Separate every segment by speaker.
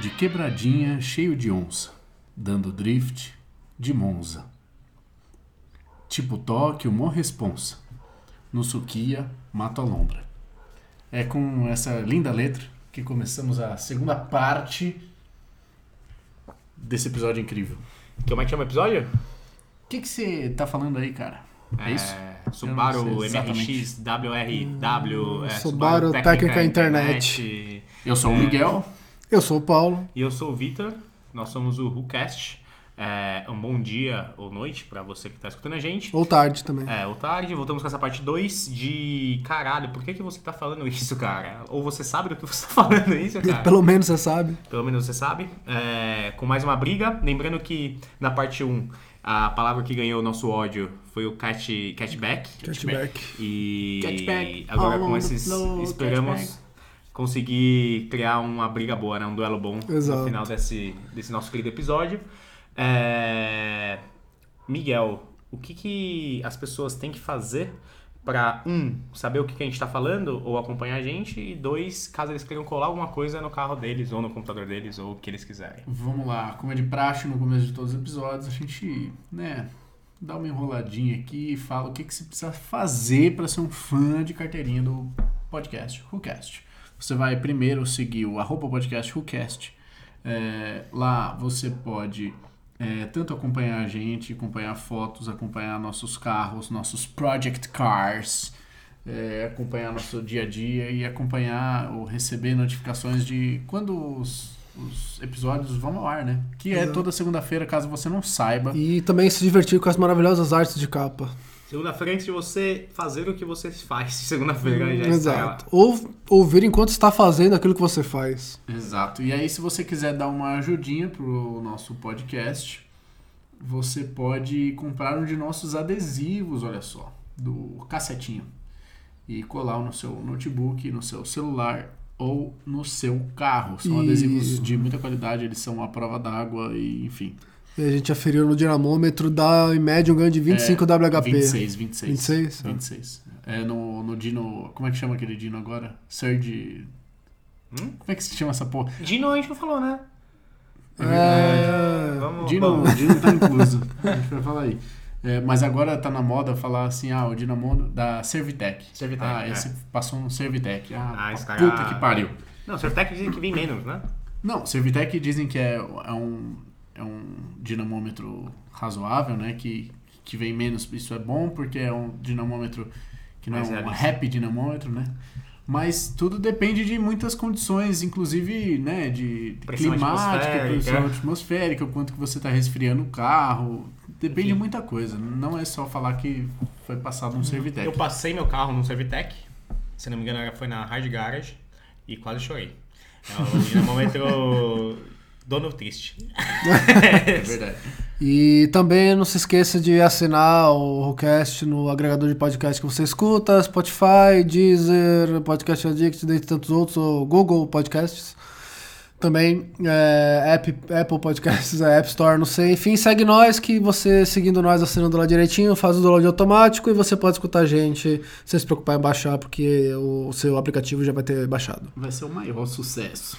Speaker 1: De quebradinha cheio de onça, dando drift de monza. Tipo Tóquio, mó responsa. No Suquia, Mato Alondra. É com essa linda letra que começamos a segunda parte desse episódio incrível.
Speaker 2: Como é que chama o episódio?
Speaker 1: O que que você tá falando aí, cara? É, isso? Eu não
Speaker 2: Subaru
Speaker 1: sei
Speaker 2: MRX, WRW, é,
Speaker 3: Hum, Subaru Técnica Internet.
Speaker 2: Internet.
Speaker 1: Eu sou o Miguel.
Speaker 3: Eu sou o Paulo.
Speaker 2: E eu sou o Vitor, nós somos o WhoCast. É, um bom dia ou noite pra você que tá escutando a gente.
Speaker 3: Ou tarde também.
Speaker 2: É, ou tarde, voltamos com essa parte 2 de caralho, por que, que você tá falando isso, cara? Ou você sabe do que você tá falando isso, cara?
Speaker 3: Pelo menos você sabe.
Speaker 2: Pelo menos você sabe. É, com mais uma briga. Lembrando que na parte 1, a palavra que ganhou o nosso ódio foi o cat, catback.
Speaker 3: Cashback.
Speaker 2: E
Speaker 1: Catback.
Speaker 2: agora
Speaker 1: All
Speaker 2: com
Speaker 1: on
Speaker 2: esses,
Speaker 1: the floor,
Speaker 2: esperamos
Speaker 1: catback.
Speaker 2: conseguir criar uma briga boa, né? um duelo bom
Speaker 3: Exato.
Speaker 2: no final desse, desse nosso querido episódio. É, Miguel, o que, que as pessoas têm que fazer para, um, saber o que, que a gente está falando ou acompanhar a gente, e dois, caso eles queiram colar alguma coisa no carro deles ou no computador deles ou o que eles quiserem.
Speaker 1: Vamos lá, como é de praxe no começo de todos os episódios, a gente, né, dá uma enroladinha aqui e fala o que, que você precisa fazer para ser um fã de carteirinha do podcast WhoCast. Você vai primeiro seguir o arroba podcast WhoCast. É, lá você pode é, tanto acompanhar a gente, acompanhar fotos, acompanhar nossos carros, nossos project cars, é, acompanhar nosso dia a dia e acompanhar ou receber notificações de quando os, os episódios vão ao ar, né? Que é
Speaker 3: Exato.
Speaker 1: toda segunda-feira, caso você não saiba.
Speaker 3: E também se divertir com as maravilhosas artes de capa.
Speaker 2: Segunda-feira, antes de você fazer o que você faz, segunda-feira já está lá.
Speaker 3: Hum, Exato. Ou ouvir enquanto está fazendo aquilo que você faz.
Speaker 1: Exato. E aí, se você quiser dar uma ajudinha pro nosso podcast, você pode comprar um de nossos adesivos, olha só, do cassetinho. E colar no seu notebook, no seu celular ou no seu carro. São
Speaker 3: E-
Speaker 1: adesivos de muita qualidade, eles são à prova d'água e enfim.
Speaker 3: E a gente aferiu no dinamômetro, dá em média um ganho de 25 WHP.
Speaker 1: 26, 26.
Speaker 3: 26?
Speaker 1: 26. É no, no Dino. Como é que chama aquele Dino agora? Surge.
Speaker 2: Hum?
Speaker 1: Como é que se chama essa porra?
Speaker 2: Dino a gente não falou, né?
Speaker 3: É...
Speaker 2: Vamos,
Speaker 1: Dino,
Speaker 2: vamos.
Speaker 1: Dino tá incluso. A gente vai falar aí. É, mas agora tá na moda falar assim, ah, o Dinamondo da Servitec.
Speaker 2: Servitec,
Speaker 1: Ah,
Speaker 2: é.
Speaker 1: esse passou no Servitec. Ah,
Speaker 2: Ah, esse cara-
Speaker 1: puta que pariu.
Speaker 2: Não, o Surtec dizem que vem menos, né?
Speaker 1: Não, Servitec dizem que é, é um, é um dinamômetro razoável, né? Que, que vem menos. Isso é bom porque é um dinamômetro que não
Speaker 2: Mais
Speaker 1: é um
Speaker 2: realista.
Speaker 1: rap dinamômetro, né? Mas tudo depende de muitas condições, inclusive, né, de, de
Speaker 2: Pressão
Speaker 1: climática,
Speaker 2: atmosférica.
Speaker 1: pressão atmosférica, o quanto que você está resfriando o carro. Depende de
Speaker 2: Enfim.
Speaker 1: muita coisa. Não é só falar que foi passado um Servitec.
Speaker 2: Eu passei meu carro num Servitec, se não me engano era- foi na Hard Garage, e quase chorei. É o dinamômetro dono triste.
Speaker 1: É verdade.
Speaker 3: E também não se esqueça de assinar o Rollcast no agregador de podcast que você escuta, Spotify, Deezer, Podcast Addict, dentre tantos outros, ou Google Podcasts. Também é, App- Apple Podcasts, é, App Store, não sei. Enfim, segue nós que você, seguindo nós, assinando lá direitinho, faz o download automático e você pode escutar a gente sem se preocupar em baixar, porque o seu aplicativo já vai ter baixado.
Speaker 1: Vai ser o maior sucesso.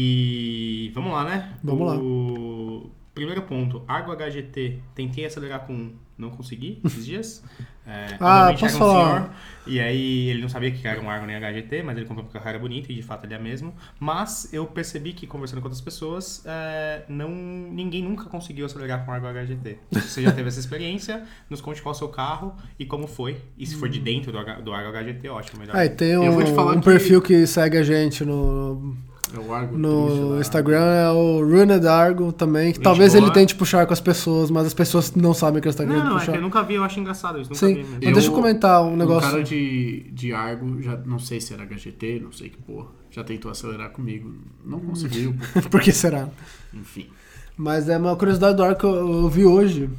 Speaker 2: E vamos lá, né?
Speaker 3: Vamos lá.
Speaker 2: o... Primeiro ponto, água HGT, tentei acelerar com um, não consegui esses dias. É,
Speaker 3: Ah,
Speaker 2: obviamente
Speaker 3: posso
Speaker 2: era um
Speaker 3: falar.
Speaker 2: senhor, e aí ele não sabia que era um água nem HGT, mas ele comprou porque o carro era bonito e de fato ele é mesmo. Mas eu percebi que conversando com outras pessoas, é, não, ninguém nunca conseguiu acelerar com água HGT. Se você já teve essa experiência, nos conte qual é o seu carro e como foi. E se for de dentro do, H- do água HGT, ótimo, melhor.
Speaker 3: Aí Hum. tem
Speaker 1: Tá. Eu vou te falar
Speaker 3: um, um
Speaker 1: que-
Speaker 3: perfil que segue a gente no
Speaker 1: É o Argo triste
Speaker 3: No
Speaker 1: lá.
Speaker 3: Instagram é o Runed Argo também, que talvez
Speaker 2: boa.
Speaker 3: ele tente puxar com as pessoas, mas as pessoas não sabem que ele está
Speaker 2: Não,
Speaker 3: querendo
Speaker 2: não, é que
Speaker 3: puxar.
Speaker 2: eu nunca vi, eu acho engraçado isso. Nunca vi
Speaker 3: Sim,
Speaker 2: né? mesmo.
Speaker 3: mas deixa eu comentar um negócio.
Speaker 1: Um cara de, de Argo, já, não sei se era HGT, não sei que porra, já tentou acelerar comigo, não
Speaker 3: Hum.
Speaker 1: conseguiu, pô.
Speaker 3: Por que será?
Speaker 1: enfim.
Speaker 3: Mas é uma curiosidade do Argo que eu, eu vi hoje.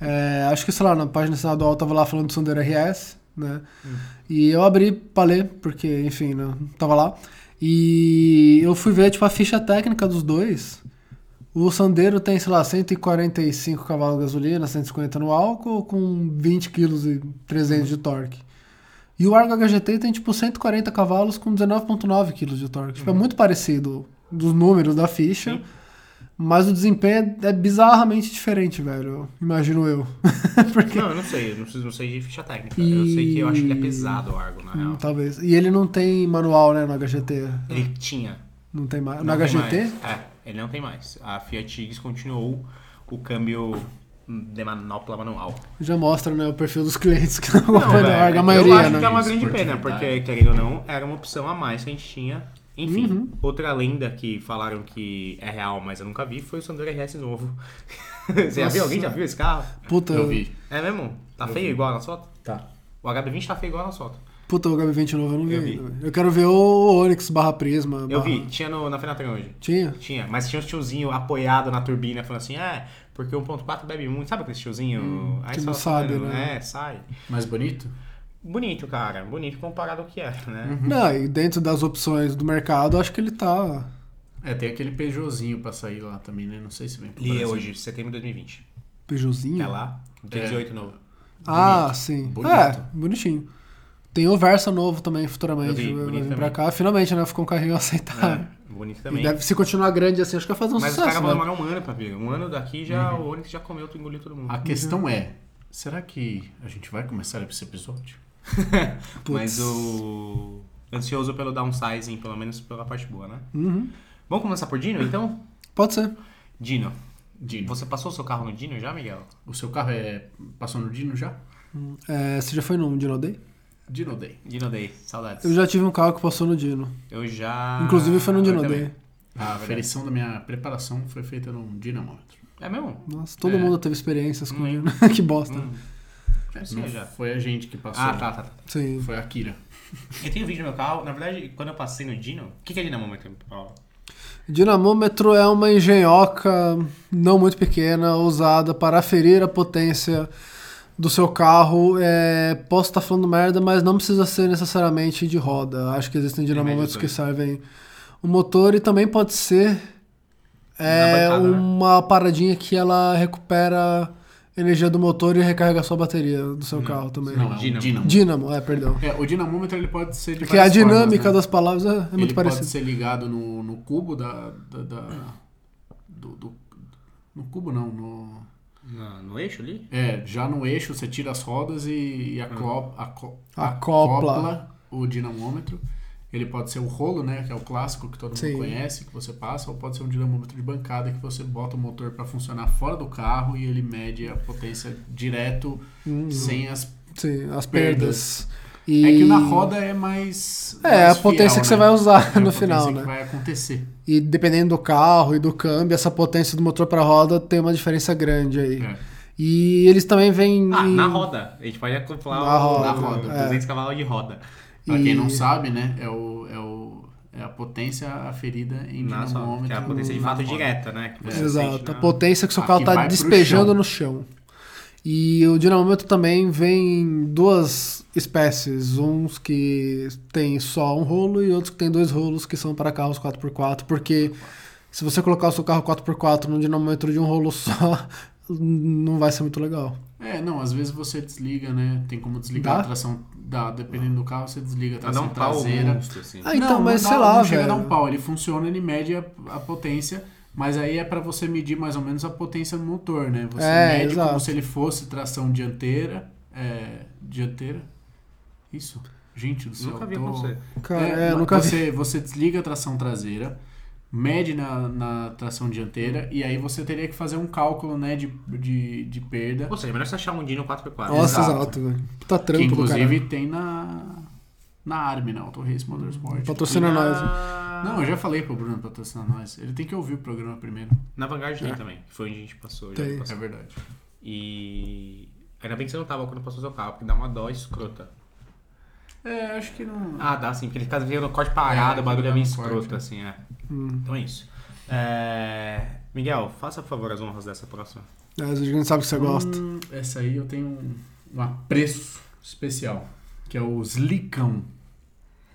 Speaker 3: É, acho que, sei lá, na página estadual tava lá falando do Sandero RS, né? E eu abri pra ler, porque, enfim, né? tava lá. E eu fui ver, tipo, a ficha técnica dos dois. O Sandero tem, sei lá, 145 cavalos de gasolina, 150 no álcool, com 20 kg e 300 de torque. E o Argo HGT tem tipo 140 cavalos com 19,9 kg de torque. Tipo, é muito parecido dos números da ficha.
Speaker 2: Sim.
Speaker 3: Mas o desempenho é é bizarramente diferente, velho. Imagino eu. Porque
Speaker 2: Não, eu não sei, eu não, preciso- não sei de ficha técnica. Eu sei que eu acho que ele é pesado o Argo,
Speaker 3: Hum,
Speaker 2: na real.
Speaker 3: Talvez. E ele não tem manual, né, no HGT?
Speaker 2: Ele tinha.
Speaker 3: Não tem mais. No
Speaker 2: não tem
Speaker 3: HGT?
Speaker 2: mais. É, ele não tem mais. A Fiat descontinuou o câmbio de manopla manual.
Speaker 3: Já mostra, né, o perfil dos clientes que não
Speaker 2: Não,
Speaker 3: acompanham
Speaker 2: velho,
Speaker 3: a Argo, a
Speaker 2: eu
Speaker 3: maioria,
Speaker 2: acho que é
Speaker 3: né?
Speaker 2: uma grande pena,
Speaker 1: Esportividade.
Speaker 2: porque, querendo ou não, era uma opção a mais que a gente tinha. Enfim,
Speaker 3: Uhum.
Speaker 2: outra lenda que falaram que é real, mas eu nunca vi, foi o Sandero RS novo. Você já viu? Alguém já viu esse carro?
Speaker 3: Puta,
Speaker 1: Eu vi.
Speaker 2: É mesmo? Tá feio igual na foto?
Speaker 1: Tá.
Speaker 2: O HB20 tá feio igual na foto.
Speaker 3: puta, o HB20 novo eu não vi. né,
Speaker 2: Eu
Speaker 3: Eu,
Speaker 2: vi.
Speaker 3: quero ver o Onix barra Prisma.
Speaker 2: Eu
Speaker 3: barra-
Speaker 2: vi, tinha no, na Fenatran hoje.
Speaker 3: Tinha?
Speaker 2: Tinha, mas tinha uns tiozinho apoiado na turbina, falando assim, é, porque o 1.4 bebe muito. Sabe aquele tiozinho? Aí
Speaker 3: Hum, que
Speaker 2: você
Speaker 3: não
Speaker 2: fala,
Speaker 3: sabe,
Speaker 2: "Mano,
Speaker 3: né?"
Speaker 2: É, sai.
Speaker 1: Mais bonito?
Speaker 2: Bonito, cara. Bonito comparado ao que era, né?
Speaker 3: Não, e dentro das opções do mercado, acho que ele tá.
Speaker 1: É, tem aquele Peugeotzinho pra sair lá também, né? Não sei se vem pro
Speaker 2: Li
Speaker 1: Brasil.
Speaker 2: hoje, setembro de 2020.
Speaker 3: Peugeotzinho?
Speaker 2: Tá lá, 218 novo.
Speaker 3: ah, sim.
Speaker 1: Bonito.
Speaker 3: É, bonitinho. Tem o Versa novo também,
Speaker 2: Eu
Speaker 3: futuramente.
Speaker 2: vi,
Speaker 3: vai
Speaker 2: bonito
Speaker 3: vir pra
Speaker 2: também.
Speaker 3: cá. Finalmente, né? Ficou um carrinho aceitável.
Speaker 2: É, bonito
Speaker 3: E
Speaker 2: também.
Speaker 3: deve se continuar grande assim, acho que vai fazer um
Speaker 2: Mas os
Speaker 3: sucesso.
Speaker 2: caras
Speaker 3: Uhum.
Speaker 2: vão
Speaker 3: velho.
Speaker 2: demorar um ano pra ver. Um ano daqui já o Onix já comeu, tu engoliu todo mundo.
Speaker 1: A questão é, será que a gente vai começar esse episódio?
Speaker 3: Putz.
Speaker 2: Mas o. Ansioso pelo downsizing, pelo menos pela parte boa, né?
Speaker 3: Uhum.
Speaker 2: Vamos começar por Dino, então?
Speaker 3: Pode ser.
Speaker 2: Dino,
Speaker 1: Dino,
Speaker 2: você passou o seu carro no Dino já, Miguel?
Speaker 1: o seu carro é passou no Dino já?
Speaker 3: É, você já foi num Dino Day?
Speaker 1: Dino Day.
Speaker 2: Dino Day, saudades.
Speaker 3: Eu já tive um carro que passou no Dino.
Speaker 2: Eu já-
Speaker 3: Inclusive foi num
Speaker 2: Eu
Speaker 3: Dino
Speaker 2: também.
Speaker 3: Day.
Speaker 1: A
Speaker 2: Ah, verdade.
Speaker 1: aferição da minha preparação foi feita num dinamômetro.
Speaker 2: É mesmo?
Speaker 3: Nossa, todo
Speaker 2: É.
Speaker 3: mundo teve experiências com
Speaker 2: Hum.
Speaker 3: Dino. que bosta.
Speaker 2: Hum.
Speaker 3: É,
Speaker 2: Acho que
Speaker 1: Não
Speaker 2: eu já.
Speaker 1: foi a gente que passou.
Speaker 2: Ah, tá, tá, tá.
Speaker 3: Sim.
Speaker 1: Foi a Kira.
Speaker 2: Eu tenho um vídeo no meu carro. Na verdade, quando eu passei no Dino... O que, que é dinamômetro? Paulo?
Speaker 3: Dinamômetro é uma engenhoca não muito pequena, usada para aferir a potência do seu carro. É, posso estar falando merda, mas não precisa ser necessariamente de roda. Acho que existem dinamômetros
Speaker 2: medidor.
Speaker 3: que servem o motor e também pode ser é,
Speaker 2: bancada, né?
Speaker 3: uma paradinha que ela recupera energia do motor e recarrega a sua bateria do
Speaker 2: Hum.
Speaker 3: seu carro também.
Speaker 1: Não, é um
Speaker 2: Dínamo.
Speaker 1: dínamo.
Speaker 3: Dínamo, é, perdão.
Speaker 1: É, o dinamômetro ele pode ser de
Speaker 3: Porque a
Speaker 1: várias
Speaker 3: dinâmica
Speaker 1: formas, né?
Speaker 3: das palavras é, é muito
Speaker 1: ele
Speaker 3: parecida.
Speaker 1: pode ser ligado no, no cubo da... da- da- do, do- no cubo não, no...
Speaker 2: No, no eixo ali?
Speaker 1: É, já no eixo você tira as rodas e, e aclo- aco-
Speaker 3: Acopla.
Speaker 1: acopla o dinamômetro. Ele pode ser o rolo, né? Que é o clássico que todo mundo
Speaker 3: Sim.
Speaker 1: conhece, que você passa, ou pode ser um dinamômetro de bancada que você bota o motor para funcionar fora do carro e ele mede a potência direto sem as.
Speaker 3: Sim, as perdas.
Speaker 1: Perdas.
Speaker 3: Hum. E-
Speaker 1: É que na roda é mais.
Speaker 3: É,
Speaker 1: mais
Speaker 3: a potência
Speaker 1: fiel,
Speaker 3: que você
Speaker 1: né?
Speaker 3: vai usar
Speaker 1: É a
Speaker 3: no
Speaker 1: potência
Speaker 3: final,
Speaker 1: que
Speaker 3: né?
Speaker 1: vai acontecer.
Speaker 3: E dependendo do carro e do câmbio, essa potência do motor para roda tem uma diferença grande aí.
Speaker 1: É.
Speaker 3: E eles também vêm.
Speaker 2: Ah,
Speaker 3: em-
Speaker 2: na roda. A gente pode acoplar
Speaker 3: Na
Speaker 2: o-
Speaker 3: roda,
Speaker 2: na roda.
Speaker 3: é.
Speaker 2: 200 cavalos de roda.
Speaker 1: Pra quem não
Speaker 3: E-
Speaker 1: sabe, né? É, o, é, o, é a potência aferida em
Speaker 2: Na só,
Speaker 1: dinamômetro.
Speaker 2: que é a potência de
Speaker 1: na
Speaker 2: fato
Speaker 1: roda.
Speaker 2: direta, né? Que você sente
Speaker 3: Exato, a
Speaker 2: na-
Speaker 3: potência que o seu
Speaker 1: É, a
Speaker 3: carro
Speaker 1: que
Speaker 3: está
Speaker 1: vai pro
Speaker 3: despejando
Speaker 1: chão.
Speaker 3: no chão. E o dinamômetro também vem em duas espécies, uns que tem só um rolo e outros que tem dois rolos que são para carros 4x4, porque se você colocar o seu carro 4x4 num dinamômetro de um rolo só, não vai ser muito legal.
Speaker 1: É, não, às vezes você desliga, né? Tem como desligar
Speaker 3: Dá?
Speaker 1: a tração. Dá, dependendo do carro, você desliga a
Speaker 2: Pra dar
Speaker 1: tração
Speaker 2: um pau
Speaker 1: traseira.
Speaker 2: monstro, assim.
Speaker 3: Ah, então,
Speaker 1: não,
Speaker 3: mas
Speaker 1: não
Speaker 3: sei
Speaker 1: dá-
Speaker 3: lá,
Speaker 1: não
Speaker 3: velho.
Speaker 1: chega a dar um pau, ele funciona, ele mede a, a potência, mas aí é pra você medir mais ou menos a potência do motor, né? Você
Speaker 3: É,
Speaker 1: mede
Speaker 3: exato.
Speaker 1: como se ele fosse tração dianteira. É, dianteira? Isso. Gente do céu.
Speaker 2: Nunca vi
Speaker 1: tô-
Speaker 2: acontecer.
Speaker 3: Cara,
Speaker 1: É,
Speaker 3: é, eu
Speaker 1: mas
Speaker 3: nunca vi.
Speaker 1: você, você desliga a tração traseira, mede na, na tração dianteira, e aí você teria que fazer um cálculo, né, de, de, de perda.
Speaker 2: Ou seja, é melhor você achar um Dino 4x4.
Speaker 3: Nossa,
Speaker 1: Exato.
Speaker 3: exato, velho. Puta
Speaker 1: Que
Speaker 3: trampo do
Speaker 1: inclusive
Speaker 3: cara.
Speaker 1: tem na, na ARM, na Auto Race Motorsport.
Speaker 3: Patrocina
Speaker 2: E na-
Speaker 3: nós. né?
Speaker 1: Não, eu já falei pro Bruno patrocinar nós. Ele tem que ouvir o programa primeiro.
Speaker 2: Na Vanguard tem também. que Foi onde a gente passou. já
Speaker 3: É. Tem.
Speaker 1: É
Speaker 2: passou.
Speaker 1: verdade.
Speaker 2: E... Ainda bem que você não tava quando passou seu carro, porque dá uma dó escrota.
Speaker 1: É, acho que não.
Speaker 2: Ah, dá sim, porque ele fica vendo corte parado,
Speaker 1: É,
Speaker 2: o bagulho é
Speaker 1: dá
Speaker 2: meio
Speaker 1: um corte,
Speaker 2: escroto,
Speaker 1: né?
Speaker 2: assim, é.
Speaker 3: Hum.
Speaker 2: Então é isso. É, Miguel, faça por favor as honras dessa próxima.
Speaker 3: É, a gente sabe que você gosta.
Speaker 1: Hum, essa aí eu tenho um, um apreço especial, que é o Slicão.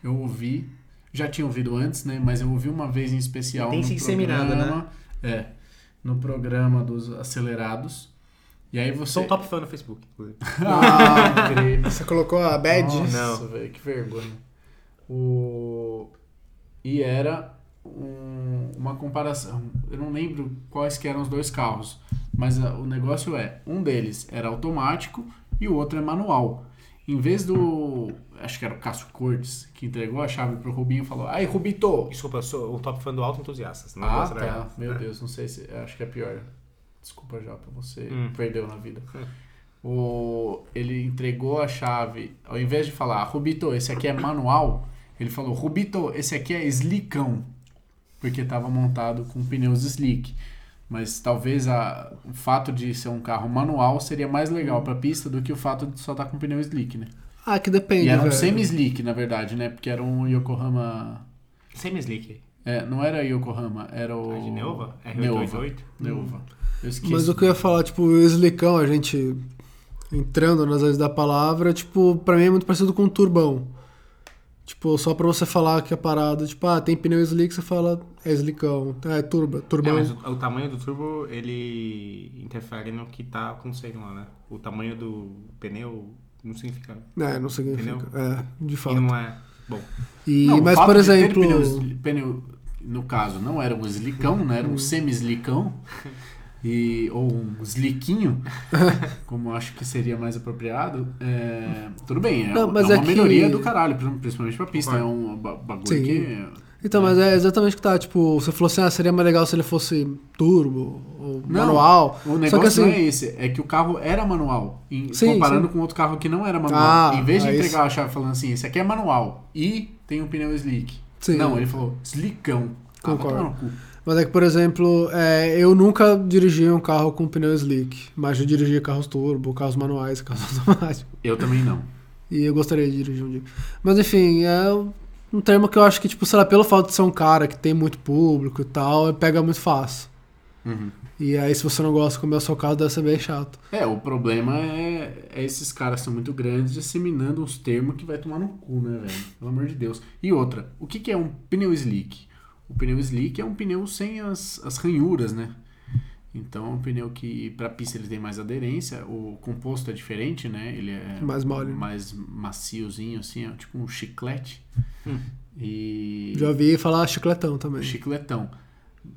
Speaker 1: Eu ouvi, já tinha ouvido antes, né? Mas eu ouvi uma vez em especial.
Speaker 2: Tem
Speaker 1: no
Speaker 2: se disseminado,
Speaker 1: programa, É. No programa dos acelerados. E aí você.
Speaker 2: Sou um top fã no Facebook, inclusive.
Speaker 1: Ah, incrível.
Speaker 3: Você colocou a bad?
Speaker 1: Nossa,
Speaker 2: Não.
Speaker 1: velho, que vergonha. O... E era um- uma comparação. Eu não lembro quais que eram os dois carros, mas ah, o negócio é, um deles era automático e o outro é manual. Em vez do, acho que era o Cássio Cordes que entregou a chave pro Rubinho e falou: "Aí, Rubito".
Speaker 2: Desculpa, eu sou um top fã do Auto Entusiastas. Não
Speaker 1: Ah,
Speaker 2: gosto da
Speaker 1: tá.
Speaker 2: galera.
Speaker 1: Meu
Speaker 2: É.
Speaker 1: Deus, não sei se, acho que é pior. Desculpa já pra você,
Speaker 2: Hum.
Speaker 1: perdeu na vida. O, ele entregou a chave, ao invés de falar, Rubito, esse aqui é manual, ele falou, Rubito, esse aqui é slickão, porque estava montado com pneus slick. Mas talvez a, o fato de ser um carro manual seria mais
Speaker 2: Hum.
Speaker 1: legal pra pista do que o fato de só estar com pneu slick, né?
Speaker 3: Ah, que depende,
Speaker 1: E era um
Speaker 3: velho.
Speaker 1: semi-slick, na verdade, né? Porque era um Yokohama...
Speaker 2: Semi-slick.
Speaker 1: É, não era Yokohama, era o...
Speaker 2: Ah, de Neuva?
Speaker 1: Neuva.
Speaker 2: R888?
Speaker 1: Neuva. Eu esqueci.
Speaker 3: Mas o que eu ia falar, tipo, o slicão, a gente entrando nas vezes da palavra, tipo, pra mim é muito parecido com um turbão. Tipo, só pra você falar que a parada, tipo, ah, tem pneu slick, você fala, é slicão, é turba,
Speaker 2: É,
Speaker 3: turbão.
Speaker 2: mas o, o tamanho do turbo, ele interfere no que tá acontecendo lá, né? O tamanho do pneu não significa.
Speaker 3: É, não significa.
Speaker 2: Pneu?
Speaker 3: É, de
Speaker 2: E
Speaker 3: fato.
Speaker 2: não é. Bom,
Speaker 3: E,
Speaker 1: Não, o
Speaker 3: mas,
Speaker 1: fato
Speaker 3: por
Speaker 1: de ter
Speaker 3: exemplo.
Speaker 1: Pneu, sli- pneu- no caso, não era um slicão, né?
Speaker 3: Uhum.
Speaker 1: Era um semi-slicão. E, ou um sliquinho, como eu acho que seria mais apropriado. é, tudo bem, é,
Speaker 3: Não, mas
Speaker 1: é
Speaker 3: é
Speaker 1: uma
Speaker 3: que-
Speaker 1: melhoria do caralho, prin- principalmente pra pista. É
Speaker 2: Concordo.
Speaker 1: um ba- bagulho
Speaker 3: Sim.
Speaker 1: que.
Speaker 3: Então, mas é exatamente o que tá. Tipo, você falou assim, ah, seria mais legal se ele fosse turbo ou
Speaker 1: Não,
Speaker 3: manual.
Speaker 1: O negócio
Speaker 3: Só que assim.
Speaker 1: não é esse, é que o carro era manual. em-
Speaker 3: Sim,
Speaker 1: comparando com outro carro que não era manual.
Speaker 3: Ah,
Speaker 1: em vez de
Speaker 3: é
Speaker 1: entregar
Speaker 3: isso.
Speaker 1: a chave falando assim, esse aqui é manual e tem um pneu slick.
Speaker 3: Sim.
Speaker 1: Não, ele falou slickão. Ah, vai
Speaker 3: Concordo.
Speaker 1: tomar no cu.
Speaker 3: Mas é que, por exemplo, é, eu nunca dirigi um carro com pneu slick, mas eu dirigi carros turbo, carros manuais, carros automáticos.
Speaker 1: Eu também não.
Speaker 3: E eu gostaria de dirigir um dia. Mas enfim, é um termo que eu acho que, tipo, sei lá, pelo fato de ser um cara que tem muito público e tal, pega muito fácil.
Speaker 1: Uhum.
Speaker 3: E aí, se você não gosta como é o seu caso, deve ser bem chato.
Speaker 1: É, o problema é, é esses caras são muito grandes disseminando uns termos que vai tomar no cu, né, velho? Pelo amor de Deus. E outra, o que, que é um pneu slick? O pneu slick é um pneu sem as, as ranhuras, né? Então é um pneu que pra pista ele tem mais aderência, o composto é diferente, né? Ele é
Speaker 3: Mais mole.
Speaker 1: mais maciozinho, assim, é tipo um chiclete. E.
Speaker 3: Já ouvi falar chicletão também.
Speaker 1: Chicletão. é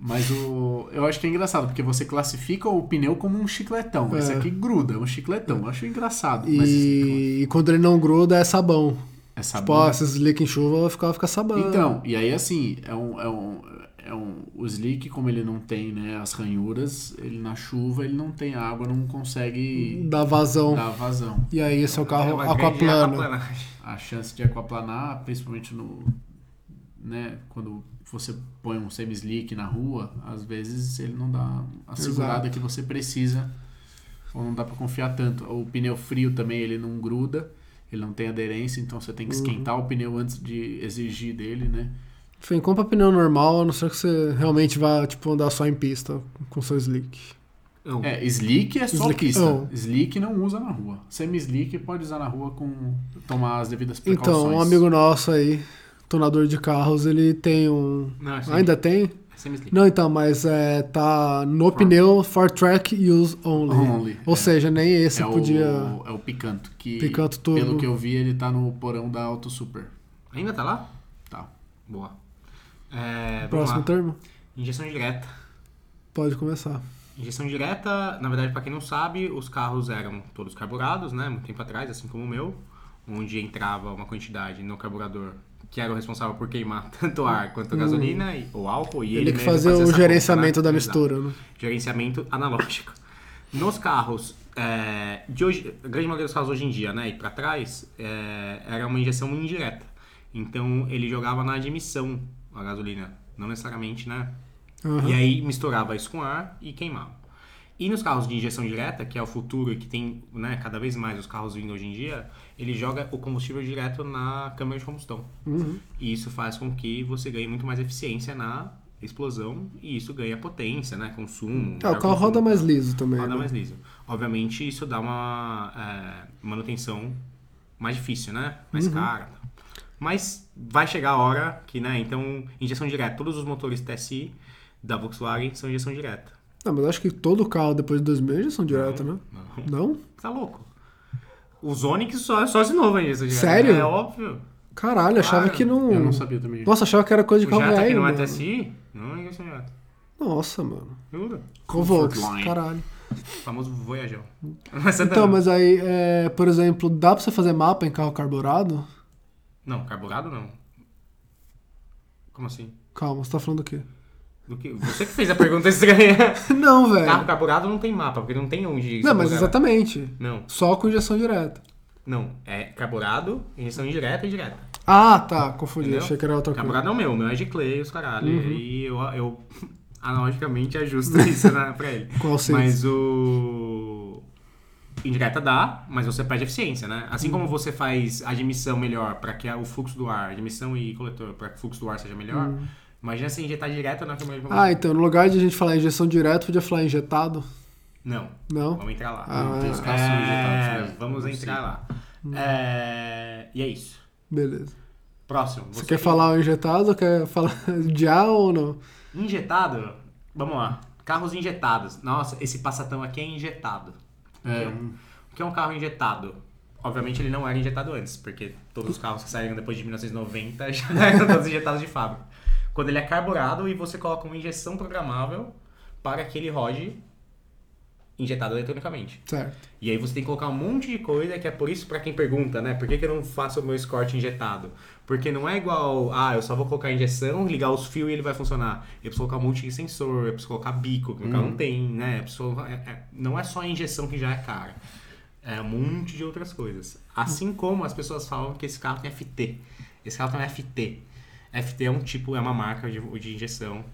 Speaker 1: Mas o. Eu acho que é engraçado, porque você classifica o pneu como um chicletão.
Speaker 3: É.
Speaker 1: Esse aqui gruda, é um chicletão. Eu acho engraçado. Mas tipo
Speaker 3: E, e quando ele não gruda, é sabão.
Speaker 1: é
Speaker 3: Tipo,
Speaker 1: sabor.
Speaker 3: ó, se slick em chuva, vai ficar, ficar sabão.
Speaker 1: Então, e aí assim, é um. É um é um, o slick, como ele não tem né, as ranhuras, ele na chuva, ele não tem água, não consegue
Speaker 3: Dá vazão.
Speaker 1: dar vazão.
Speaker 3: E aí, seu
Speaker 2: é
Speaker 3: carro
Speaker 2: uma grande
Speaker 3: aquaplana.
Speaker 2: aquaplanagem.
Speaker 1: a chance de aquaplanar, principalmente no, né, quando você põe um semi-slick na rua, às vezes ele não dá a segurada que você precisa ou não dá pra confiar tanto. O pneu frio também ele não gruda, ele não tem aderência, então você tem
Speaker 3: Uhum.
Speaker 1: que esquentar o pneu antes de exigir dele, né?
Speaker 3: Enfim, compra pneu normal, a não ser que você realmente vá, tipo, andar só em pista com seu slick.
Speaker 2: Não,
Speaker 1: É, slick é só
Speaker 3: Slick-
Speaker 1: pista.
Speaker 3: Oh.
Speaker 1: Slick não usa na rua. Semi-slick pode usar na rua com tomar as devidas precauções.
Speaker 3: Então, um amigo nosso aí, tonador de carros, ele tem um...
Speaker 2: não, é
Speaker 3: Ainda tem?
Speaker 2: semi-slick.
Speaker 3: Não, então, mas é, tá no pneu for track use only.
Speaker 1: Only,
Speaker 3: Ou
Speaker 1: é.
Speaker 3: seja, nem esse
Speaker 1: é
Speaker 3: podia...
Speaker 1: o, é o Picanto, que
Speaker 3: Picanto turbo.
Speaker 1: pelo que eu vi ele tá no porão da Auto Super.
Speaker 2: Ainda tá lá?
Speaker 1: Tá.
Speaker 2: Boa. É, vamos
Speaker 3: Próximo
Speaker 2: lá.
Speaker 3: termo?
Speaker 2: Injeção direta.
Speaker 3: Pode começar.
Speaker 2: Injeção direta, na verdade, para quem não sabe, os carros eram todos carburados, né? Muito tempo atrás, assim como o meu, onde entrava uma quantidade no carburador que era o responsável por queimar tanto ar quanto a gasolina e- ou álcool. E ele,
Speaker 3: Hum. Ele que
Speaker 2: mesmo
Speaker 3: fazia
Speaker 2: fazia
Speaker 3: o
Speaker 2: essa
Speaker 3: gerenciamento
Speaker 2: conta,
Speaker 3: da
Speaker 2: né?
Speaker 3: mistura, né?
Speaker 2: Exato. Gerenciamento analógico. Nos carros é, de hoje, a grande maioria dos carros hoje em dia, né? E para trás, é, era uma injeção indireta. Então ele jogava na admissão a gasolina, não necessariamente, né?
Speaker 3: Aham. É,
Speaker 2: E aí misturava isso com ar e queimava. E nos carros de injeção direta, que é o futuro e que tem né, cada vez mais os carros vindo hoje em dia, ele joga o combustível direto na câmara de combustão.
Speaker 3: Uhum.
Speaker 2: E isso faz com que você ganhe muito mais eficiência na explosão e isso ganha potência, né, consumo.
Speaker 3: Ah, o
Speaker 2: melhor
Speaker 3: carro roda
Speaker 2: consumo.
Speaker 3: mais liso também.
Speaker 2: Roda
Speaker 3: né?
Speaker 2: mais liso. Obviamente, isso dá uma é, manutenção mais difícil, né? Mais
Speaker 3: Uhum.
Speaker 2: cara. tal. Mas vai chegar a hora que, né? Então, injeção direta. Todos os motores TSI da Volkswagen são injeção direta.
Speaker 3: Não, mas eu acho que todo carro depois de 2000 é injeção direta, né?
Speaker 2: Não.
Speaker 3: Não?
Speaker 2: Tá louco. O Onix só, só de novo aí. Isso,
Speaker 3: Sério?
Speaker 2: É óbvio.
Speaker 3: Caralho, achava
Speaker 2: Claro.
Speaker 3: que não...
Speaker 1: Eu não sabia também.
Speaker 3: Hum. Nossa, achava que era coisa
Speaker 2: o
Speaker 3: de carro
Speaker 2: Jetta que
Speaker 3: velho.
Speaker 2: não é
Speaker 3: mano.
Speaker 2: TSI, não é injeção direta.
Speaker 3: Nossa, mano.
Speaker 2: Juro.
Speaker 3: Convox,
Speaker 1: Line.
Speaker 3: caralho.
Speaker 2: O famoso voyajão. Mas tá
Speaker 3: Então, mas aí, é, por exemplo, dá pra você fazer mapa em carro carburado?
Speaker 2: Não, carburado não. Como assim?
Speaker 3: Calma, você tá falando do quê?
Speaker 2: Do que? Você que fez a pergunta estranha.
Speaker 3: Não,
Speaker 2: Carro
Speaker 3: velho.
Speaker 2: carburado não tem mapa, porque não tem onde.
Speaker 3: É. Não, mas
Speaker 2: carburar.
Speaker 3: exatamente.
Speaker 2: Não,
Speaker 3: Só com injeção direta.
Speaker 2: não. É carburado, injeção indireta e direta.
Speaker 3: Ah, tá, confundi.
Speaker 2: Entendeu?
Speaker 3: Achei que era outra coisa. Uhum.
Speaker 2: Carburado é o meu, o meu é de clay, os caralho. E eu, eu analogicamente ajusto isso na, pra ele.
Speaker 3: Qual seria?
Speaker 2: Mas o. Indireta dá, mas você perde eficiência, né?
Speaker 3: Uhum.
Speaker 2: Assim como você faz admissão melhor para que o fluxo do ar, admissão e coletor, para que o fluxo do ar seja melhor, imagina você injetar direta na câmera de
Speaker 3: Uhum. Ah,
Speaker 2: velocidade.
Speaker 3: então, no lugar de a gente falar injeção direta, podia falar injetado?
Speaker 2: Não,
Speaker 3: Não?
Speaker 2: vamos entrar lá.
Speaker 3: Ah,
Speaker 2: Não tem
Speaker 3: é.
Speaker 2: os caras são injetados
Speaker 1: É,
Speaker 2: mesmo. Vamos
Speaker 1: não
Speaker 2: entrar
Speaker 1: sei.
Speaker 2: lá. É, E é isso.
Speaker 3: Beleza.
Speaker 2: Próximo.
Speaker 3: Você quer falar o injetado ou quer falar já ou não?
Speaker 2: Injetado? Vamos lá. Carros injetados. Nossa, esse passatão aqui é injetado.
Speaker 1: É, um-
Speaker 2: O que é um carro injetado? Obviamente ele não era injetado antes, porque todos os carros que saíram depois de 1990 já eram todos injetados de fábrica. Quando ele é carburado e você coloca uma injeção programável para que ele rode injetado eletronicamente.
Speaker 3: Certo.
Speaker 2: E aí você tem que colocar um monte de coisa, que é por isso pra quem pergunta, né? Por que, que eu não faço o meu escort injetado? Porque não é igual, ah, eu só vou colocar a injeção, ligar os fios e ele vai funcionar. Eu preciso colocar um monte de sensor, eu preciso colocar bico, que o carro não tem, né? Eu preciso- é- é- não é só a injeção que já é cara. É um monte de outras coisas. Assim como as pessoas falam que esse carro tem FT. Esse carro tem um FT. FT é um tipo, é uma marca de, de injeção,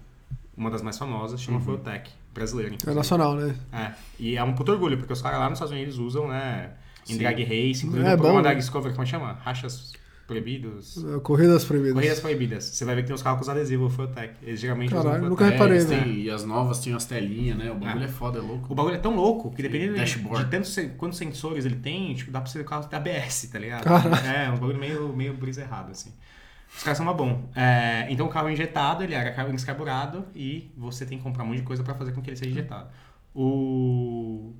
Speaker 2: uma das mais famosas, chama Fueltech, brasileira.
Speaker 3: É
Speaker 2: inclusive.
Speaker 3: nacional, né?
Speaker 2: É, e é um puto orgulho, porque os caras lá nos Estados Unidos usam, né? Em
Speaker 1: Sim.
Speaker 2: drag race, incluindo
Speaker 3: É
Speaker 2: o
Speaker 3: bom,
Speaker 2: programa
Speaker 3: né?
Speaker 2: da Discovery, como chama? Rachas proibidos?
Speaker 3: É, Corridas proibidas.
Speaker 2: Corridas proibidas. Você vai ver que tem uns carros com os adesivos, o Fueltec. Eles geralmente
Speaker 3: Caralho,
Speaker 2: usam
Speaker 3: nunca
Speaker 2: Fueltec.
Speaker 3: reparei,
Speaker 1: é, eles
Speaker 3: né?
Speaker 1: têm- e as novas tinham as telinhas, né? O bagulho é, foda, é louco.
Speaker 2: O bagulho é tão louco que dependendo de,
Speaker 1: Dashboard.
Speaker 2: de tantos sen- quantos sensores ele tem, tipo, dá pra ser o carro da ABS, tá ligado?
Speaker 3: Caralho.
Speaker 2: É, um bagulho meio, meio brisa errado, assim. Os caras são uma bom. É, então o carro injetado, ele era carro descarburado e você tem que comprar um monte de coisa pra fazer com que ele seja injetado. O...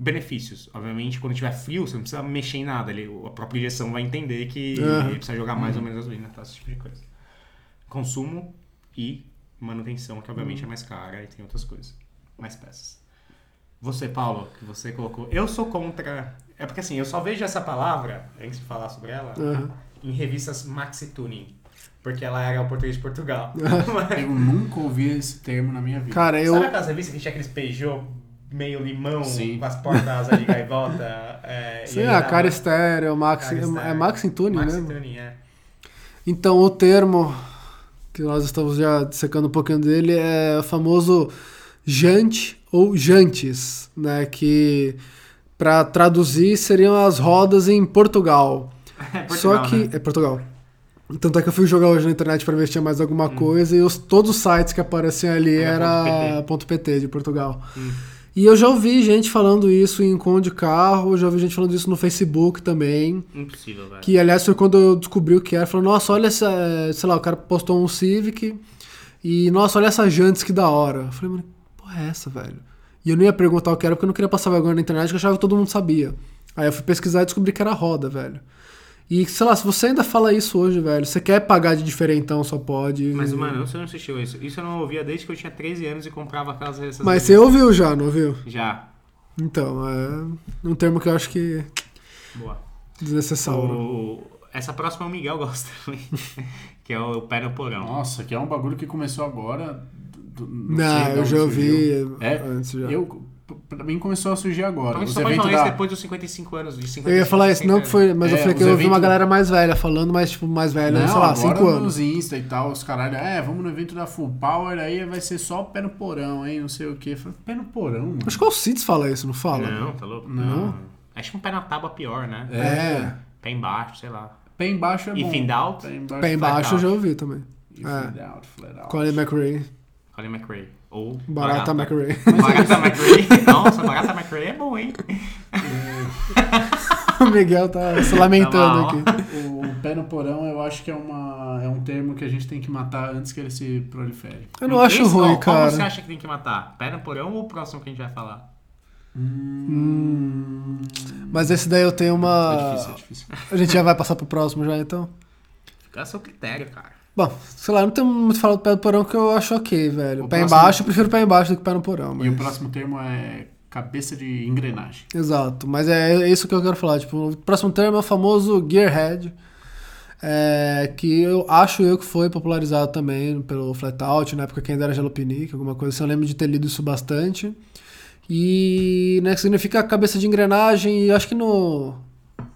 Speaker 2: Benefícios. Obviamente, quando tiver frio, você não precisa mexer em nada. Ele, a própria injeção vai entender que
Speaker 3: É.
Speaker 2: ele precisa jogar mais ou menos gasolina, tá? Esse tipo de coisa. Consumo e manutenção, que obviamente é
Speaker 3: Hum.
Speaker 2: mais cara e tem outras coisas. Mais peças. Você, Paulo, que você colocou. Eu sou contra. É porque assim, eu só vejo essa palavra, antes de falar sobre ela,
Speaker 3: Aham.
Speaker 2: em revistas Maxi Tuning. Porque ela era o português de Portugal.
Speaker 1: Eu nunca ouvi esse termo na minha vida.
Speaker 3: Cara, Ah, eu.
Speaker 2: Sabe aquelas revistas que tinha aqueles Peugeot meio limão,
Speaker 1: Sim.
Speaker 2: com as portas asa de gaivota? É, e
Speaker 3: Sei
Speaker 2: aí
Speaker 3: lá,
Speaker 2: dava-
Speaker 3: cara estéreo, Max.
Speaker 2: Cara
Speaker 3: é,
Speaker 2: estéreo.
Speaker 3: é Max em Tune,
Speaker 2: Maxi
Speaker 3: né?
Speaker 2: Tuning, é.
Speaker 3: Então, o termo que nós estamos já dissecando um pouquinho dele é o famoso jante ou jantes, né? Que para traduzir seriam as rodas em Portugal.
Speaker 2: É
Speaker 3: Só que.
Speaker 2: né?
Speaker 3: É Portugal. Tanto é que eu fui jogar hoje na internet para ver se tinha mais alguma coisa e os, todos os sites que apareciam ali
Speaker 2: Hum. Era
Speaker 3: era ponto .pt de Portugal.
Speaker 2: Hum.
Speaker 3: E eu já ouvi gente falando isso em encontro de carro, já ouvi gente falando isso no Facebook também.
Speaker 2: Impossível, velho.
Speaker 3: Que, aliás, foi quando eu descobri o que era. Falou, nossa, olha essa... eh, Sei lá, o cara postou um Civic. E, nossa, olha essa Jantes, que da hora. Eu falei, mano, que porra é essa, velho? E eu não ia perguntar o que era, porque eu não queria passar vergonha na internet, que eu achava que todo mundo sabia. Aí eu fui pesquisar e descobri que era roda, velho. E, sei lá, se você ainda fala isso hoje, velho, você quer pagar de diferentão, só pode.
Speaker 2: Mas, mano, você não assistiu isso. Isso eu não ouvia desde que eu tinha 13 anos e comprava aquelas revistas.
Speaker 3: Mas você ouviu já, não ouviu?
Speaker 2: Já.
Speaker 3: Então, é um termo que eu acho que
Speaker 2: Boa.
Speaker 3: desnecessário.
Speaker 2: O- Essa próxima é o Miguel gosta também, que é o pé no porão.
Speaker 1: Nossa, que é um bagulho que começou agora. do- do- sei
Speaker 3: Não,
Speaker 1: de
Speaker 3: eu
Speaker 1: onde
Speaker 3: já ouvi
Speaker 1: surgiu. É?
Speaker 3: antes já.
Speaker 1: Eu, pra mim começou a surgir agora.
Speaker 2: Então
Speaker 1: Os
Speaker 2: isso só pode
Speaker 1: eventos
Speaker 2: falar isso
Speaker 1: da,
Speaker 2: depois dos 55 anos. De 55,
Speaker 3: Eu ia falar isso, não que foi, mas eu
Speaker 1: É,
Speaker 3: falei que
Speaker 1: os
Speaker 3: eu ouvi uma
Speaker 1: eventos-
Speaker 3: galera mais velha falando, mas tipo, mais velha, sei lá,
Speaker 1: agora
Speaker 3: 5 anos.
Speaker 1: nos Insta e tal, os caralho, é, vamos no evento da Full Power, aí vai ser só pé no porão, hein, não sei o quê. Eu falei, pé no porão, mano.
Speaker 3: Acho que o Alcides fala isso, não fala?
Speaker 2: Não, tá louco?
Speaker 1: Não.
Speaker 2: Acho que um pé na tábua é pior, né?
Speaker 1: É,
Speaker 2: Pé embaixo, sei lá.
Speaker 1: pé embaixo é
Speaker 2: E
Speaker 1: bom.
Speaker 2: fim out?
Speaker 1: Pé embaixo.
Speaker 3: Pé embaixo eu
Speaker 2: out.
Speaker 3: já ouvi também.
Speaker 1: E
Speaker 3: É.
Speaker 1: fim out, flat out.
Speaker 3: Colin McRae,
Speaker 2: Colin McRae. Ou
Speaker 3: Barata McRae.
Speaker 2: Barata McRae. Nossa, Barata McRae é bom, hein?
Speaker 3: o Miguel tá se lamentando
Speaker 2: Tá mal.
Speaker 3: aqui.
Speaker 1: O pé no porão eu acho que é, uma, é um termo que a gente tem que matar antes que ele se prolifere.
Speaker 3: Eu não acho
Speaker 2: Esse- ó,
Speaker 3: ruim,
Speaker 2: qual
Speaker 3: cara.
Speaker 2: você acha que tem que matar? Pé no porão ou o próximo que a gente vai falar?
Speaker 1: Hum,
Speaker 3: Mas esse daí eu tenho uma.
Speaker 1: É difícil, é difícil.
Speaker 3: A gente já vai passar pro próximo já, então.
Speaker 2: Fica a seu critério, cara.
Speaker 3: Bom, sei lá, não tem muito o que falar do pé do porão que eu acho ok, velho.
Speaker 1: O
Speaker 3: pé
Speaker 1: próximo-
Speaker 3: embaixo, eu prefiro pé embaixo do que pé no porão. Mas...
Speaker 1: E o próximo termo é cabeça de engrenagem.
Speaker 3: Exato, mas é isso que eu quero falar. Tipo, o próximo termo é o famoso Gearhead, é, que eu acho eu que foi popularizado também pelo Flatout, na época que ainda era Jalopnik, alguma coisa assim. Eu lembro de ter lido isso bastante. E né, que significa cabeça de engrenagem, e eu acho que no,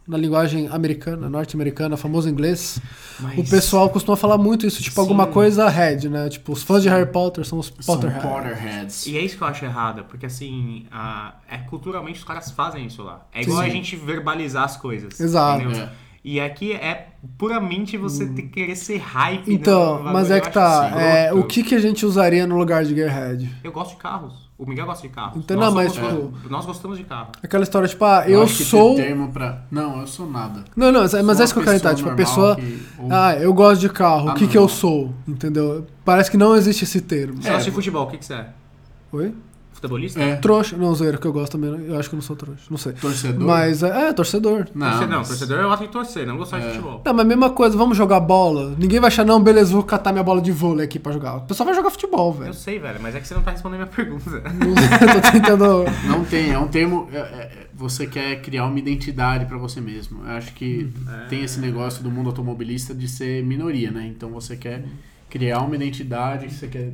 Speaker 3: na linguagem americana, norte-americana, famoso inglês, o pessoal costuma falar muito isso, tipo
Speaker 2: Sim.
Speaker 3: alguma coisa head, né? Tipo, os fãs de Harry Potter são os
Speaker 1: São
Speaker 3: Potterheads.
Speaker 1: Potterheads.
Speaker 2: E é isso que eu acho errado, porque assim, a- é, culturalmente os caras fazem isso lá. É igual
Speaker 1: Sim.
Speaker 2: a gente verbalizar as coisas.
Speaker 3: Exato. Hum.
Speaker 2: entendeu?
Speaker 1: É.
Speaker 2: E aqui é puramente você ter- querer ser hype. né?
Speaker 3: Então,
Speaker 2: Um
Speaker 3: mas
Speaker 2: bagulho,
Speaker 3: é
Speaker 2: eu
Speaker 3: que
Speaker 2: acho
Speaker 3: tá.
Speaker 1: assim,
Speaker 2: escroto.
Speaker 3: é, o que, que a gente usaria no lugar de Gearhead?
Speaker 2: Eu gosto de carros. O Miguel gosta de carros.
Speaker 3: Então, não, mas,
Speaker 2: gostamos, nós gostamos de carro.
Speaker 3: Aquela história, tipo, ah,
Speaker 1: é. Eu
Speaker 3: eu
Speaker 1: acho que
Speaker 3: sou.
Speaker 1: tem termo pra... Não, eu sou nada.
Speaker 3: Não, não, mas
Speaker 1: Sou
Speaker 3: é isso que eu
Speaker 1: uma
Speaker 3: quero entrar. Tipo, a pessoa.
Speaker 1: normal que- ou-
Speaker 3: Ah, eu gosto de carro, o que, que
Speaker 1: Anormal.
Speaker 3: eu sou? Entendeu? Parece que não existe esse termo.
Speaker 2: Você
Speaker 1: É,
Speaker 2: gosta de
Speaker 1: eu-
Speaker 2: futebol, o que, que você é?
Speaker 3: Oi?
Speaker 2: Futebolista?
Speaker 1: É,
Speaker 3: Trouxa. Não, zoeira, que eu gosto também. né? Eu acho que eu não sou trouxa. Não sei.
Speaker 1: torcedor.
Speaker 3: Mas é, é, torcedor.
Speaker 1: Não, É.
Speaker 2: Torcedor- não,
Speaker 1: mas-
Speaker 2: torcedor eu gosto de torcer, não gosto de futebol.
Speaker 3: Não, mas mesma coisa, vamos jogar bola. Ninguém vai achar, não, beleza, vou catar minha bola de vôlei aqui pra jogar. O pessoal vai jogar futebol,
Speaker 2: Eu
Speaker 3: velho.
Speaker 2: sei, velho, mas é que você não tá respondendo a minha pergunta.
Speaker 1: um
Speaker 3: Eu tô tentando.
Speaker 1: Não tem, é um termo. é- é- você quer criar uma identidade pra você mesmo. Eu acho que tem esse negócio do mundo automobilista de ser minoria, né? Então você quer criar uma identidade, você quer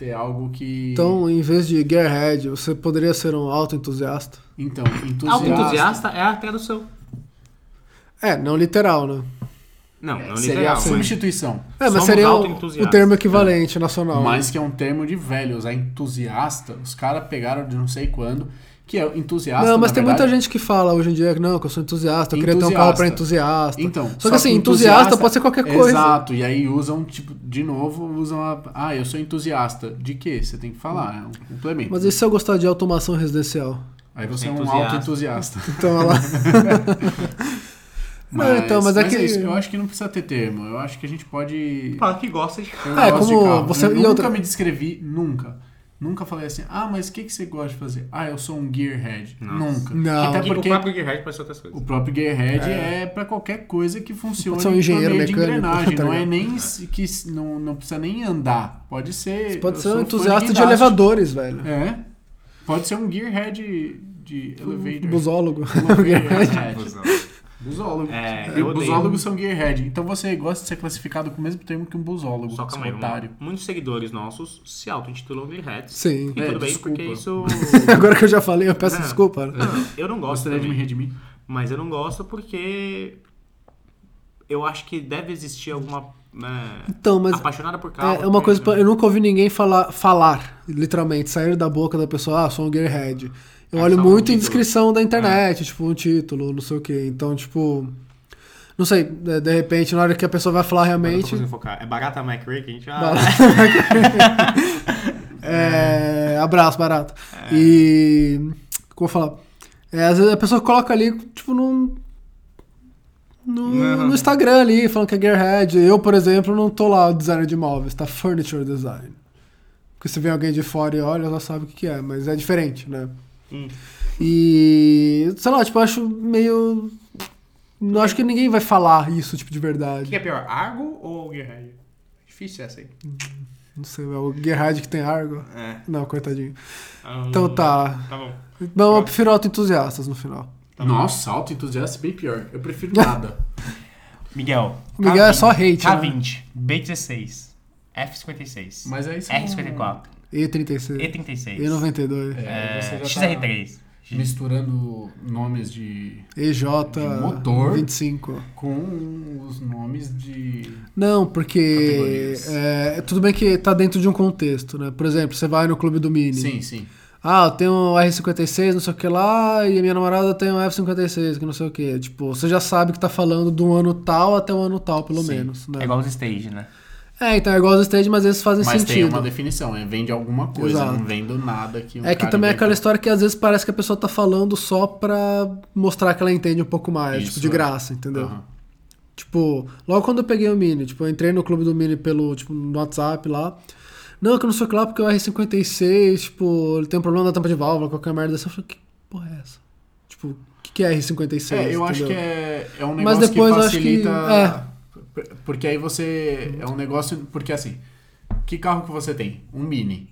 Speaker 1: ter algo que.
Speaker 3: Então, em vez de Gearhead, você poderia ser um auto-entusiasta.
Speaker 1: então entusiasta.
Speaker 2: Autoentusiasta é a tradução.
Speaker 3: É, não literal, né?
Speaker 2: Não,
Speaker 1: Seria a
Speaker 2: não literal, mas...
Speaker 1: substituição.
Speaker 3: É, mas
Speaker 2: Somos
Speaker 3: seria o,
Speaker 2: autoentusiastas. É.
Speaker 3: o termo equivalente nacional. né?
Speaker 1: Mas que é um termo de velho, usar entusiasta. Os caras pegaram de não sei quando, que é entusiasta.
Speaker 3: Não, mas
Speaker 1: na
Speaker 3: tem
Speaker 1: verdade,
Speaker 3: muita gente que fala hoje em dia que não, que eu sou entusiasta, eu queria ter um carro pra entusiasta.
Speaker 1: Então,
Speaker 3: só, que assim, entusiasta, pode ser qualquer coisa.
Speaker 1: Exato, e aí usam, tipo, de novo, usam a. Ah, eu sou entusiasta. De quê? Você tem que falar, é um complemento.
Speaker 3: Mas e se eu gostar de automação residencial?
Speaker 1: Aí você é um
Speaker 2: Entusiasta.
Speaker 1: auto-entusiasta.
Speaker 3: Então olha lá. não, então, mas, é que.
Speaker 1: isso, eu acho que não precisa ter termo. Eu acho que a gente pode.
Speaker 2: Fala que gosta de
Speaker 1: Eu
Speaker 3: Ah, é
Speaker 1: gosto de
Speaker 3: como
Speaker 1: carro.
Speaker 3: você-
Speaker 1: Eu
Speaker 3: e
Speaker 1: nunca
Speaker 3: outra-
Speaker 1: me descrevi, nunca. Nunca falei assim, ah, mas o que, que você gosta de fazer? Ah, eu sou um gearhead.
Speaker 2: Nossa.
Speaker 1: Nunca.
Speaker 3: Não.
Speaker 1: Até
Speaker 2: E o
Speaker 1: porque
Speaker 2: próprio Gearhead pode ser outras coisas.
Speaker 1: O próprio Gearhead é, pra qualquer coisa que funcione
Speaker 3: Pode ser um engenheiro
Speaker 1: por meio de
Speaker 3: mecânico,
Speaker 1: engrenagem.
Speaker 3: tá
Speaker 1: não é
Speaker 3: ligado?
Speaker 1: nem se- que s- não, não precisa nem andar. Pode ser.
Speaker 3: Pode
Speaker 1: eu
Speaker 3: ser
Speaker 1: sou
Speaker 3: um
Speaker 1: fã
Speaker 3: entusiasta de
Speaker 1: guindaste.
Speaker 3: elevadores, velho.
Speaker 1: É. Pode ser um Gearhead de elevator.
Speaker 3: Busólogo.
Speaker 1: Gearhead. Busólogo.
Speaker 2: É,
Speaker 1: E
Speaker 2: eu odeio.
Speaker 1: Busólogos são Gearhead. Então você gosta de ser classificado com o mesmo termo que um busólogo. seu
Speaker 2: Só calma aí, vamos lá.
Speaker 1: otário.
Speaker 2: Muitos seguidores nossos se auto-intitulam Gearheads.
Speaker 3: Sim.
Speaker 2: E
Speaker 1: É,
Speaker 2: tudo bem,
Speaker 1: desculpa.
Speaker 2: porque isso...
Speaker 3: Agora que eu já falei, eu peço
Speaker 1: É.
Speaker 2: Não.
Speaker 3: desculpa. né?
Speaker 2: Não, eu não gosto
Speaker 1: Gostaria de me
Speaker 2: também,
Speaker 1: redimir?
Speaker 2: mas eu não gosto porque eu acho que deve existir alguma né,
Speaker 3: Então, mas.
Speaker 2: apaixonada por né? carro.
Speaker 3: É é uma coisa, pra-
Speaker 2: pra
Speaker 3: eu nunca ouvi ninguém falar, falar, literalmente, sair da boca da pessoa, ah, sou um gearhead. Eu
Speaker 2: É,
Speaker 3: olho
Speaker 2: só um
Speaker 3: muito em
Speaker 2: título.
Speaker 3: descrição da internet, tipo, um título, não sei o quê. Então, tipo, não sei, de de repente, na hora que a pessoa vai falar
Speaker 2: Eu não tô
Speaker 3: realmente,
Speaker 2: conseguindo focar. É barata Mac Rick, a gente... Ah,
Speaker 3: Barata. é, abraço, barato.
Speaker 2: É.
Speaker 3: E, como eu falar, é, às vezes a pessoa coloca ali, tipo, num... No,
Speaker 2: Não. é.
Speaker 3: no Instagram ali, falando que é Gearhead. Eu, por exemplo, não tô lá designer de móveis, tá furniture design. Porque se vem alguém de fora e olha, ela sabe o que, que é, mas é diferente, né?
Speaker 2: Hum.
Speaker 3: E. sei lá, tipo, eu acho meio. Não acho que ninguém vai falar isso, tipo, de
Speaker 2: O que
Speaker 3: verdade.
Speaker 2: é pior, Argo ou Gearhead? Difícil essa aí.
Speaker 3: Não sei, é o Gearhead que tem Argo.
Speaker 2: É.
Speaker 3: Não, coitadinho. Então tá.
Speaker 2: Tá bom.
Speaker 3: Não, eu prefiro auto-entusiastas no final.
Speaker 2: Tá bom.
Speaker 1: Nossa, auto-entusiasta é bem pior. Eu prefiro nada.
Speaker 2: Miguel.
Speaker 3: O Miguel é só hate, né?
Speaker 2: K20, B16, F56,
Speaker 1: Mas é aí são...
Speaker 2: R54,
Speaker 3: E36.
Speaker 2: E36,
Speaker 3: E92.
Speaker 1: É, você já tá
Speaker 2: XR3.
Speaker 1: Misturando nomes de
Speaker 3: EJ.
Speaker 1: De motor.
Speaker 3: 25.
Speaker 1: com os nomes de.
Speaker 3: Não, porque.
Speaker 1: Categorias.
Speaker 3: É, tudo bem que tá dentro de um contexto, né? Por exemplo, você vai no clube do Mini.
Speaker 1: Sim, sim.
Speaker 3: Ah, eu tenho um R56, não sei o que lá, e a minha namorada tem um F56, que não sei o que. Tipo, você já sabe que tá falando do ano tal até o ano tal, pelo
Speaker 1: Sim.
Speaker 3: menos, né?
Speaker 2: É igual os stage, né?
Speaker 3: É, então é igual os stage, mas eles fazem
Speaker 1: Mas tem
Speaker 3: sentido.
Speaker 1: uma definição, é, vem de alguma coisa,
Speaker 3: Exato.
Speaker 1: não vem do nada que um
Speaker 3: É que
Speaker 1: cara
Speaker 3: também é aquela
Speaker 1: inventou.
Speaker 3: história que às vezes parece que a pessoa tá falando só pra mostrar que ela entende um pouco mais,
Speaker 1: Isso,
Speaker 3: tipo, de
Speaker 1: é.
Speaker 3: graça, entendeu?
Speaker 1: Aham.
Speaker 3: Tipo, logo quando eu peguei o Mini, tipo, eu entrei no clube do Mini pelo, tipo, no WhatsApp lá. Não, que eu não sou claro porque o R56, tipo, ele tem um problema na tampa de válvula, qualquer merda dessa. Eu falei, que porra é essa? Tipo, o que, que é R56?
Speaker 1: É, eu acho que
Speaker 3: entendeu?
Speaker 1: é, é um
Speaker 3: Mas
Speaker 1: negócio
Speaker 3: depois eu
Speaker 1: que
Speaker 3: acho que- é.
Speaker 1: facilita. p- Porque aí você. É um negócio. Porque assim, que carro que você tem? Um mini.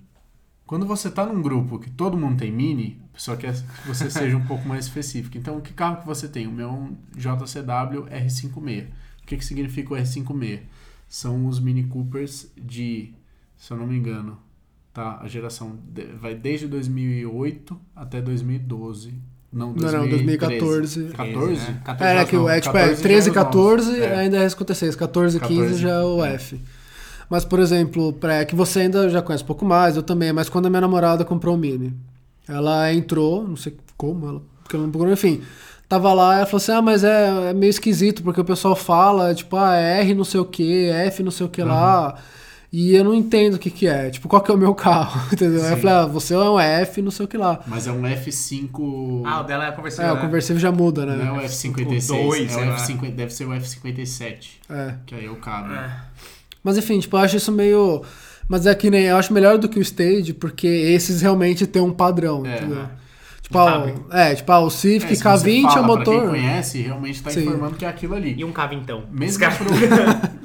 Speaker 1: Quando você tá num grupo que todo mundo tem mini, só que é, você seja um pouco mais específico. Então, que carro que você tem? O meu é um JCW R56. O que, que significa o R56? São os Mini Coopers de, se eu não me engano, tá? A geração de- vai desde 2008 até 2012. Não,
Speaker 3: Não, não, 2014.
Speaker 1: 14?
Speaker 2: né? 14
Speaker 3: É, né,
Speaker 2: horas
Speaker 3: que o
Speaker 2: não.
Speaker 3: é, tipo, é
Speaker 1: 14 já
Speaker 3: 13,
Speaker 1: é os novos.
Speaker 3: 14
Speaker 1: É.
Speaker 3: ainda é R56, 14, 15
Speaker 1: 14,
Speaker 3: já é o
Speaker 1: é.
Speaker 3: F. Mas, por exemplo, pra, que você ainda já conhece um pouco mais, eu também, mas quando a minha namorada comprou o Mini, ela entrou, não sei como, ela, porque ela não procurou, enfim, tava lá, ela falou assim, ah, mas é, é meio esquisito, porque o pessoal fala, tipo, ah, R não sei o que, F não sei o que lá,
Speaker 1: Uhum.
Speaker 3: e eu não entendo o que que é, tipo, qual que é o meu carro, entendeu? Aí eu
Speaker 1: Sim.
Speaker 3: falei, ah, você é um F não sei o que lá.
Speaker 1: Mas é um F5.
Speaker 2: Ah, o dela é
Speaker 3: É,
Speaker 2: conversível.
Speaker 3: o conversível já muda, né?
Speaker 1: não é o F56.
Speaker 2: dois,
Speaker 1: é
Speaker 2: sei
Speaker 1: o
Speaker 2: lá.
Speaker 1: F5, deve ser o F57.
Speaker 3: É.
Speaker 1: Que aí eu cabo.
Speaker 2: É.
Speaker 3: Mas enfim, tipo, eu acho isso meio. Mas é que nem. Eu acho melhor do que o stage, porque esses realmente têm um padrão,
Speaker 1: É,
Speaker 3: entendeu?
Speaker 1: né?
Speaker 3: Tipo, ah,
Speaker 2: Sabe.
Speaker 3: o, é, tipo, ah, o Civic
Speaker 1: É, se você
Speaker 3: K20 é
Speaker 1: fala
Speaker 3: o
Speaker 1: Pra quem
Speaker 3: motor.
Speaker 1: conhece, realmente tá
Speaker 3: Sim.
Speaker 1: informando que é aquilo ali.
Speaker 2: E um cava então.
Speaker 1: Mesmo
Speaker 2: Esse
Speaker 1: pro,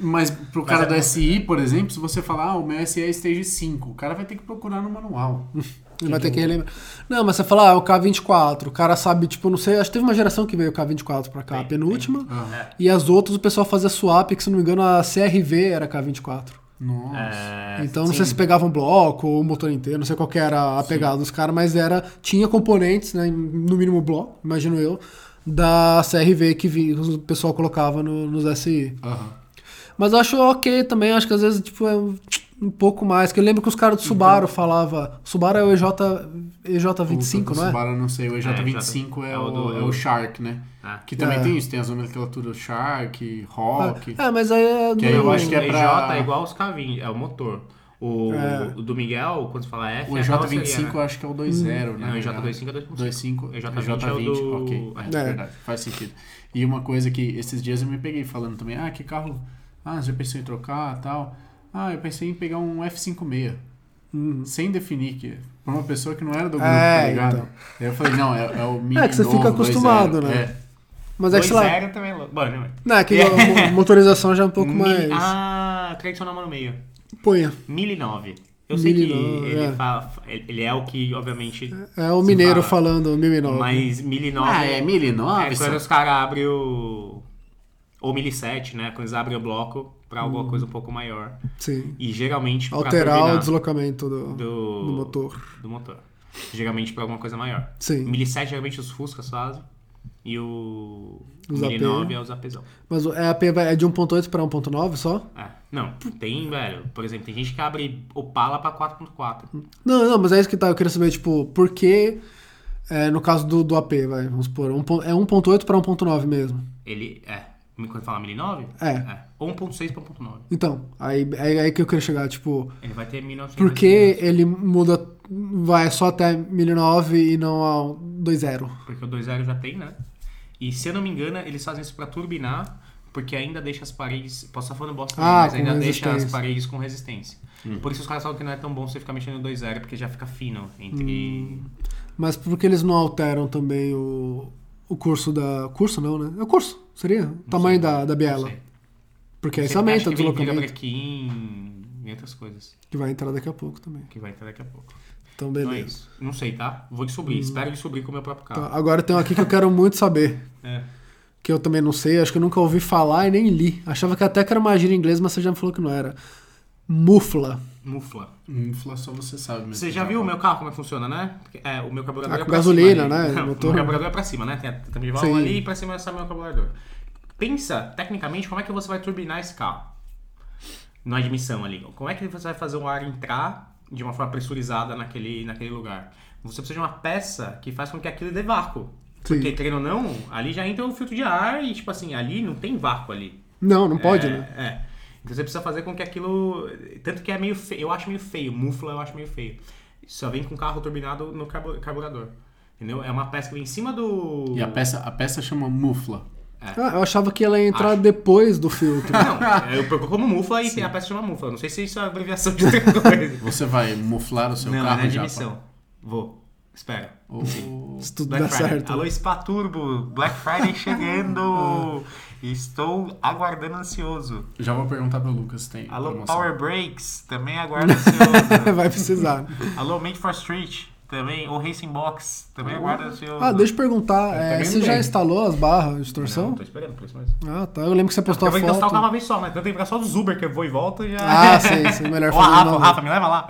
Speaker 1: mas pro cara
Speaker 2: Mas é-
Speaker 1: do SI, por exemplo, se você falar, ah, o meu SI é Stage 5, o cara vai ter que procurar no manual.
Speaker 3: Ele vai ter
Speaker 1: tipo-
Speaker 3: que relembrar. Não, mas você fala, ah, é o K24. O cara sabe, tipo, não sei. Acho que teve uma geração que veio o K24 pra cá, a penúltima.
Speaker 1: Ah,
Speaker 3: E as outras o pessoal fazia swap, que se não me engano a CRV era K24.
Speaker 1: Nossa.
Speaker 2: É,
Speaker 3: então não
Speaker 2: sim.
Speaker 3: sei se pegava um bloco ou o motor inteiro, não sei qual que era a pegada dos caras, mas era tinha componentes, né, no mínimo bloco, imagino eu, da CRV que vi- o pessoal colocava no- nos SI.
Speaker 1: Aham.
Speaker 3: Mas eu acho ok também, acho que às vezes tipo, é um, um pouco mais, que eu lembro que os caras do Subaru
Speaker 1: Então.
Speaker 3: falava, Subaru é o EJ, EJ25,
Speaker 1: o,
Speaker 3: não é?
Speaker 1: Subaru, não sei, o EJ25 é,
Speaker 2: é o
Speaker 1: o,
Speaker 2: do-
Speaker 1: é o Shark, né?
Speaker 2: Ah.
Speaker 1: Que também
Speaker 3: É.
Speaker 1: tem isso, tem as nomenclaturas Shark, Rock.
Speaker 3: É, mas aí é
Speaker 1: Que aí eu
Speaker 3: do-
Speaker 1: acho que é
Speaker 2: O
Speaker 1: pra-
Speaker 2: EJ é igual os K20, é o motor. O,
Speaker 3: É.
Speaker 2: o do Miguel, quando você fala F,
Speaker 1: O
Speaker 2: é a
Speaker 1: EJ25
Speaker 3: né?
Speaker 1: eu
Speaker 2: carroceria,
Speaker 1: acho que é o 2.0, né?
Speaker 2: né? Não, o EJ25 é 2.5.
Speaker 1: 25,
Speaker 2: EJ20
Speaker 1: EJ20,
Speaker 2: é o do-
Speaker 1: ok. É,
Speaker 3: É.
Speaker 1: verdade, faz sentido. E uma coisa que esses dias eu me peguei falando também, ah, que carro, ah, já pensei em trocar tal. Ah, eu pensei em pegar um F56,
Speaker 3: Hum.
Speaker 1: sem definir que, pra uma pessoa que não era do grupo,
Speaker 3: É,
Speaker 1: tá ligado?
Speaker 3: então.
Speaker 1: Aí eu falei, não, é, é o mini
Speaker 3: É que você
Speaker 1: novo,
Speaker 3: fica
Speaker 1: 2.0.
Speaker 3: acostumado, né?
Speaker 1: É.
Speaker 3: Mas é que sei lá,
Speaker 2: 2.0 também é louco. Bom, né? mano?
Speaker 3: não, é que a mo- motorização já é um pouco
Speaker 2: Mil-
Speaker 3: mais...
Speaker 2: Ah, tradicional no meio.
Speaker 3: Punha.
Speaker 2: 1009. Eu sei que
Speaker 3: 1009,
Speaker 2: ele,
Speaker 3: é.
Speaker 2: fa- ele ele é o que, obviamente,
Speaker 3: É o
Speaker 2: se
Speaker 3: mineiro
Speaker 2: fala.
Speaker 3: falando, Miminol.
Speaker 2: Mas 1009
Speaker 1: Ah, é
Speaker 2: é
Speaker 1: 1009?
Speaker 2: quando os caras abrem o... Ou 1007, né? Quando eles abrem o bloco pra alguma coisa um pouco maior.
Speaker 3: Sim.
Speaker 2: E geralmente pra
Speaker 3: Hum. Alterar o
Speaker 2: turbinar
Speaker 3: deslocamento do,
Speaker 2: do...
Speaker 3: do motor.
Speaker 2: do motor. Geralmente pra alguma coisa maior.
Speaker 3: Sim.
Speaker 2: 1007 geralmente os Fuscas fazem. E o...
Speaker 3: Os
Speaker 2: 1009
Speaker 3: AP.
Speaker 2: é os APzão.
Speaker 3: Mas o EAP vai- é de 1.8 para 1.9 só?
Speaker 2: É. Não, tem, velho... Por exemplo, tem gente que abre Opala pra 4.4.
Speaker 3: Não, não, mas é isso que tá. Eu queria saber, tipo, por que. é, no caso do, do AP, vai, vamos supor. um pon- é 1.8 para 1.9 mesmo.
Speaker 2: Ele é. Quando fala 1009?
Speaker 3: É.
Speaker 2: é. Ou 1.6 pra 1.9.
Speaker 3: Então, aí é aí que eu queria chegar, tipo,
Speaker 2: Ele vai ter 1900.
Speaker 3: por que ele muda. Vai só até 1009 e não ao 2.0?
Speaker 2: Porque o 2.0 já tem, né? E se eu não me engano, eles fazem isso pra turbinar, porque ainda deixa as paredes. Posso estar falando bosta,
Speaker 3: Ah,
Speaker 2: mas
Speaker 3: com
Speaker 2: ainda deixa as
Speaker 3: resistência.
Speaker 2: paredes com resistência. Por isso os caras falam que não é tão bom você ficar mexendo no 2.0, porque já fica fino
Speaker 3: Hum.
Speaker 2: entre.
Speaker 3: Mas por que eles não alteram também o, o curso da. Curso não, né? É o curso, seria? O tamanho da, da biela.
Speaker 2: Não sei.
Speaker 3: Porque aí
Speaker 2: Sempre
Speaker 3: você aumenta
Speaker 2: acho
Speaker 3: o
Speaker 2: que vem- vira
Speaker 3: deslocamento,
Speaker 2: brequim e outras coisas
Speaker 3: que vai entrar daqui a pouco também.
Speaker 2: que vai entrar daqui a pouco.
Speaker 3: Então,
Speaker 2: Então é
Speaker 3: beleza. Hum.
Speaker 2: isso. Não sei, tá? Vou descobrir. Espero descobrir com o meu próprio carro.
Speaker 3: Tá, agora tem um aqui que eu quero muito saber,
Speaker 2: Ah. É.
Speaker 3: que eu também não sei, acho que eu nunca ouvi falar e nem li. Achava que até que era uma gíria em inglês, mas você já me falou que não era. Mufla.
Speaker 2: Mufla.
Speaker 1: Infla só você sabe mesmo.
Speaker 2: Você já viu o meu carro como é que funciona, né? Porque, É, o meu carburador
Speaker 3: Ah,
Speaker 2: é
Speaker 3: com
Speaker 2: pra
Speaker 3: gasolina,
Speaker 2: cima,
Speaker 3: né?
Speaker 2: ali. Não,
Speaker 3: Motor.
Speaker 2: O meu carburador é pra cima, né? Tem a tampa de
Speaker 3: Sim.
Speaker 2: válvula ali e pra cima é só meu carburador. Pensa, tecnicamente, como é que você vai turbinar esse carro? Na admissão ali. Como é que você vai fazer o ar entrar de uma forma pressurizada naquele, naquele lugar? Você precisa de uma peça que faz com que aquilo dê vácuo.
Speaker 3: Sim.
Speaker 2: Porque, querendo ou não, ali já entra o filtro de ar e, tipo assim, ali não tem vácuo ali.
Speaker 3: Não, não pode,
Speaker 2: É,
Speaker 3: né?
Speaker 2: É. Então você precisa fazer com que aquilo. Tanto que é meio feio. Eu acho meio feio. Mufla eu acho meio feio. Só vem com carro turbinado no carbu- carburador. Entendeu? É uma peça que vem em cima do.
Speaker 1: E a peça, a peça chama Mufla.
Speaker 2: é.
Speaker 3: Ah, eu achava que ela ia entrar depois do filtro.
Speaker 2: Não, é, eu procuro como mufa e a peça chama mufa. Não sei se isso é abreviação de outra coisa.
Speaker 1: Você vai muflar o seu
Speaker 2: não,
Speaker 1: carro
Speaker 2: é
Speaker 1: em Japão?
Speaker 2: admissão. Vou. Espera.
Speaker 1: Ou-
Speaker 3: Se tudo
Speaker 2: Black
Speaker 3: der
Speaker 2: Friday.
Speaker 3: certo.
Speaker 2: Alô, Spaturbo. Black Friday chegando. Estou aguardando ansioso.
Speaker 1: já vou perguntar pro Lucas se tem
Speaker 2: Alô,
Speaker 1: promoção.
Speaker 2: Power Brakes. Também aguardo ansioso.
Speaker 3: Vai precisar.
Speaker 2: Alô, Made for Street. Também. Ou Racing Box. Também aguardo ansioso.
Speaker 3: Ah, deixa eu perguntar.
Speaker 1: Eu
Speaker 3: é,
Speaker 1: também
Speaker 3: você
Speaker 1: não
Speaker 3: já
Speaker 1: tenho.
Speaker 3: instalou as barras de
Speaker 2: Não,
Speaker 3: distorção?
Speaker 2: tô esperando por isso mesmo.
Speaker 3: Ah, tá. Eu lembro que você
Speaker 2: Eu
Speaker 3: postou a
Speaker 2: vou encostar o carro
Speaker 3: foto.
Speaker 2: uma vez só, mas eu tenho que pegar só dos Uber que eu vou e volto e já.
Speaker 3: Ah, sei, sei. Melhor
Speaker 2: Ó,
Speaker 3: fazer
Speaker 2: Rafa,
Speaker 3: uma-
Speaker 2: Rafa, me leva lá.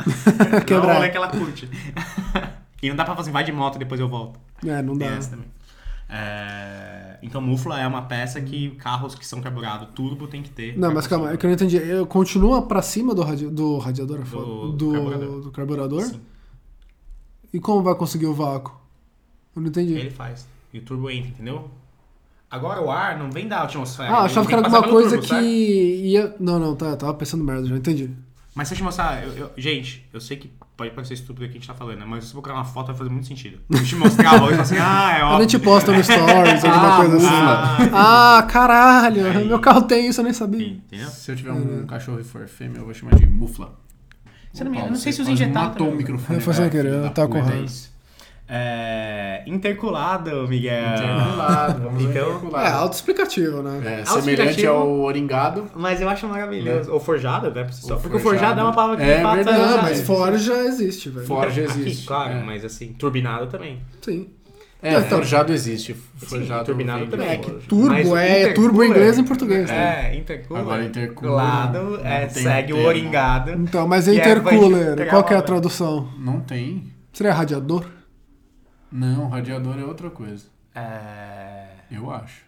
Speaker 3: Quebrar.
Speaker 2: Não, o rolê que ela curte. e não dá pra fazer, vai de moto e depois eu volto.
Speaker 3: É, não dá.
Speaker 2: Tem essa também. É, Então, mufla é uma peça que carros que são carburado turbo tem que ter.
Speaker 3: Não, mas calma, é que eu não entendi. Eu- Continua pra cima do, radia... do radiador, é foda?
Speaker 2: Do
Speaker 3: do
Speaker 2: carburador.
Speaker 3: do carburador?
Speaker 2: Sim.
Speaker 3: E como vai conseguir o vácuo? Eu não entendi.
Speaker 2: Ele faz. E o turbo entra, entendeu? Agora o ar não vem da atmosfera.
Speaker 3: Ah,
Speaker 2: ele
Speaker 3: achava que
Speaker 2: tem
Speaker 3: era
Speaker 2: passar
Speaker 3: alguma
Speaker 2: pelo
Speaker 3: coisa
Speaker 2: turbo,
Speaker 3: que
Speaker 2: certo?
Speaker 3: ia. Não, não, tá, eu tava pensando merda já, entendi.
Speaker 2: Mas deixa eu mostrar. eu- eu- gente, eu sei que pode parecer estúpido o que a gente tá falando, né? mas se eu procurar uma foto vai fazer muito sentido. Deixa eu te mostrar a voz e falar assim, ah, é
Speaker 3: A
Speaker 2: óbvio.
Speaker 3: gente posta no Stories, alguma
Speaker 1: Ah,
Speaker 3: coisa
Speaker 2: ah,
Speaker 3: assim. Ah, caralho,
Speaker 2: Aí.
Speaker 3: meu carro tem isso, eu nem sabia.
Speaker 2: Entendeu?
Speaker 1: Se eu tiver
Speaker 3: Hum.
Speaker 1: um cachorro e for fêmea, eu vou chamar de mufla.
Speaker 2: Você não me-
Speaker 1: Opa,
Speaker 2: eu não sei
Speaker 1: você
Speaker 2: se os
Speaker 1: quase
Speaker 2: injetaram
Speaker 1: matou o
Speaker 2: também.
Speaker 1: microfone.
Speaker 3: Eu fui sem
Speaker 1: agora,
Speaker 3: querer, tá
Speaker 1: filho
Speaker 3: eu
Speaker 1: da
Speaker 3: tava com
Speaker 1: puta.
Speaker 3: raiva.
Speaker 2: É isso. É, interculado, Miguel.
Speaker 1: Interculado, É, vamos ver
Speaker 2: Então-
Speaker 3: É,
Speaker 1: interculado.
Speaker 3: autoexplicativo, né?
Speaker 1: É, semelhante
Speaker 2: auto-explicativo.
Speaker 1: ao oringado.
Speaker 2: Mas eu acho maravilhoso. Ou forjado, né? por si só.
Speaker 1: Ou
Speaker 2: Porque o
Speaker 1: forjado.
Speaker 2: forjado é uma palavra que
Speaker 1: É
Speaker 2: de fato
Speaker 1: verdade.
Speaker 3: Não,
Speaker 1: é,
Speaker 3: mas
Speaker 1: é.
Speaker 3: fora já existe, velho.
Speaker 1: Forja
Speaker 2: Aqui,
Speaker 1: existe.
Speaker 2: claro,
Speaker 1: é.
Speaker 2: mas assim, turbinado também.
Speaker 3: Sim.
Speaker 1: É,
Speaker 3: Então-
Speaker 1: forjado existe. Forjado
Speaker 2: turbinado
Speaker 1: vem de
Speaker 2: também.
Speaker 1: forja.
Speaker 2: É que
Speaker 3: Turbo
Speaker 2: Mas
Speaker 3: é
Speaker 2: intercooler-
Speaker 3: turbo em inglês e em português, né?
Speaker 2: É, interculado.
Speaker 1: Agora interculado,
Speaker 2: é,
Speaker 1: não tem né?
Speaker 2: segue o
Speaker 1: termo.
Speaker 2: oringado.
Speaker 3: Então, mas é
Speaker 2: E é
Speaker 3: intercooler,
Speaker 2: evangélico,
Speaker 3: qual que é a
Speaker 2: né?
Speaker 3: tradução?
Speaker 1: Não tem.
Speaker 3: Seria radiador?
Speaker 1: Não, radiador é outra coisa.
Speaker 2: É...
Speaker 1: Eu acho.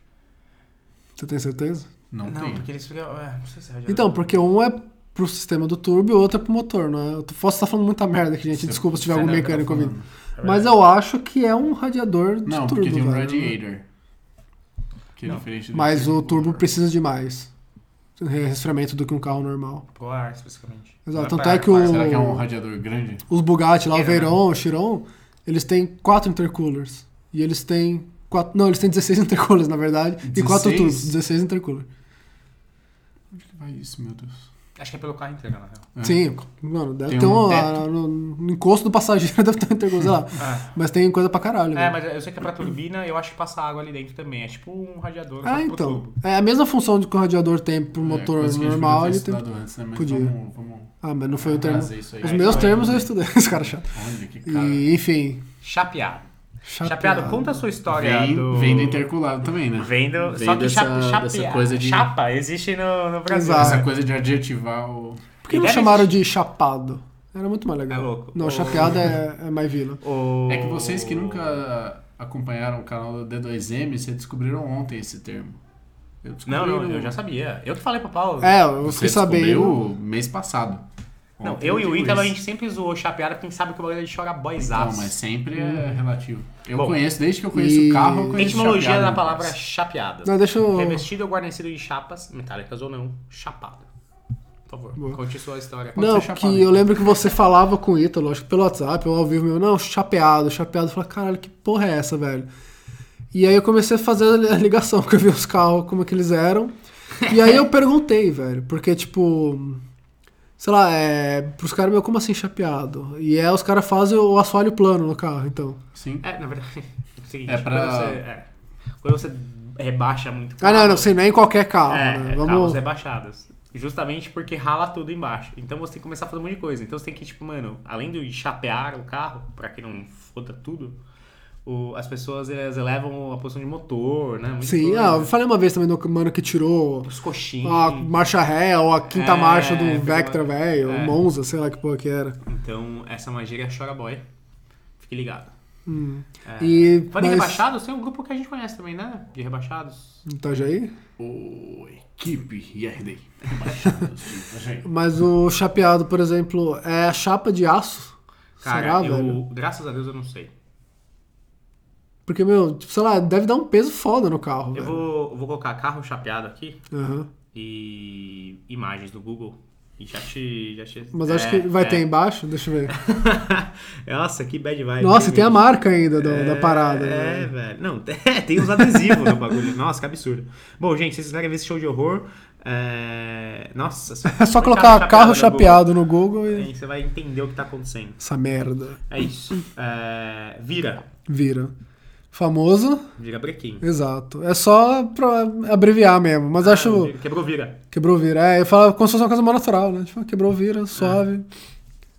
Speaker 3: Você tem certeza?
Speaker 1: Não,
Speaker 2: Não,
Speaker 1: tem.
Speaker 2: porque eles ficam... É, não sei se é radiador.
Speaker 3: Então, porque um é pro sistema do turbo e o outro é pro motor, não é? Eu posso estar falando muita merda aqui, gente.
Speaker 1: Você-
Speaker 3: Desculpa se tiver
Speaker 1: você
Speaker 3: algum
Speaker 1: deve tá
Speaker 3: mecânico ouvindo.
Speaker 1: falando.
Speaker 3: Mas eu acho que é um radiador de
Speaker 1: Não,
Speaker 3: turbo,
Speaker 1: porque tem um
Speaker 3: velho.
Speaker 1: radiator. Que é diferente do
Speaker 3: né? Mas o
Speaker 1: intercooler.
Speaker 3: turbo precisa de mais resfriamento do que um carro normal.
Speaker 2: Pro ar, especificamente.
Speaker 3: Exato,
Speaker 2: Não
Speaker 3: tanto
Speaker 2: pra- né?
Speaker 3: é que o-
Speaker 1: Será que é um radiador grande?
Speaker 3: Os Bugatti
Speaker 1: É,
Speaker 3: lá, o
Speaker 2: Pequeno, né?
Speaker 3: Veyron, o Chiron, eles têm quatro intercoolers. E eles têm quatro, não, eles têm 16 intercoolers, na verdade, e quatro
Speaker 1: 16?
Speaker 3: turbos, 16 intercoolers.
Speaker 1: Onde que vai isso, meu Deus?
Speaker 2: Acho que é pelo carro inteiro, na real.
Speaker 1: É.
Speaker 3: Sim, mano, deve
Speaker 1: Tem
Speaker 3: ter
Speaker 1: um
Speaker 3: um,
Speaker 1: teto.
Speaker 3: ah, no, no encosto do passageiro deve ter um intercooler, sei lá.
Speaker 2: É.
Speaker 3: Mas tem coisa pra caralho,
Speaker 2: É,
Speaker 3: velho.
Speaker 2: mas eu sei que é pra turbina, eu acho que passa água ali dentro também. É tipo um radiador. só
Speaker 3: Ah,
Speaker 2: que pro
Speaker 3: então.
Speaker 2: turbo.
Speaker 3: É a mesma função de que o radiador tem pro
Speaker 1: É,
Speaker 3: motor
Speaker 1: coisa que a gente
Speaker 3: normal,
Speaker 1: podia ter
Speaker 3: ele tem.
Speaker 1: estudado antes, né? Mas
Speaker 3: Podia.
Speaker 1: Vamos, vamos
Speaker 3: Ah, mas não foi o termo.
Speaker 1: trazer isso aí.
Speaker 3: Os
Speaker 2: É,
Speaker 3: meus
Speaker 2: então,
Speaker 3: termos
Speaker 2: é.
Speaker 3: eu estudei, esse cara é chato.
Speaker 1: Olha que cara.
Speaker 3: E, enfim.
Speaker 2: Chapeado. Chapeado, conta a sua história
Speaker 1: Vem,
Speaker 2: do...
Speaker 1: vem do interculado também, né?
Speaker 2: Vendo,
Speaker 1: Vem
Speaker 2: só que
Speaker 1: dessa-
Speaker 2: chapa, chapeado.
Speaker 1: dessa coisa de-
Speaker 2: Chapa existe no, no Brasil.
Speaker 3: Exato.
Speaker 1: Essa coisa de adjetivar o...
Speaker 3: Por que não
Speaker 2: Deve-
Speaker 3: chamaram de chapado? Era muito mais legal.
Speaker 2: É louco.
Speaker 3: Não,
Speaker 2: O-
Speaker 3: chapeado é, é mais vila.
Speaker 2: O-
Speaker 1: É que vocês que nunca acompanharam o canal do D2M, vocês descobriram ontem esse termo. Eu descobri
Speaker 2: Não, não,
Speaker 1: no-
Speaker 2: eu já sabia. Eu que falei pro Paulo.
Speaker 3: É, eu
Speaker 1: Você
Speaker 3: fiquei sabendo.
Speaker 1: descobriu mês passado.
Speaker 2: Não,
Speaker 1: Ontem
Speaker 2: eu e o
Speaker 1: digo
Speaker 2: Ítalo, a
Speaker 1: isso.
Speaker 2: gente sempre zoou chapeado porque a gente sabe que o bagulho é de chorar
Speaker 1: Não,
Speaker 3: Então,
Speaker 2: boizaço.
Speaker 1: mas sempre é relativo. Eu
Speaker 2: Hum. Bom,
Speaker 1: conheço, desde que eu conheço
Speaker 3: e-
Speaker 1: o carro, eu conheço
Speaker 2: Etimologia
Speaker 1: chapeado,
Speaker 2: da
Speaker 1: né?
Speaker 2: palavra chapeado.
Speaker 3: Não, deixa eu.
Speaker 2: Revestido ou guarnecido de chapas, metálicas ou não, chapado. Por favor,
Speaker 3: Boa.
Speaker 2: conte sua história.
Speaker 1: Pode
Speaker 3: Não,
Speaker 1: ser chapado,
Speaker 3: que eu
Speaker 1: então.
Speaker 3: lembro que você falava com o Ítalo, acho que pelo WhatsApp ou ao vivo mesmo. Não, chapeado, chapeado. Eu falei, caralho, que porra é essa, velho? E aí eu comecei a fazer a li- a ligação, que eu vi os carros, como é que eles eram. E aí eu perguntei, velho, porque tipo. Sei lá, é. Pros caras, meu, como assim chapeado? E é, os caras fazem o assoalho plano no carro, então.
Speaker 1: Sim.
Speaker 2: É, na verdade, é o seguinte,
Speaker 1: É pra-
Speaker 2: quando, você, é, quando você rebaixa muito
Speaker 3: Ah, não, não,
Speaker 2: carro,
Speaker 3: sei, não é em qualquer carro, né?
Speaker 2: é,
Speaker 3: Vamos.
Speaker 2: carros rebaixados. Justamente porque rala tudo embaixo. Então você tem que começar a fazer um monte de coisa. Então você tem que, tipo, mano, além de chapear o carro, pra que não foda tudo, o- as pessoas elas elevam a posição de motor, né? Muita
Speaker 3: Sim,
Speaker 2: coisa.
Speaker 3: ah, eu falei uma vez também do mano que tirou
Speaker 2: os coxinhos.
Speaker 3: a marcha ré ou a quinta
Speaker 2: É,
Speaker 3: marcha do
Speaker 2: pegou-
Speaker 3: Vectra, velho,
Speaker 2: é.
Speaker 3: Monza, sei lá que porra que era.
Speaker 2: Então, essa magia é chora boy. Fique ligado.
Speaker 3: Hum.
Speaker 2: É.
Speaker 3: E.
Speaker 2: Falando em
Speaker 3: Mas,
Speaker 2: rebaixados, tem um grupo que a gente conhece também, né? De rebaixados.
Speaker 3: tá já aí?
Speaker 1: O equipe IRD. Rebaixados de Itajaí.
Speaker 3: Mas o chapeado, por exemplo, é a chapa de aço?
Speaker 2: Cara,
Speaker 3: Será,
Speaker 2: eu,
Speaker 3: velho?
Speaker 2: graças a Deus, eu não sei.
Speaker 3: Porque, meu, tipo, sei lá, deve dar um peso foda no carro,
Speaker 2: Eu
Speaker 3: velho.
Speaker 2: vou, eu vou colocar carro chapeado aqui
Speaker 3: Aham.
Speaker 2: e imagens do Google E já te. Já te
Speaker 3: Mas
Speaker 2: é,
Speaker 3: acho que vai
Speaker 2: é.
Speaker 3: ter embaixo, deixa eu ver.
Speaker 2: Nossa, que bad vibe.
Speaker 3: Nossa, e
Speaker 2: hein,
Speaker 3: tem a
Speaker 2: bicho?
Speaker 3: marca ainda do-
Speaker 2: É,
Speaker 3: da parada.
Speaker 2: É,
Speaker 3: né?
Speaker 2: velho. Não, tem os adesivos no bagulho. Nossa, que absurdo. Bom, gente, se vocês querem ver esse show de horror, é... Nossa.
Speaker 3: É só colocar carro chapeado no Google e.
Speaker 2: né, Aí você vai entender o que tá acontecendo.
Speaker 3: Essa merda.
Speaker 2: É isso. É, Vira.
Speaker 3: Vira. Famoso,
Speaker 2: Vira brequinho.
Speaker 3: exato. É só pra abreviar mesmo, mas acho.
Speaker 2: Ah, Quebrou vira.
Speaker 3: Quebrou vira. É, eu falo como se fosse uma coisa mais natural, né? Tipo, quebrou vira,
Speaker 2: É.
Speaker 3: suave.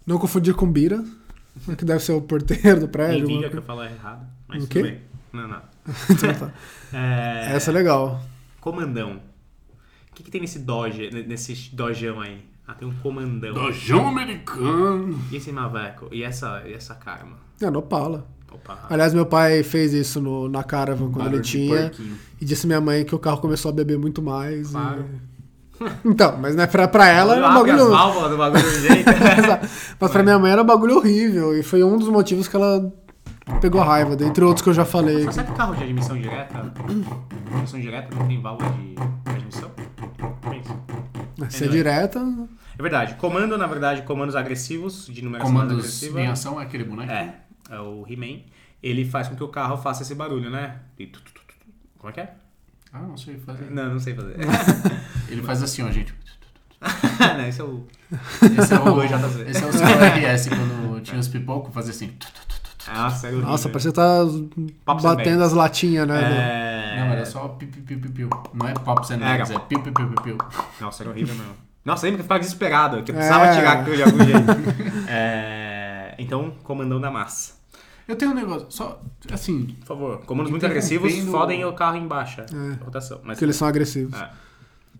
Speaker 3: Não confundir com bira, que deve ser o porteiro do
Speaker 2: Tem
Speaker 3: prédio.
Speaker 2: vira que eu
Speaker 3: alguma É, coisa.
Speaker 2: falo errado. Mas
Speaker 3: O
Speaker 2: tudo
Speaker 3: quê?
Speaker 2: bem. Não, não.
Speaker 3: Então tá.
Speaker 2: É,
Speaker 3: Essa é legal.
Speaker 2: Comandão. O que, que tem nesse doge, nesse dojão aí? Ah, tem um comandão.
Speaker 1: Dojão americano.
Speaker 2: E esse Maveco? E essa, e essa karma?
Speaker 3: É, Nopala.
Speaker 2: Opa.
Speaker 3: Aliás, meu pai fez isso no, na Caravan quando ele
Speaker 2: Barulho de
Speaker 3: tinha.
Speaker 2: porquinho.
Speaker 3: E disse à minha mãe que o carro começou a beber muito mais. e-
Speaker 2: Claro.
Speaker 3: Então, mas né, pra, pra ela era um
Speaker 2: Abre as
Speaker 3: bagulho.
Speaker 2: válvulas do bagulho do jeito.
Speaker 3: Exato. Mas pra minha mãe era um bagulho horrível. E foi um dos motivos que ela pegou raiva, dentre outros que eu já falei.
Speaker 2: Mas sabe que carro de admissão direta? Admissão direta não tem válvula de admissão? Pensa.
Speaker 3: Ser direta.
Speaker 2: É verdade. Comando, na verdade, comandos agressivos, de numeração mais
Speaker 1: Comandos
Speaker 2: agressiva. né?
Speaker 1: em ação é aquele boneco.
Speaker 2: É, é o He-Man. Ele faz com que o carro faça esse barulho, né? E tu, tu, tu, tu, tu. Como é que é?
Speaker 1: Ah, não sei fazer.
Speaker 2: Não, não sei fazer.
Speaker 1: Ele faz assim, ó, gente.
Speaker 2: não, esse é o...
Speaker 1: Esse é o,
Speaker 2: Oi, JZ.
Speaker 1: esse é o seu RS quando tinha os pipocos, fazia assim.
Speaker 2: Nossa, é horrível.
Speaker 3: Nossa, parece que tá
Speaker 2: Papo sem
Speaker 3: batendo as latinhas, né?
Speaker 2: É...
Speaker 1: Não, era só piu, piu, piu, piu, piu. Não é pops and
Speaker 2: Era.
Speaker 1: eggs, é piu, piu, piu, piu, piu.
Speaker 2: Nossa, era horrível mesmo. Nossa, lembra que eu ficava desesperado, que eu precisava
Speaker 3: É.
Speaker 2: tirar aquilo de algum jeito. É, Então, comandão da massa.
Speaker 1: Eu tenho um negócio, só, assim,
Speaker 2: Por favor, comandos muito
Speaker 1: Interrompendo-
Speaker 2: agressivos fodem o carro em baixa
Speaker 3: É.
Speaker 2: rotação. Mas
Speaker 3: Porque eles são agressivos.
Speaker 2: Ah,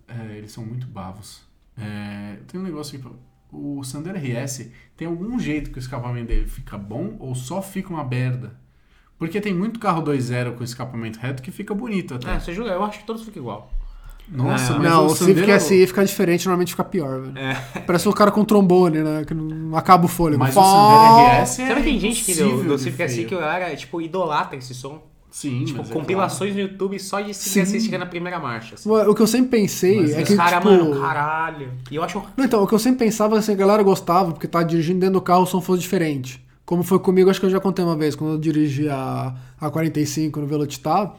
Speaker 1: é, eles são muito bavos. É, tem um negócio que o Sander RS tem algum jeito que o escapamento dele fica bom ou só fica uma merda? Porque tem muito carro 2.0 com escapamento reto que fica bonito até.
Speaker 2: é, você julga, eu acho que todos ficam igual.
Speaker 1: Nossa, mas
Speaker 3: não,
Speaker 1: o é
Speaker 3: o Civic
Speaker 1: Sandero-
Speaker 3: SI fica assim, diferente, normalmente fica pior, velho. Parece um cara com trombone, né? Que não acaba o fôlego.
Speaker 1: Mas o
Speaker 3: Fó-
Speaker 1: Sander RS é
Speaker 2: Sabe que tem gente que
Speaker 1: impossível
Speaker 2: do, do
Speaker 1: de
Speaker 2: Civic SI
Speaker 1: feio.
Speaker 2: que eu era, tipo, idolatra esse som?
Speaker 1: Sim,
Speaker 2: Tipo,
Speaker 1: mas é
Speaker 2: compilações no YouTube só de Civic SI chegando na primeira marcha. Assim.
Speaker 3: Ué, O que eu sempre pensei
Speaker 1: Mas
Speaker 3: é
Speaker 2: Os
Speaker 3: que,
Speaker 2: caras,
Speaker 3: tipo...
Speaker 2: mano, caralho. E eu acho
Speaker 3: Não, então, o que eu sempre pensava é assim, a galera gostava, porque tá dirigindo dentro do carro o som fosse diferente. Como foi comigo, acho que eu já contei uma vez, quando eu dirigi a, a 45 no Velocitar,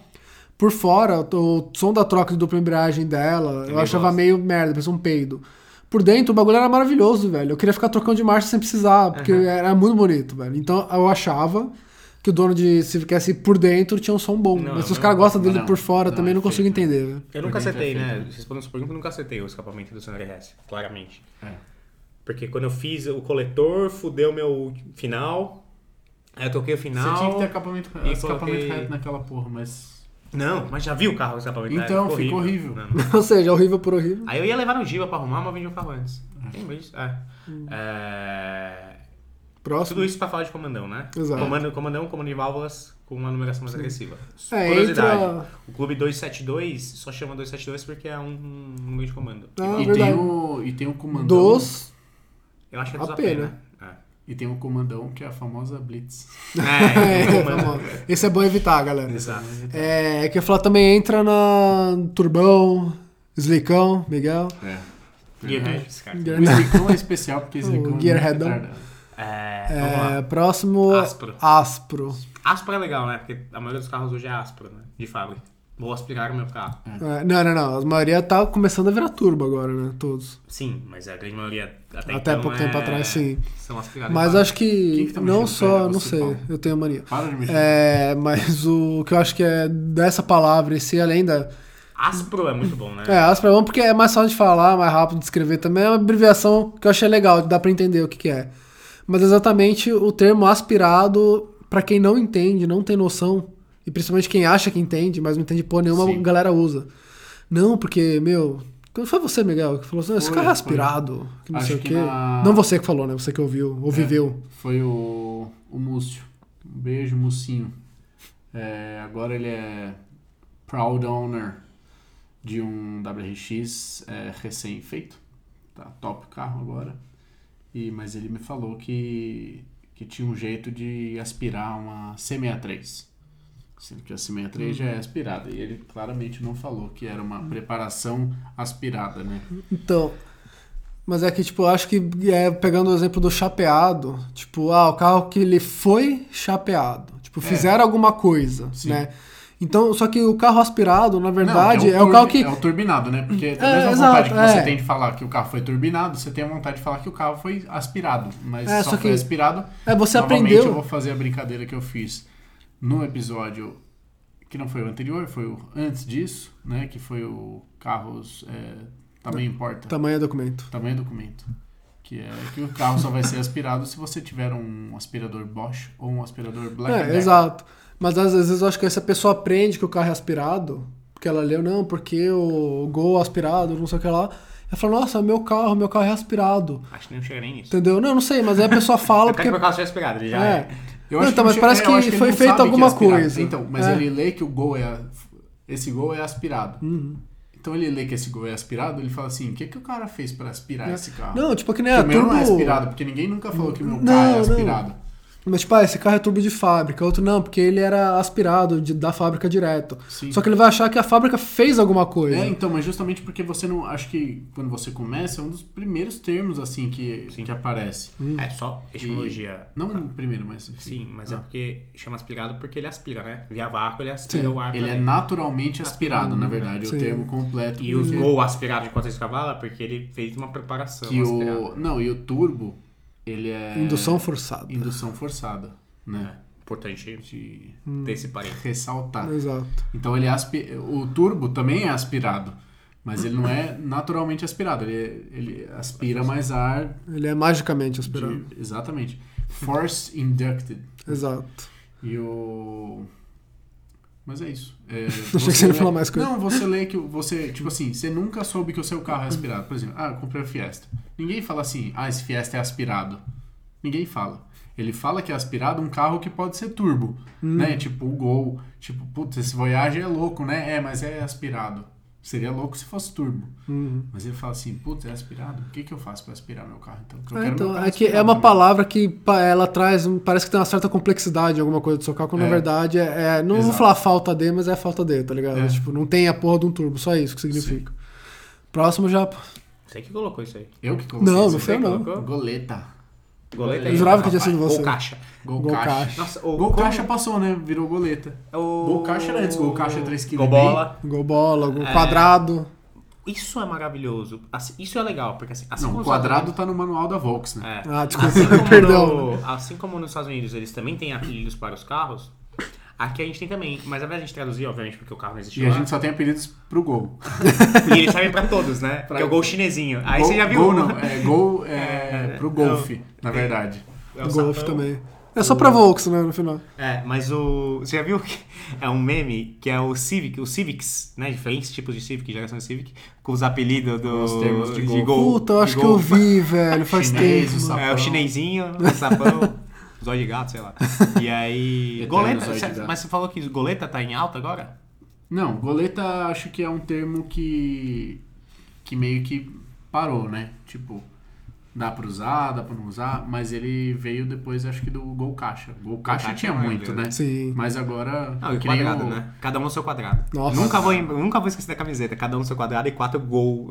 Speaker 3: por fora, o, o som da troca de dupla embreagem dela, eu
Speaker 2: Também
Speaker 3: achava
Speaker 2: gosto.
Speaker 3: meio merda, parecia um peido. Por dentro, o bagulho era maravilhoso, velho. Eu queria ficar trocando de marcha sem precisar, porque era muito bonito, velho. Então, eu achava que o dono de Civic S por dentro tinha um som bom.
Speaker 2: Não,
Speaker 3: mas se os
Speaker 2: não,
Speaker 3: caras gostam dele
Speaker 1: não,
Speaker 3: por fora,
Speaker 1: não,
Speaker 3: também
Speaker 1: é
Speaker 3: não consigo
Speaker 1: feio,
Speaker 3: entender, velho.
Speaker 2: Eu nunca
Speaker 1: Porque
Speaker 2: aceptei,
Speaker 1: já é feito,
Speaker 2: né?
Speaker 1: né?
Speaker 2: Respondendo sua pergunta, eu nunca acertei o escapamento do Sandra RS, claramente.
Speaker 1: É.
Speaker 2: Porque quando eu fiz o coletor, fudeu meu final. Aí eu toquei o
Speaker 1: Você
Speaker 2: final.
Speaker 1: tinha que ter acabamento,
Speaker 2: E
Speaker 1: escapamento
Speaker 2: coloquei-
Speaker 1: reto naquela porra, mas.
Speaker 2: Não, mas já vi o carro com escapamento. né?
Speaker 1: Então, ficou horrível.
Speaker 2: Não, não.
Speaker 3: Ou seja, horrível por horrível.
Speaker 2: Aí eu ia levar no Giba pra arrumar, mas eu vendi o carro antes. Tem isso? É. É,
Speaker 3: Próximo.
Speaker 2: Tudo isso pra falar de comandão, né?
Speaker 3: Exato.
Speaker 2: Comando, comandão, comando de válvulas com uma numeração mais agressiva.
Speaker 3: É,
Speaker 2: Curiosidade.
Speaker 3: entra-
Speaker 2: O clube 272 só chama 272 porque é um um número de comando.
Speaker 3: Ah,
Speaker 1: e,
Speaker 3: verdade.
Speaker 1: tem o, e tem o comandão.
Speaker 3: Dos...
Speaker 2: Eu acho que é dos
Speaker 3: A
Speaker 2: AP,
Speaker 3: pena.
Speaker 2: né? É.
Speaker 1: E tem o comandão, que é a famosa Blitz.
Speaker 2: É,
Speaker 3: É,
Speaker 2: então,
Speaker 3: tá
Speaker 2: mano.
Speaker 3: bom. Esse é bom evitar, galera.
Speaker 2: Exato.
Speaker 3: É, é que eu ia falar também entra na Turbão, Slicão, Miguel.
Speaker 2: Gearheads, cara.
Speaker 1: O Slicão é especial, porque o Slicão é
Speaker 3: Gearheadão.
Speaker 1: muito retardado.
Speaker 2: É, vamos lá.
Speaker 3: É, próximo.
Speaker 2: Aspro.
Speaker 3: Aspro.
Speaker 2: Aspro é legal, né? Porque a maioria dos carros hoje é aspro, né? De fábrica. Vou aspirar o meu carro.
Speaker 3: É, não, não, não. A maioria tá começando a virar turbo agora, né? Todos.
Speaker 2: Sim, mas a grande maioria até,
Speaker 3: Até
Speaker 2: então
Speaker 3: pouco
Speaker 2: é-
Speaker 3: tempo atrás, sim.
Speaker 2: São aspirados.
Speaker 3: Mas acho que,
Speaker 1: Quem que tá
Speaker 3: não
Speaker 1: mexendo,
Speaker 3: só,
Speaker 1: cara?
Speaker 3: não
Speaker 1: Você,
Speaker 3: sei,
Speaker 1: Paulo?
Speaker 3: eu tenho mania.
Speaker 1: Para de mexer.
Speaker 3: É, mas o que eu acho que é dessa palavra e se além da.
Speaker 2: Aspro é muito bom, né?
Speaker 3: É, Aspro é bom porque é mais fácil de falar, mais rápido de escrever também. É uma abreviação que eu achei legal, dá pra entender o que, que é. Mas exatamente o termo aspirado, pra quem não entende, não tem noção, e principalmente quem acha que entende, mas não entende porra nenhuma,
Speaker 1: Sim.
Speaker 3: a galera usa. Não, porque, meu. quando Foi você, Miguel, que falou assim: esse
Speaker 1: Foi,
Speaker 3: carro é
Speaker 1: foi.
Speaker 3: aspirado, que não
Speaker 1: Acho
Speaker 3: sei o
Speaker 1: que
Speaker 3: quê.
Speaker 1: na- É.
Speaker 3: Não você que falou, né? Você que ouviu, ou viveu.
Speaker 1: Foi o, o Múcio. Um beijo, Mucinho. É, agora ele é proud owner de um WRX é, recém-feito. Tá top carro agora. E, mas ele me falou que, que tinha um jeito de aspirar uma C63. Sendo que a C63 já é aspirada. E ele claramente não falou que era uma preparação aspirada, né?
Speaker 3: Então, Mas é que, tipo, eu acho que é, pegando o exemplo do chapeado, tipo, ah, o carro que ele foi chapeado. Tipo, fizeram alguma coisa,
Speaker 1: É. Sim.
Speaker 3: né? Então, só que o carro aspirado, na
Speaker 1: Não,
Speaker 3: verdade,
Speaker 1: que
Speaker 3: é, o
Speaker 1: turbi-
Speaker 3: carro que.
Speaker 1: É o turbinado, né? Porque a
Speaker 3: É,
Speaker 1: mesma
Speaker 3: exato,
Speaker 1: vontade que você
Speaker 3: é.
Speaker 1: tem de falar que o carro foi turbinado, você tem a vontade de falar que o carro foi aspirado. Mas
Speaker 3: É,
Speaker 1: só,
Speaker 3: só
Speaker 1: foi
Speaker 3: que-
Speaker 1: aspirado.
Speaker 3: É, você
Speaker 1: Novamente,
Speaker 3: aprendeu.
Speaker 1: eu vou fazer a brincadeira que eu fiz no episódio que não foi o anterior, foi o antes disso, né? Que foi o carros. É, um também importa.
Speaker 3: Tamanho é documento.
Speaker 1: Também é documento. Que é que o carro só vai ser aspirado se você tiver um aspirador Bosch ou um aspirador Black
Speaker 3: é, exato. Mas às vezes eu acho que essa pessoa aprende que o carro é aspirado, porque ela leu, não, porque o Gol é aspirado, não sei o que lá. Ela fala, nossa, meu carro, meu carro é aspirado.
Speaker 2: Acho que não chega nem nisso.
Speaker 3: Entendeu? Não, não sei, mas aí a pessoa
Speaker 1: É
Speaker 3: fala
Speaker 2: Até
Speaker 3: porque.
Speaker 2: que meu carro seja esperado, ele já
Speaker 3: É.
Speaker 2: é.
Speaker 1: Eu
Speaker 3: Não,
Speaker 1: acho
Speaker 3: então,
Speaker 1: que
Speaker 3: mas
Speaker 1: não
Speaker 3: parece
Speaker 1: che-
Speaker 3: que
Speaker 1: eu acho ele
Speaker 3: foi
Speaker 1: não
Speaker 3: feita
Speaker 1: sabe que é
Speaker 3: alguma
Speaker 1: aspirado.
Speaker 3: coisa.
Speaker 1: Então, mas
Speaker 3: É.
Speaker 1: ele lê que o gol é. Esse gol é aspirado.
Speaker 3: Uhum.
Speaker 1: Então ele lê que esse gol é aspirado, ele fala assim: o que, que o cara fez pra aspirar esse carro?
Speaker 3: Não, tipo, que nem
Speaker 1: que
Speaker 3: a
Speaker 1: o meu
Speaker 3: turbo.
Speaker 1: não é aspirado, porque ninguém nunca falou que o meu
Speaker 3: Não,
Speaker 1: carro é
Speaker 3: não.
Speaker 1: aspirado.
Speaker 3: Mas, tipo, ah, esse carro é turbo de fábrica. Outro não, porque ele era aspirado de- da fábrica direto.
Speaker 1: Sim.
Speaker 3: Só que ele vai achar que a fábrica fez alguma coisa.
Speaker 1: É, então, mas justamente porque você não. Acho que quando você começa, é um dos primeiros termos assim que, que aparece.
Speaker 3: Hum.
Speaker 2: É só etimologia.
Speaker 1: Não o primeiro, mas. enfim.
Speaker 2: Sim, mas
Speaker 3: Ah.
Speaker 2: é porque chama aspirado porque ele aspira, né? Via vácuo ele aspira
Speaker 3: Sim.
Speaker 2: o ar.
Speaker 1: Ele é
Speaker 2: também.
Speaker 1: naturalmente aspirado, na verdade, é
Speaker 3: Sim.
Speaker 1: o termo completo.
Speaker 2: E
Speaker 1: porque-
Speaker 3: é-
Speaker 2: usou o aspirado de 400 cavalos porque ele fez uma preparação.
Speaker 1: que
Speaker 2: aspirada.
Speaker 1: o Não, e o turbo, ele é.
Speaker 3: Indução forçada.
Speaker 1: Indução forçada, né?
Speaker 2: É importante
Speaker 1: De
Speaker 2: ter esse parênteses.
Speaker 1: ressaltar.
Speaker 3: Exato.
Speaker 1: Então ele é aspi... o turbo também é aspirado, mas ele não é naturalmente aspirado, ele, é- ele aspira mais ar
Speaker 3: Ele é magicamente aspirado.
Speaker 1: de... exatamente. Force inducted.
Speaker 3: Exato.
Speaker 1: E o mas é isso. É,
Speaker 3: que você ia
Speaker 1: lê-
Speaker 3: falar mais coisa.
Speaker 1: Não, você lê que o- você, tipo assim, você nunca soube que o seu carro é aspirado. Por exemplo, ah, eu comprei o Fiesta. Ninguém fala assim, ah, esse Fiesta é aspirado. Ninguém fala. Ele fala que é aspirado um carro que pode ser turbo,
Speaker 3: Hum.
Speaker 1: né? Tipo o Gol, tipo, putz, esse Voyage é louco, né? É, mas é aspirado. Seria louco se fosse turbo.
Speaker 3: Uhum.
Speaker 1: Mas ele fala assim, putz, é aspirado? O que, que eu faço pra aspirar meu carro então? Porque eu
Speaker 3: É,
Speaker 1: quero meu
Speaker 3: então,
Speaker 1: carro
Speaker 3: é que é
Speaker 1: aspirado
Speaker 3: uma
Speaker 1: também.
Speaker 3: palavra que pa- ela traz, um- parece que tem uma certa complexidade em alguma coisa do seu carro, quando
Speaker 1: É.
Speaker 3: na verdade é, é- não vou
Speaker 1: Exato.
Speaker 3: falar falta de, mas é falta de, tá ligado?
Speaker 1: É.
Speaker 3: Tipo, não tem a porra de um turbo, só isso que significa. Próximo já.
Speaker 2: Você que colocou isso aí.
Speaker 1: Eu que coloquei.
Speaker 3: Não,
Speaker 1: isso
Speaker 3: não
Speaker 1: aí.
Speaker 3: foi eu, não.
Speaker 2: colocou?
Speaker 1: Goleta.
Speaker 2: Goleta
Speaker 1: Eu
Speaker 2: aí,
Speaker 3: jurava que tinha
Speaker 2: rapaz.
Speaker 3: sido você.
Speaker 2: Ou caixa.
Speaker 1: Gol,
Speaker 3: Gol
Speaker 1: caixa.
Speaker 3: caixa.
Speaker 2: Nossa,
Speaker 1: O
Speaker 2: ou
Speaker 1: Gol caixa passou, né? Virou goleta.
Speaker 2: O...
Speaker 1: Gol caixa era antes, gol caixa é três quilos
Speaker 2: Gol
Speaker 1: e meio.
Speaker 2: bola.
Speaker 3: Gol bola, gol quadrado.
Speaker 2: Isso é maravilhoso. Assim, isso é legal, porque assim... assim
Speaker 1: Não,
Speaker 2: como
Speaker 1: o
Speaker 2: os
Speaker 1: quadrado tá no manual da Volks, né?
Speaker 2: É.
Speaker 3: Ah, desculpa,
Speaker 2: Assim como
Speaker 3: perdão.
Speaker 2: no- assim como nos Estados Unidos eles também têm apelidos para os carros, aqui a gente tem também. Mas ao invés de a gente traduzir, obviamente, porque o carro não existe
Speaker 1: E a
Speaker 2: lá,
Speaker 1: gente só tem apelidos pro Gol.
Speaker 2: e eles sabem pra todos, né? Que é o gol chinesinho. Aí
Speaker 1: gol,
Speaker 2: você já viu.
Speaker 1: Gol não, é Gol é, pro
Speaker 2: não.
Speaker 1: golfe, na verdade.
Speaker 2: É o
Speaker 3: Golf
Speaker 2: sapão.
Speaker 3: também. É só pra Volks, né, no final.
Speaker 2: É, mas o. Você já viu que é um meme que é o Civic, os Civics, né? Diferentes tipos de Civic, geração de Civic, com os apelidos do,
Speaker 1: Os termos de gol.
Speaker 2: gol.
Speaker 3: Puta, eu acho
Speaker 2: de
Speaker 3: que eu
Speaker 2: gol.
Speaker 3: vi, velho, faz
Speaker 1: Chinês,
Speaker 3: tempo.
Speaker 1: o
Speaker 3: mano.
Speaker 1: sapão.
Speaker 2: É o chinesinho, o sapão, os olhos de gato, sei lá. E aí.
Speaker 1: Eterno
Speaker 2: goleta,
Speaker 1: zóio de
Speaker 2: você-
Speaker 1: gato.
Speaker 2: mas você falou que goleta tá em alta agora?
Speaker 1: Não, goleta acho que é um termo que que meio que parou, né? Tipo, dá pra usar, dá pra não usar, mas ele veio depois, acho que do Gol Caixa. Gol Caixa
Speaker 2: caixa
Speaker 1: tinha
Speaker 2: é
Speaker 1: muito, né?
Speaker 3: Sim.
Speaker 1: Mas agora...
Speaker 2: Não, e o
Speaker 1: que nem
Speaker 2: quadrado,
Speaker 1: o-
Speaker 2: né? Cada um no seu quadrado.
Speaker 3: Nossa.
Speaker 2: Nunca vou, em- nunca vou esquecer da camiseta. Cada um no seu quadrado e quatro gol.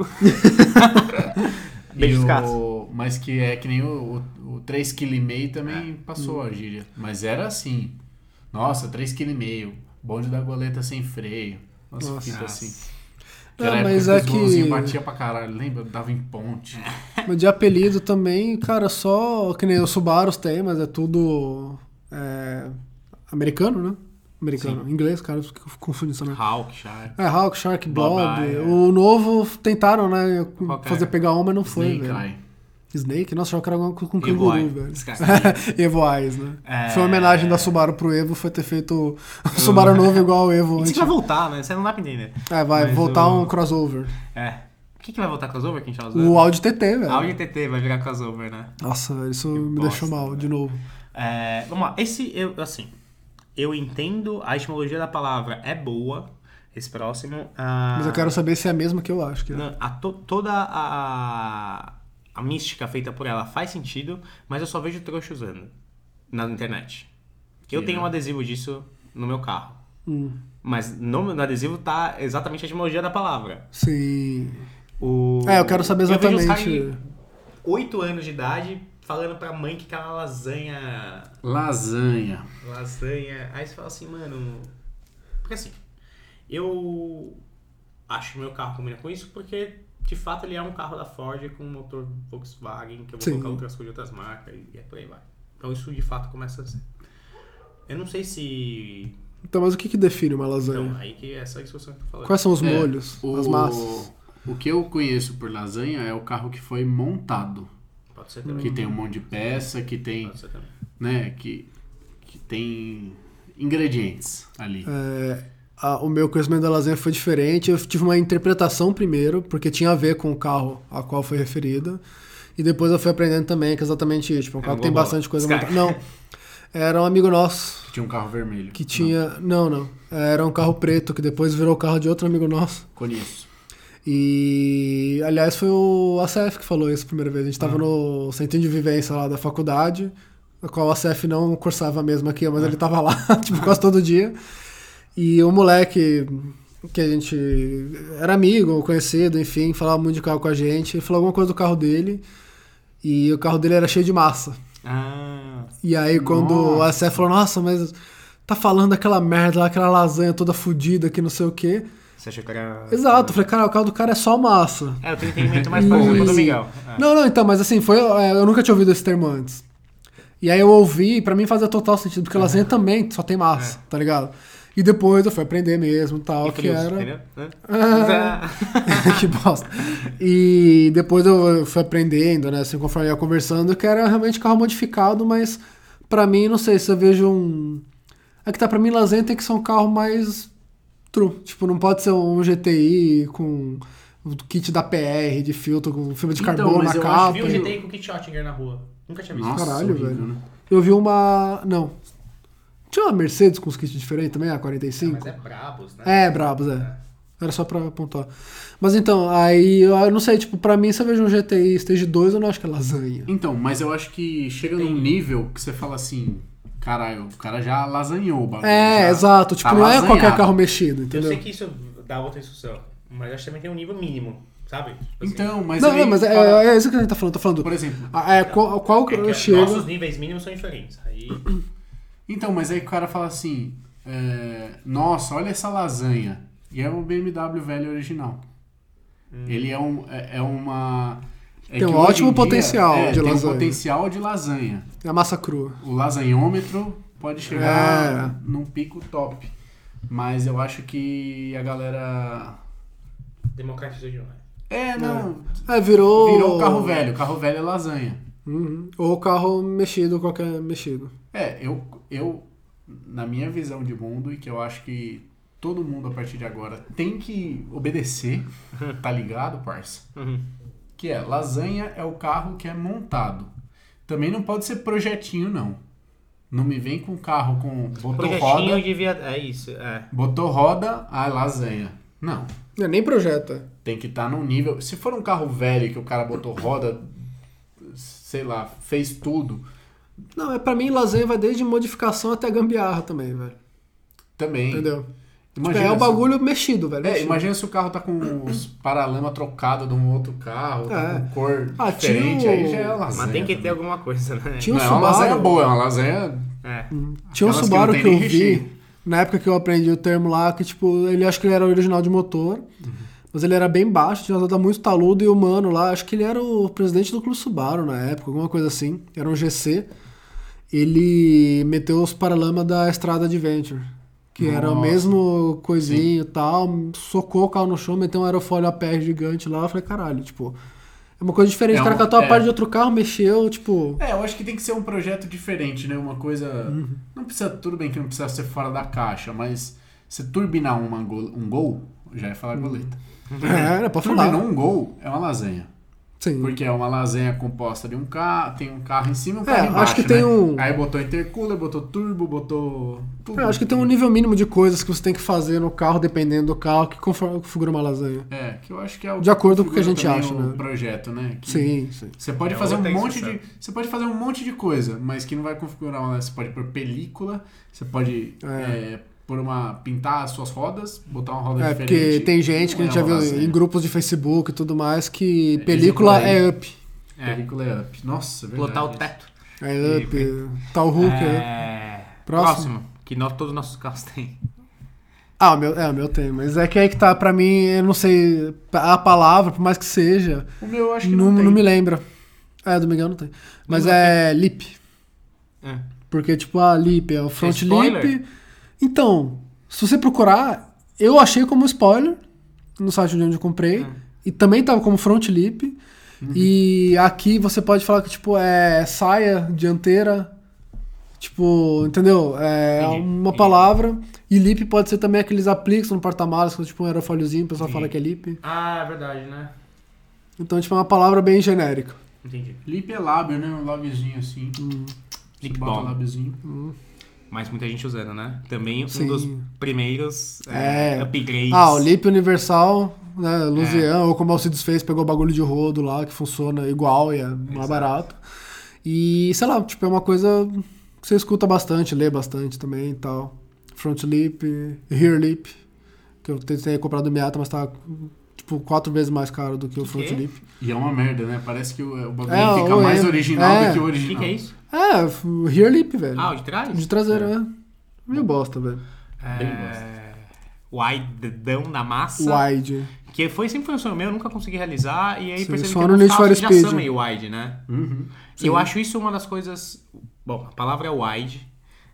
Speaker 1: E
Speaker 2: Beijos,
Speaker 1: o-
Speaker 2: Cássio.
Speaker 1: Mas que é que nem o, o, o 3,5 kg
Speaker 3: É.
Speaker 1: também passou
Speaker 3: Uhum.
Speaker 1: a gíria. Mas era assim. Nossa, 3,5 kg. Bonde da goleta sem freio. Nossa,
Speaker 3: Nossa.
Speaker 1: fita assim.
Speaker 3: Não,
Speaker 1: Era a época
Speaker 3: mas
Speaker 1: que
Speaker 3: é
Speaker 1: os golzinhos
Speaker 3: que- É,
Speaker 1: batia pra caralho. Lembra? Dava em ponte.
Speaker 3: Mas de apelido também, cara, só que nem os Subarus tem, mas é tudo é, americano, né? Americano, inglês, cara, por que eu confundo isso também.
Speaker 2: Hulk, Shark.
Speaker 3: É, Hawk, Shark, Blob.
Speaker 2: Bye-bye, é.
Speaker 3: O novo tentaram, né?
Speaker 2: Qualquer.
Speaker 3: Fazer pegar uma, mas não foi,
Speaker 1: Snake
Speaker 3: velho.
Speaker 1: Eye.
Speaker 3: Snake? Nossa, eu quero com, com
Speaker 2: Evo Eye.
Speaker 3: canguru, velho.
Speaker 2: Descarga.
Speaker 3: Evo Eyes, né?
Speaker 2: É.
Speaker 3: Foi uma homenagem da Subaru pro Evo, foi ter feito o Subaru novo igual o Evo.
Speaker 2: E Isso
Speaker 3: antes.
Speaker 2: que vai voltar, né? Você não dá pra entender.
Speaker 3: É, vai
Speaker 2: Mas
Speaker 3: voltar
Speaker 2: o-
Speaker 3: um crossover.
Speaker 2: É. O que, que vai voltar crossover que a gente tá usando?
Speaker 3: O Audi é. TT, velho.
Speaker 2: Audi TT vai virar crossover, né?
Speaker 3: Nossa, isso
Speaker 2: Que
Speaker 3: me
Speaker 2: bosta,
Speaker 3: deixou mal, de novo.
Speaker 2: É, vamos lá. Esse, eu, assim, eu entendo a etimologia da palavra é boa, esse próximo. ah,
Speaker 3: Mas eu quero saber se é a mesma que eu acho que é.
Speaker 2: não, a to- toda a, a mística feita por ela faz sentido, mas eu só vejo trouxa usando na internet. Eu
Speaker 1: Sim,
Speaker 2: tenho
Speaker 1: né?
Speaker 2: um adesivo disso no meu carro.
Speaker 3: Hum.
Speaker 2: Mas no, no adesivo tá exatamente a etimologia da palavra.
Speaker 3: Sim.
Speaker 2: O...
Speaker 3: É, eu quero saber
Speaker 2: vejo os
Speaker 3: exatamente.
Speaker 2: caras 8 anos de idade falando pra mãe que aquela lasanha.
Speaker 1: Lasanha.
Speaker 2: Lasanha. Aí você fala assim, mano. Porque assim, eu acho que meu carro combina com isso porque de fato ele é um carro da Ford com motor Volkswagen, que eu vou
Speaker 3: Sim.
Speaker 2: colocar outras coisas de outras marcas e é por aí vai. Então isso de fato começa a ser. Eu não sei se.
Speaker 3: Então, mas o que, que define uma lasanha?
Speaker 2: Então, aí que é essa discussão que eu tô falando.
Speaker 3: Quais são os
Speaker 1: É,
Speaker 3: molhos,
Speaker 1: O,
Speaker 3: as massas?
Speaker 1: o que eu conheço por lasanha é o carro que foi montado.
Speaker 2: Pode ser também.
Speaker 3: Uhum.
Speaker 1: Que tem um monte de peça, que tem,
Speaker 2: Pode ser também.
Speaker 1: né, que, que tem ingredientes ali.
Speaker 3: É. Ah, o meu conhecimento da lasanha foi diferente. Eu tive uma interpretação primeiro, porque tinha a ver com o carro a qual foi referida. E depois eu fui aprendendo também que é exatamente isso. Tipo, um
Speaker 2: É
Speaker 3: carro
Speaker 2: um
Speaker 3: que tem
Speaker 2: Gobola.
Speaker 3: bastante coisa
Speaker 2: Sky.
Speaker 3: montada. Não. Era um amigo nosso
Speaker 1: Que tinha um carro vermelho.
Speaker 3: que tinha. Não. não, Era um carro preto que depois virou o carro de outro amigo nosso.
Speaker 1: Não, conheço.
Speaker 3: E, aliás, foi o ACF que falou isso a primeira vez. A gente tava no centro de vivência lá da faculdade, a qual o ACF não cursava mesmo aqui, mas ele tava lá, tipo, quase todo dia. E o moleque que a gente era amigo, conhecido, enfim, falava muito de carro com a gente, falou alguma coisa do carro dele. E o carro dele era cheio de massa.
Speaker 2: Ah.
Speaker 3: E aí quando o a Sé falou, nossa, mas tá falando aquela merda lá, aquela lasanha toda fodida que não sei o quê.
Speaker 2: Você achou que era.
Speaker 3: Exato, eu falei, cara, o carro do cara é só massa.
Speaker 2: É, eu tenho entendimento mais parecido com o do Miguel. Ah.
Speaker 3: Não, não, então, mas assim, foi, é, eu nunca tinha ouvido esse termo antes. E aí eu ouvi, e pra mim fazia total sentido, porque lasanha também só tem massa, tá ligado? E depois eu fui aprender mesmo, tal, que
Speaker 2: Curioso,
Speaker 3: era...
Speaker 2: entendeu? Ah.
Speaker 3: que bosta. E depois eu fui aprendendo, né? Assim, conforme eu ia conversando, que era realmente carro modificado, mas pra mim, não sei, se eu vejo um. É que tá, pra mim, lasanha tem que ser um carro mais true. Tipo, não pode ser um GTI com o kit da PR, de filtro, com fibra de
Speaker 1: Então,
Speaker 3: carbono
Speaker 1: mas
Speaker 3: na
Speaker 1: eu acho
Speaker 3: capa.
Speaker 2: Vi um GT com Kit Schottinger na rua. Nunca tinha visto.
Speaker 1: Nossa,
Speaker 3: caralho,
Speaker 1: horrível,
Speaker 3: velho.
Speaker 1: né?
Speaker 3: Eu vi uma. Não. Tinha uma Mercedes com os kits diferentes também, a 45?
Speaker 2: Mas é brabos, né?
Speaker 3: É, brabos, é. Era só pra apontar. Mas então, aí eu eu não sei, tipo, pra mim, se eu vejo um GTI Stage 2, eu não acho que é lasanha.
Speaker 1: Então, mas eu acho que chega num nível que você fala assim, caralho, o cara já lasanhou o bagulho.
Speaker 3: É,
Speaker 1: já
Speaker 3: exato. Tipo,
Speaker 1: tá
Speaker 3: não é
Speaker 1: lasanhado.
Speaker 3: qualquer carro mexido,
Speaker 2: Eu
Speaker 3: entendeu?
Speaker 2: sei que isso dá outra discussão, mas acho que também tem um nível mínimo, sabe? Tipo assim,
Speaker 1: Então, mas
Speaker 3: não,
Speaker 1: aí,
Speaker 3: não, mas é,
Speaker 1: fala-
Speaker 3: é isso que a gente tá falando. Tá falando.
Speaker 1: por exemplo,
Speaker 3: ah, é, qual, qual
Speaker 2: é
Speaker 3: que
Speaker 2: que
Speaker 3: eu chego.
Speaker 2: nossos níveis mínimos são diferentes. Aí,
Speaker 1: então, mas aí o cara fala assim, é, nossa, olha essa lasanha. E é um BMW velho original. Ele é, um, é, é uma... é
Speaker 3: Tem um
Speaker 1: que hoje
Speaker 3: ótimo
Speaker 1: em dia-
Speaker 3: potencial
Speaker 1: é,
Speaker 3: de
Speaker 1: tem
Speaker 3: lasanha.
Speaker 1: um potencial de lasanha.
Speaker 3: É a massa crua.
Speaker 1: o lasanhômetro pode chegar num pico top. Mas eu acho que a galera.
Speaker 2: democratizou demais.
Speaker 1: É, não.
Speaker 3: É, virou.
Speaker 1: Virou um carro velho. Carro velho é lasanha.
Speaker 3: Uhum. Ou carro mexido, qualquer mexido.
Speaker 1: É, eu, eu, na minha visão de mundo, e que eu acho que todo mundo a partir de agora tem que obedecer, tá ligado, parça? Que é, lasanha é o carro que é montado. Também não pode ser projetinho, não. Não me vem com carro com botou
Speaker 2: Projetinho
Speaker 3: né?
Speaker 1: roda,
Speaker 2: devia. É isso, é.
Speaker 1: botou roda, ah, lasanha. Não.
Speaker 3: Não é nem projeta.
Speaker 1: Tem que estar num nível. Se for um carro velho que o cara botou roda, sei lá, fez tudo,
Speaker 3: Não, é pra mim, lasanha vai desde modificação até gambiarra também, velho.
Speaker 1: também.
Speaker 3: Entendeu? Tipo,
Speaker 1: Imagina
Speaker 3: é o
Speaker 1: se-
Speaker 3: bagulho assim. mexido, velho.
Speaker 1: É,
Speaker 3: mexido.
Speaker 1: imagina se o carro tá com os paralama trocado de um outro carro, tá
Speaker 3: É.
Speaker 1: com cor
Speaker 3: Ah, tinha
Speaker 1: diferente,
Speaker 3: o-
Speaker 1: aí já é lasanha.
Speaker 2: Mas tem que ter
Speaker 1: também.
Speaker 2: alguma coisa, né?
Speaker 3: Tinha um
Speaker 1: Não, é uma
Speaker 3: Subaru.
Speaker 1: lasanha boa, é uma lasanha.
Speaker 2: É.
Speaker 3: Tinha um
Speaker 1: Aquelas que
Speaker 3: Subaru
Speaker 1: não
Speaker 3: que,
Speaker 1: tem
Speaker 3: eu
Speaker 1: nem
Speaker 3: vi,
Speaker 1: recheio.
Speaker 3: na época que eu aprendi o termo lá, que tipo, ele acho que ele era original de motor,
Speaker 1: Uhum.
Speaker 3: mas ele era bem baixo, tinha uma roda muito taludo e o mano lá, acho que ele era o presidente do clube Subaru na época, alguma coisa assim, era um GC. Ele meteu os paralamas da Estrada Adventure, que era o
Speaker 1: Nossa.
Speaker 3: mesmo coisinho e tal, socou o carro no chão, meteu um aerofólio a pé gigante lá, eu falei, caralho, tipo, é uma coisa diferente,
Speaker 1: É
Speaker 3: o cara
Speaker 1: um-
Speaker 3: catou a
Speaker 1: é.
Speaker 3: parte de outro carro, mexeu, tipo...
Speaker 1: É, eu acho que tem que ser um projeto diferente, né? Uma coisa.
Speaker 3: Uhum.
Speaker 1: Não precisa. Tudo bem que não precisa ser fora da caixa, mas se turbinar uma gol- um gol, já ia falar
Speaker 3: Uhum.
Speaker 1: goleta.
Speaker 3: É, era pra falar.
Speaker 1: Turbinar um gol é uma lasanha.
Speaker 3: Sim.
Speaker 1: Porque é uma lasanha composta de um carro, tem um carro em cima e um
Speaker 3: É,
Speaker 1: carro
Speaker 3: acho
Speaker 1: embaixo,
Speaker 3: que
Speaker 1: né?
Speaker 3: tem um-
Speaker 1: Aí botou intercooler, botou turbo, botou tudo.
Speaker 3: É, Eu acho que tem um nível mínimo de coisas que você tem que fazer no carro, dependendo do carro, que conforme configura uma lasanha.
Speaker 1: É, que eu acho que é o
Speaker 3: De acordo com o que a
Speaker 1: configura
Speaker 3: gente
Speaker 1: também o
Speaker 3: acha, né?
Speaker 1: projeto, né? Que
Speaker 3: Sim, sim.
Speaker 1: Você pode
Speaker 2: É
Speaker 1: fazer um
Speaker 2: outra
Speaker 1: monte de,
Speaker 2: discussão.
Speaker 1: você pode fazer um monte de coisa, mas que não vai configurar uma, você pode pôr película, você pode
Speaker 3: É.
Speaker 1: é, pôr uma pintar as suas rodas, botar uma roda
Speaker 3: É,
Speaker 1: diferente.
Speaker 3: porque tem gente
Speaker 1: Não
Speaker 3: que a gente
Speaker 1: é
Speaker 3: já
Speaker 1: uma
Speaker 3: viu
Speaker 1: lasanha.
Speaker 3: em grupos de Facebook e tudo mais que
Speaker 1: É,
Speaker 3: película
Speaker 1: dizem por aí.
Speaker 3: é up.
Speaker 2: É.
Speaker 1: Película é up. Nossa, é verdade.
Speaker 2: Lotar o
Speaker 1: isso.
Speaker 2: teto.
Speaker 3: É up,
Speaker 2: E-
Speaker 3: tal Hulk. é-
Speaker 2: É...
Speaker 3: Próximo.
Speaker 2: Próximo. Que nós, todos os nossos carros têm.
Speaker 3: Ah, o meu, é, o meu tem, mas é que aí que tá, pra mim, eu não sei a palavra, por mais que seja,
Speaker 1: O meu eu acho que
Speaker 3: não,
Speaker 1: não, tem.
Speaker 3: não me lembra. É, do Miguel não tem. Mas
Speaker 2: Não
Speaker 3: é lip.
Speaker 2: É.
Speaker 3: Porque, tipo, a lip é o front
Speaker 2: spoiler?
Speaker 3: lip. Então, se você procurar, eu achei como spoiler no site de onde eu comprei.
Speaker 2: Ah.
Speaker 3: E também tava como front lip.
Speaker 2: Uhum.
Speaker 3: E aqui você pode falar que, tipo, é saia dianteira. Tipo, entendeu? É
Speaker 2: Entendi,
Speaker 3: uma
Speaker 2: entendi.
Speaker 3: palavra. E lip pode ser também aqueles apliques no porta-malas, que, tipo um aerofóliozinho, o pessoal fala que é lip.
Speaker 2: Ah, é verdade, né?
Speaker 3: Então, tipo, é uma palavra bem genérica.
Speaker 2: Entendi.
Speaker 1: Lip é lábio, né? Um lábiozinho assim. Você
Speaker 2: Lip
Speaker 1: bota
Speaker 3: né?
Speaker 2: balm.
Speaker 1: lábiozinho.
Speaker 2: Mas muita gente usando, né? Também
Speaker 3: Sim.
Speaker 2: um dos primeiros
Speaker 3: É.
Speaker 2: é, upgrades.
Speaker 3: Ah, o lip universal, né? Lusian, ou como o Alcides fez, pegou o bagulho de rodo lá, que funciona igual e é mais
Speaker 2: Exato.
Speaker 3: barato. E, sei lá, tipo, é uma coisa que você escuta bastante, lê bastante também e tal. Front lip, rear lip, que eu tentei comprar do Miata, mas tá, tipo, quatro vezes mais caro do que o
Speaker 2: Que
Speaker 3: front
Speaker 2: quê?
Speaker 3: lip.
Speaker 1: E é uma merda, né? Parece que o, o bagulho
Speaker 3: É,
Speaker 1: fica
Speaker 3: ou
Speaker 1: mais
Speaker 3: é-
Speaker 1: original
Speaker 3: é.
Speaker 1: do que o
Speaker 2: O que,
Speaker 1: original.
Speaker 2: que é isso?
Speaker 3: É, o rear lip, velho.
Speaker 2: Ah, o de trás?
Speaker 3: de traseira, né? Meio bosta, velho.
Speaker 2: É.
Speaker 1: Bem
Speaker 2: O Aidão na massa.
Speaker 3: Wide.
Speaker 2: Que foi, sempre foi um sonho meu, eu nunca consegui realizar. E aí
Speaker 3: Sim,
Speaker 2: percebi
Speaker 3: só
Speaker 2: que
Speaker 3: no
Speaker 2: alguns
Speaker 3: Need for
Speaker 2: carros já
Speaker 3: Speed.
Speaker 2: são meio wide, né?
Speaker 1: Uhum.
Speaker 2: E eu acho isso uma das coisas... Bom, a palavra é wide.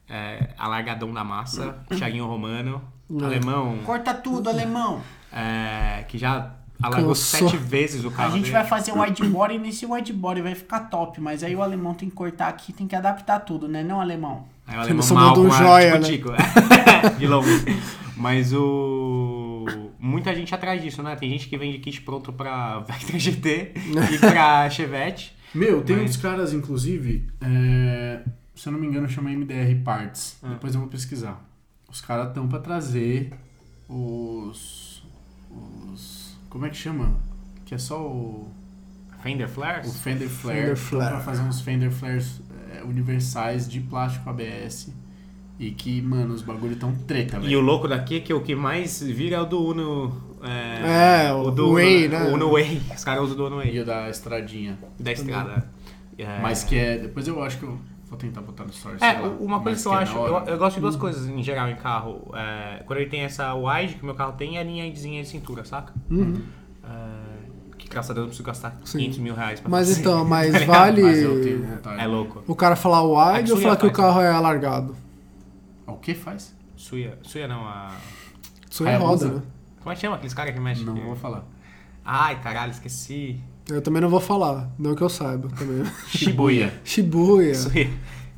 Speaker 2: É, alargadão na massa. Thiaguinho Romano.
Speaker 3: É.
Speaker 2: Alemão.
Speaker 1: Uhum. Corta tudo, alemão.
Speaker 2: é, que já alargou
Speaker 3: Cansou.
Speaker 2: sete vezes o
Speaker 1: A
Speaker 2: carro
Speaker 1: gente
Speaker 2: dele.
Speaker 1: vai fazer o widebody e nesse widebody vai ficar top, mas aí o alemão tem que cortar aqui, tem que adaptar tudo, né? Não, alemão.
Speaker 2: Aí o alemão
Speaker 3: só
Speaker 2: mal
Speaker 3: mandou
Speaker 2: com
Speaker 3: um
Speaker 2: a
Speaker 3: joia,
Speaker 2: tico-tico. de longo. Mas o... Muita gente atrás disso, né? Tem gente que vende kit pronto pra Vectra GT e pra Chevette.
Speaker 1: Meu, tem
Speaker 2: Mas-
Speaker 1: uns caras, inclusive, é, se eu não me engano, chama MDR Parts.
Speaker 2: Ah.
Speaker 1: Depois eu vou pesquisar. Os caras estão pra trazer os, os. Como é que chama? Que é só o,
Speaker 2: Fender
Speaker 1: o
Speaker 2: Flares?
Speaker 1: Fender Flare. Tão
Speaker 3: Fender Flare.
Speaker 1: Pra fazer uns Fender Flares é, universais de plástico ABS. E que, mano, os bagulho tão treta,
Speaker 2: E
Speaker 1: velho.
Speaker 2: o louco daqui é que o que mais vira é o do Uno...
Speaker 3: É, o
Speaker 2: do
Speaker 3: Way,
Speaker 2: Uno,
Speaker 3: né?
Speaker 2: O Uno Way. Os caras usam do Uno
Speaker 1: E
Speaker 2: Way.
Speaker 1: o da estradinha.
Speaker 2: Da estrada. É.
Speaker 1: Mas que é. Depois eu acho que eu vou tentar botar no story. sei
Speaker 2: É,
Speaker 1: lá,
Speaker 2: uma coisa
Speaker 1: mas
Speaker 2: que eu
Speaker 1: é
Speaker 2: acho,
Speaker 1: na hora.
Speaker 2: eu, eu gosto de duas coisas em geral em carro. É, quando ele tem essa wide que o meu carro tem, é a linha de cintura, saca? É, que graças a Deus eu não preciso gastar
Speaker 3: Sim.
Speaker 2: 500 mil reais pra
Speaker 3: Mas
Speaker 2: fazer.
Speaker 3: então, mas vale
Speaker 1: Mas eu tenho vontade.
Speaker 2: É louco.
Speaker 3: o cara falar wide ou
Speaker 2: Aqui
Speaker 3: falar que o
Speaker 2: faz.
Speaker 3: carro é alargado?
Speaker 1: Ah, O que faz?
Speaker 2: Suia, Suia não, a...
Speaker 3: Isso é
Speaker 1: Hayabusa?
Speaker 3: roda, né?
Speaker 2: Como é que chama aqueles caras que mexem?
Speaker 1: Não vou falar.
Speaker 2: Ai, caralho, esqueci.
Speaker 3: Eu também não vou falar, não que eu saiba também.
Speaker 1: Shibuya.
Speaker 3: Shibuya.
Speaker 2: Suia.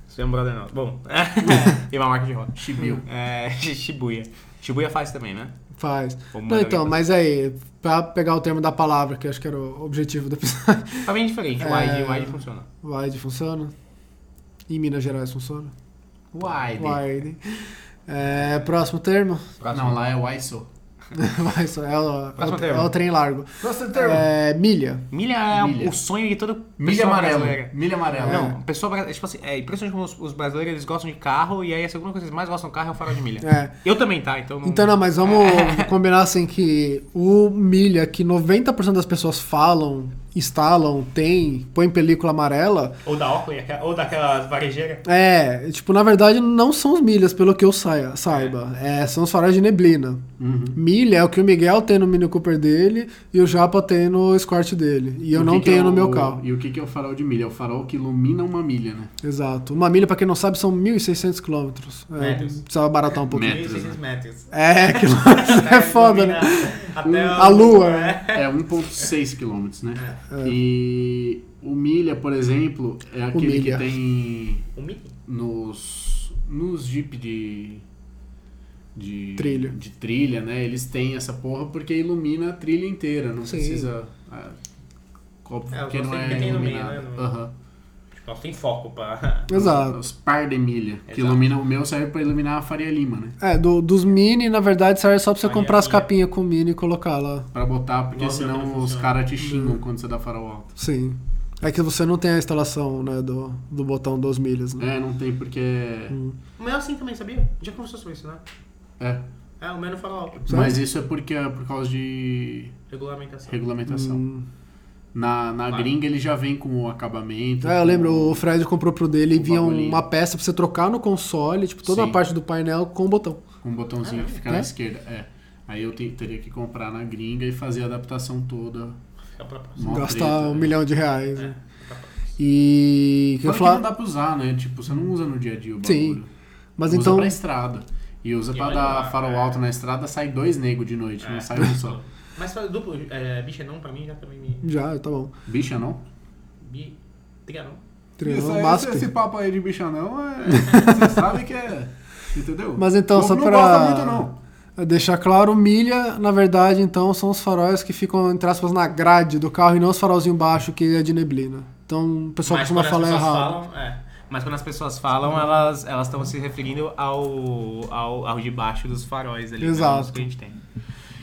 Speaker 2: Suia é um brother nosso. Bom, tem uma marca de roda.
Speaker 1: Shibuya.
Speaker 2: É, Shibuya. Shibuya faz também, né?
Speaker 3: Faz.
Speaker 2: Vou
Speaker 3: Não,
Speaker 2: mandar
Speaker 3: então,
Speaker 2: alguém
Speaker 3: mas aí, pra pegar o termo da palavra, que acho que era o objetivo do episódio.
Speaker 2: Tá bem diferente,
Speaker 3: É.
Speaker 2: wide, wide funciona.
Speaker 3: Wide funciona? Em Minas Gerais funciona?
Speaker 1: Wide.
Speaker 3: Wide. É, próximo termo?
Speaker 1: Não, lá é Waiso.
Speaker 3: Vai só, é, o, é,
Speaker 2: Próximo
Speaker 3: o,
Speaker 2: termo.
Speaker 3: é o trem largo.
Speaker 1: Próximo
Speaker 3: É, milha.
Speaker 2: Milha é
Speaker 1: Milha.
Speaker 2: o sonho de todo
Speaker 1: Milha
Speaker 2: pessoa
Speaker 1: amarela.
Speaker 2: brasileira.
Speaker 1: Milha
Speaker 3: É.
Speaker 1: amarela.
Speaker 2: Não, pessoa brasileira, tipo assim, é impressionante como os, os brasileiros eles gostam de carro e aí a segunda coisa que eles mais gostam do carro é o farol de milha.
Speaker 3: É.
Speaker 2: Eu também, tá? Então, não-
Speaker 3: Então, não, mas vamos combinar assim que o milha que 90% das pessoas falam, instalam, tem, põe película amarela,
Speaker 2: Ou da Oakley, aquela- ou daquelas varejeiras.
Speaker 3: É, tipo, na verdade não são os milhas, pelo que eu saia- saiba. É, são os faróis de neblina.
Speaker 1: Uhum.
Speaker 3: Milha é o que o Miguel tem no Mini Cooper dele e o Japa tem no Escort dele. E eu
Speaker 1: O que
Speaker 3: não
Speaker 1: que é
Speaker 3: tenho no
Speaker 1: o-
Speaker 3: meu carro.
Speaker 1: E o que que é o farol de milha? É o farol que ilumina uma milha, né?
Speaker 3: Exato. Uma milha, pra quem não sabe, são 1.600 quilômetros. É,
Speaker 2: Metros.
Speaker 3: precisava baratar um pouquinho.
Speaker 1: Metros.
Speaker 2: 1.600 metros. né?
Speaker 3: É, quilômetros é foda, né?
Speaker 2: Até
Speaker 3: A lua. né?
Speaker 1: É 1,6 quilômetros, né?
Speaker 2: É.
Speaker 1: E o milha, por exemplo, é aquele
Speaker 3: milha.
Speaker 1: que tem
Speaker 2: Um mini.
Speaker 1: nos, nos Jeep de. De
Speaker 3: Trilha.
Speaker 1: de trilha, né? Eles têm essa porra porque ilumina a trilha inteira, não
Speaker 3: Sim.
Speaker 1: precisa. ah, óbvio
Speaker 2: É, os
Speaker 1: que não
Speaker 2: nossos
Speaker 1: é
Speaker 2: que tem no meio,
Speaker 1: iluminado.
Speaker 2: né? No-
Speaker 1: Aham.
Speaker 2: Nossa, tipo, tem foco pra.
Speaker 3: Exato.
Speaker 1: Os par de milha. Que
Speaker 2: Exato.
Speaker 1: ilumina o meu, serve pra iluminar a Faria Lima, né?
Speaker 3: É, do- dos mini, na verdade, serve só pra você
Speaker 2: Faria
Speaker 3: comprar as
Speaker 2: milha.
Speaker 3: capinhas com mini e colocar lá.
Speaker 1: Pra botar, porque
Speaker 2: Nossa, não
Speaker 1: senão
Speaker 2: funciona.
Speaker 1: os caras te
Speaker 3: Hum.
Speaker 1: xingam quando você dá farol alto.
Speaker 3: Sim. É que você não tem a instalação, né, do, do botão dos milhas, né?
Speaker 1: É, não tem porque.
Speaker 3: Hum.
Speaker 2: O meu é assim também, sabia? Já conversou sobre isso, né?
Speaker 1: É.
Speaker 2: É, o meu não fala alto.
Speaker 1: Mas isso é porque é por causa de
Speaker 2: Regulamentação.
Speaker 1: regulamentação.
Speaker 3: Hum.
Speaker 1: Na, na
Speaker 2: Claro.
Speaker 1: gringa ele já vem com o acabamento.
Speaker 3: É, eu
Speaker 1: com-
Speaker 3: lembro, o Fred comprou pro dele e
Speaker 1: O
Speaker 3: vinha
Speaker 1: bagulhinho.
Speaker 3: uma peça pra você trocar no console, tipo, toda
Speaker 1: Sim.
Speaker 3: a parte do painel com o botão.
Speaker 1: Com um botãozinho que fica
Speaker 3: É?
Speaker 1: na esquerda. É. Aí eu te- teria que comprar na gringa e fazer a adaptação toda.
Speaker 2: Fica pra próxima.
Speaker 1: Mó
Speaker 3: Gastar
Speaker 1: treta,
Speaker 3: um
Speaker 1: né?
Speaker 3: milhão de reais.
Speaker 2: É.
Speaker 3: né? E. Que eu
Speaker 1: Fora
Speaker 3: ia
Speaker 1: que
Speaker 3: falar?
Speaker 1: não dá pra usar, né? Tipo, você não usa no dia a dia o
Speaker 3: Sim.
Speaker 1: bagulho.
Speaker 3: Mas
Speaker 1: usa
Speaker 3: então.
Speaker 1: pra estrada. E usa
Speaker 2: E
Speaker 1: pra
Speaker 2: olha
Speaker 1: dar
Speaker 2: lá,
Speaker 1: farol
Speaker 2: é.
Speaker 1: alto na estrada, sai dois negros de noite, não sai um só.
Speaker 2: Mas fala duplo, é, bicha não, pra mim já também me.
Speaker 3: Já, tá bom.
Speaker 1: Bicha não?
Speaker 2: Bi. Triga não.
Speaker 1: Isso
Speaker 3: Triângulo
Speaker 1: aí,
Speaker 3: Masp.
Speaker 1: esse papo aí de bicha não, é, você sabe que é. Entendeu?
Speaker 3: Mas então,
Speaker 1: O povo
Speaker 3: só
Speaker 1: não
Speaker 3: pra-
Speaker 1: gosta muito, não.
Speaker 3: Deixar claro, milha, na verdade, então, são os faróis que ficam, entre aspas, na grade do carro e não os farolzinhos baixo que é de neblina. Então o pessoal
Speaker 2: mas
Speaker 3: costuma
Speaker 2: quando as
Speaker 3: falar
Speaker 2: pessoas
Speaker 3: errado. Uhum.
Speaker 2: falam, é. Mas quando as pessoas falam, elas elas estão se referindo ao, ao, ao de baixo dos faróis ali. né?
Speaker 3: Exato.
Speaker 2: Que a gente tem.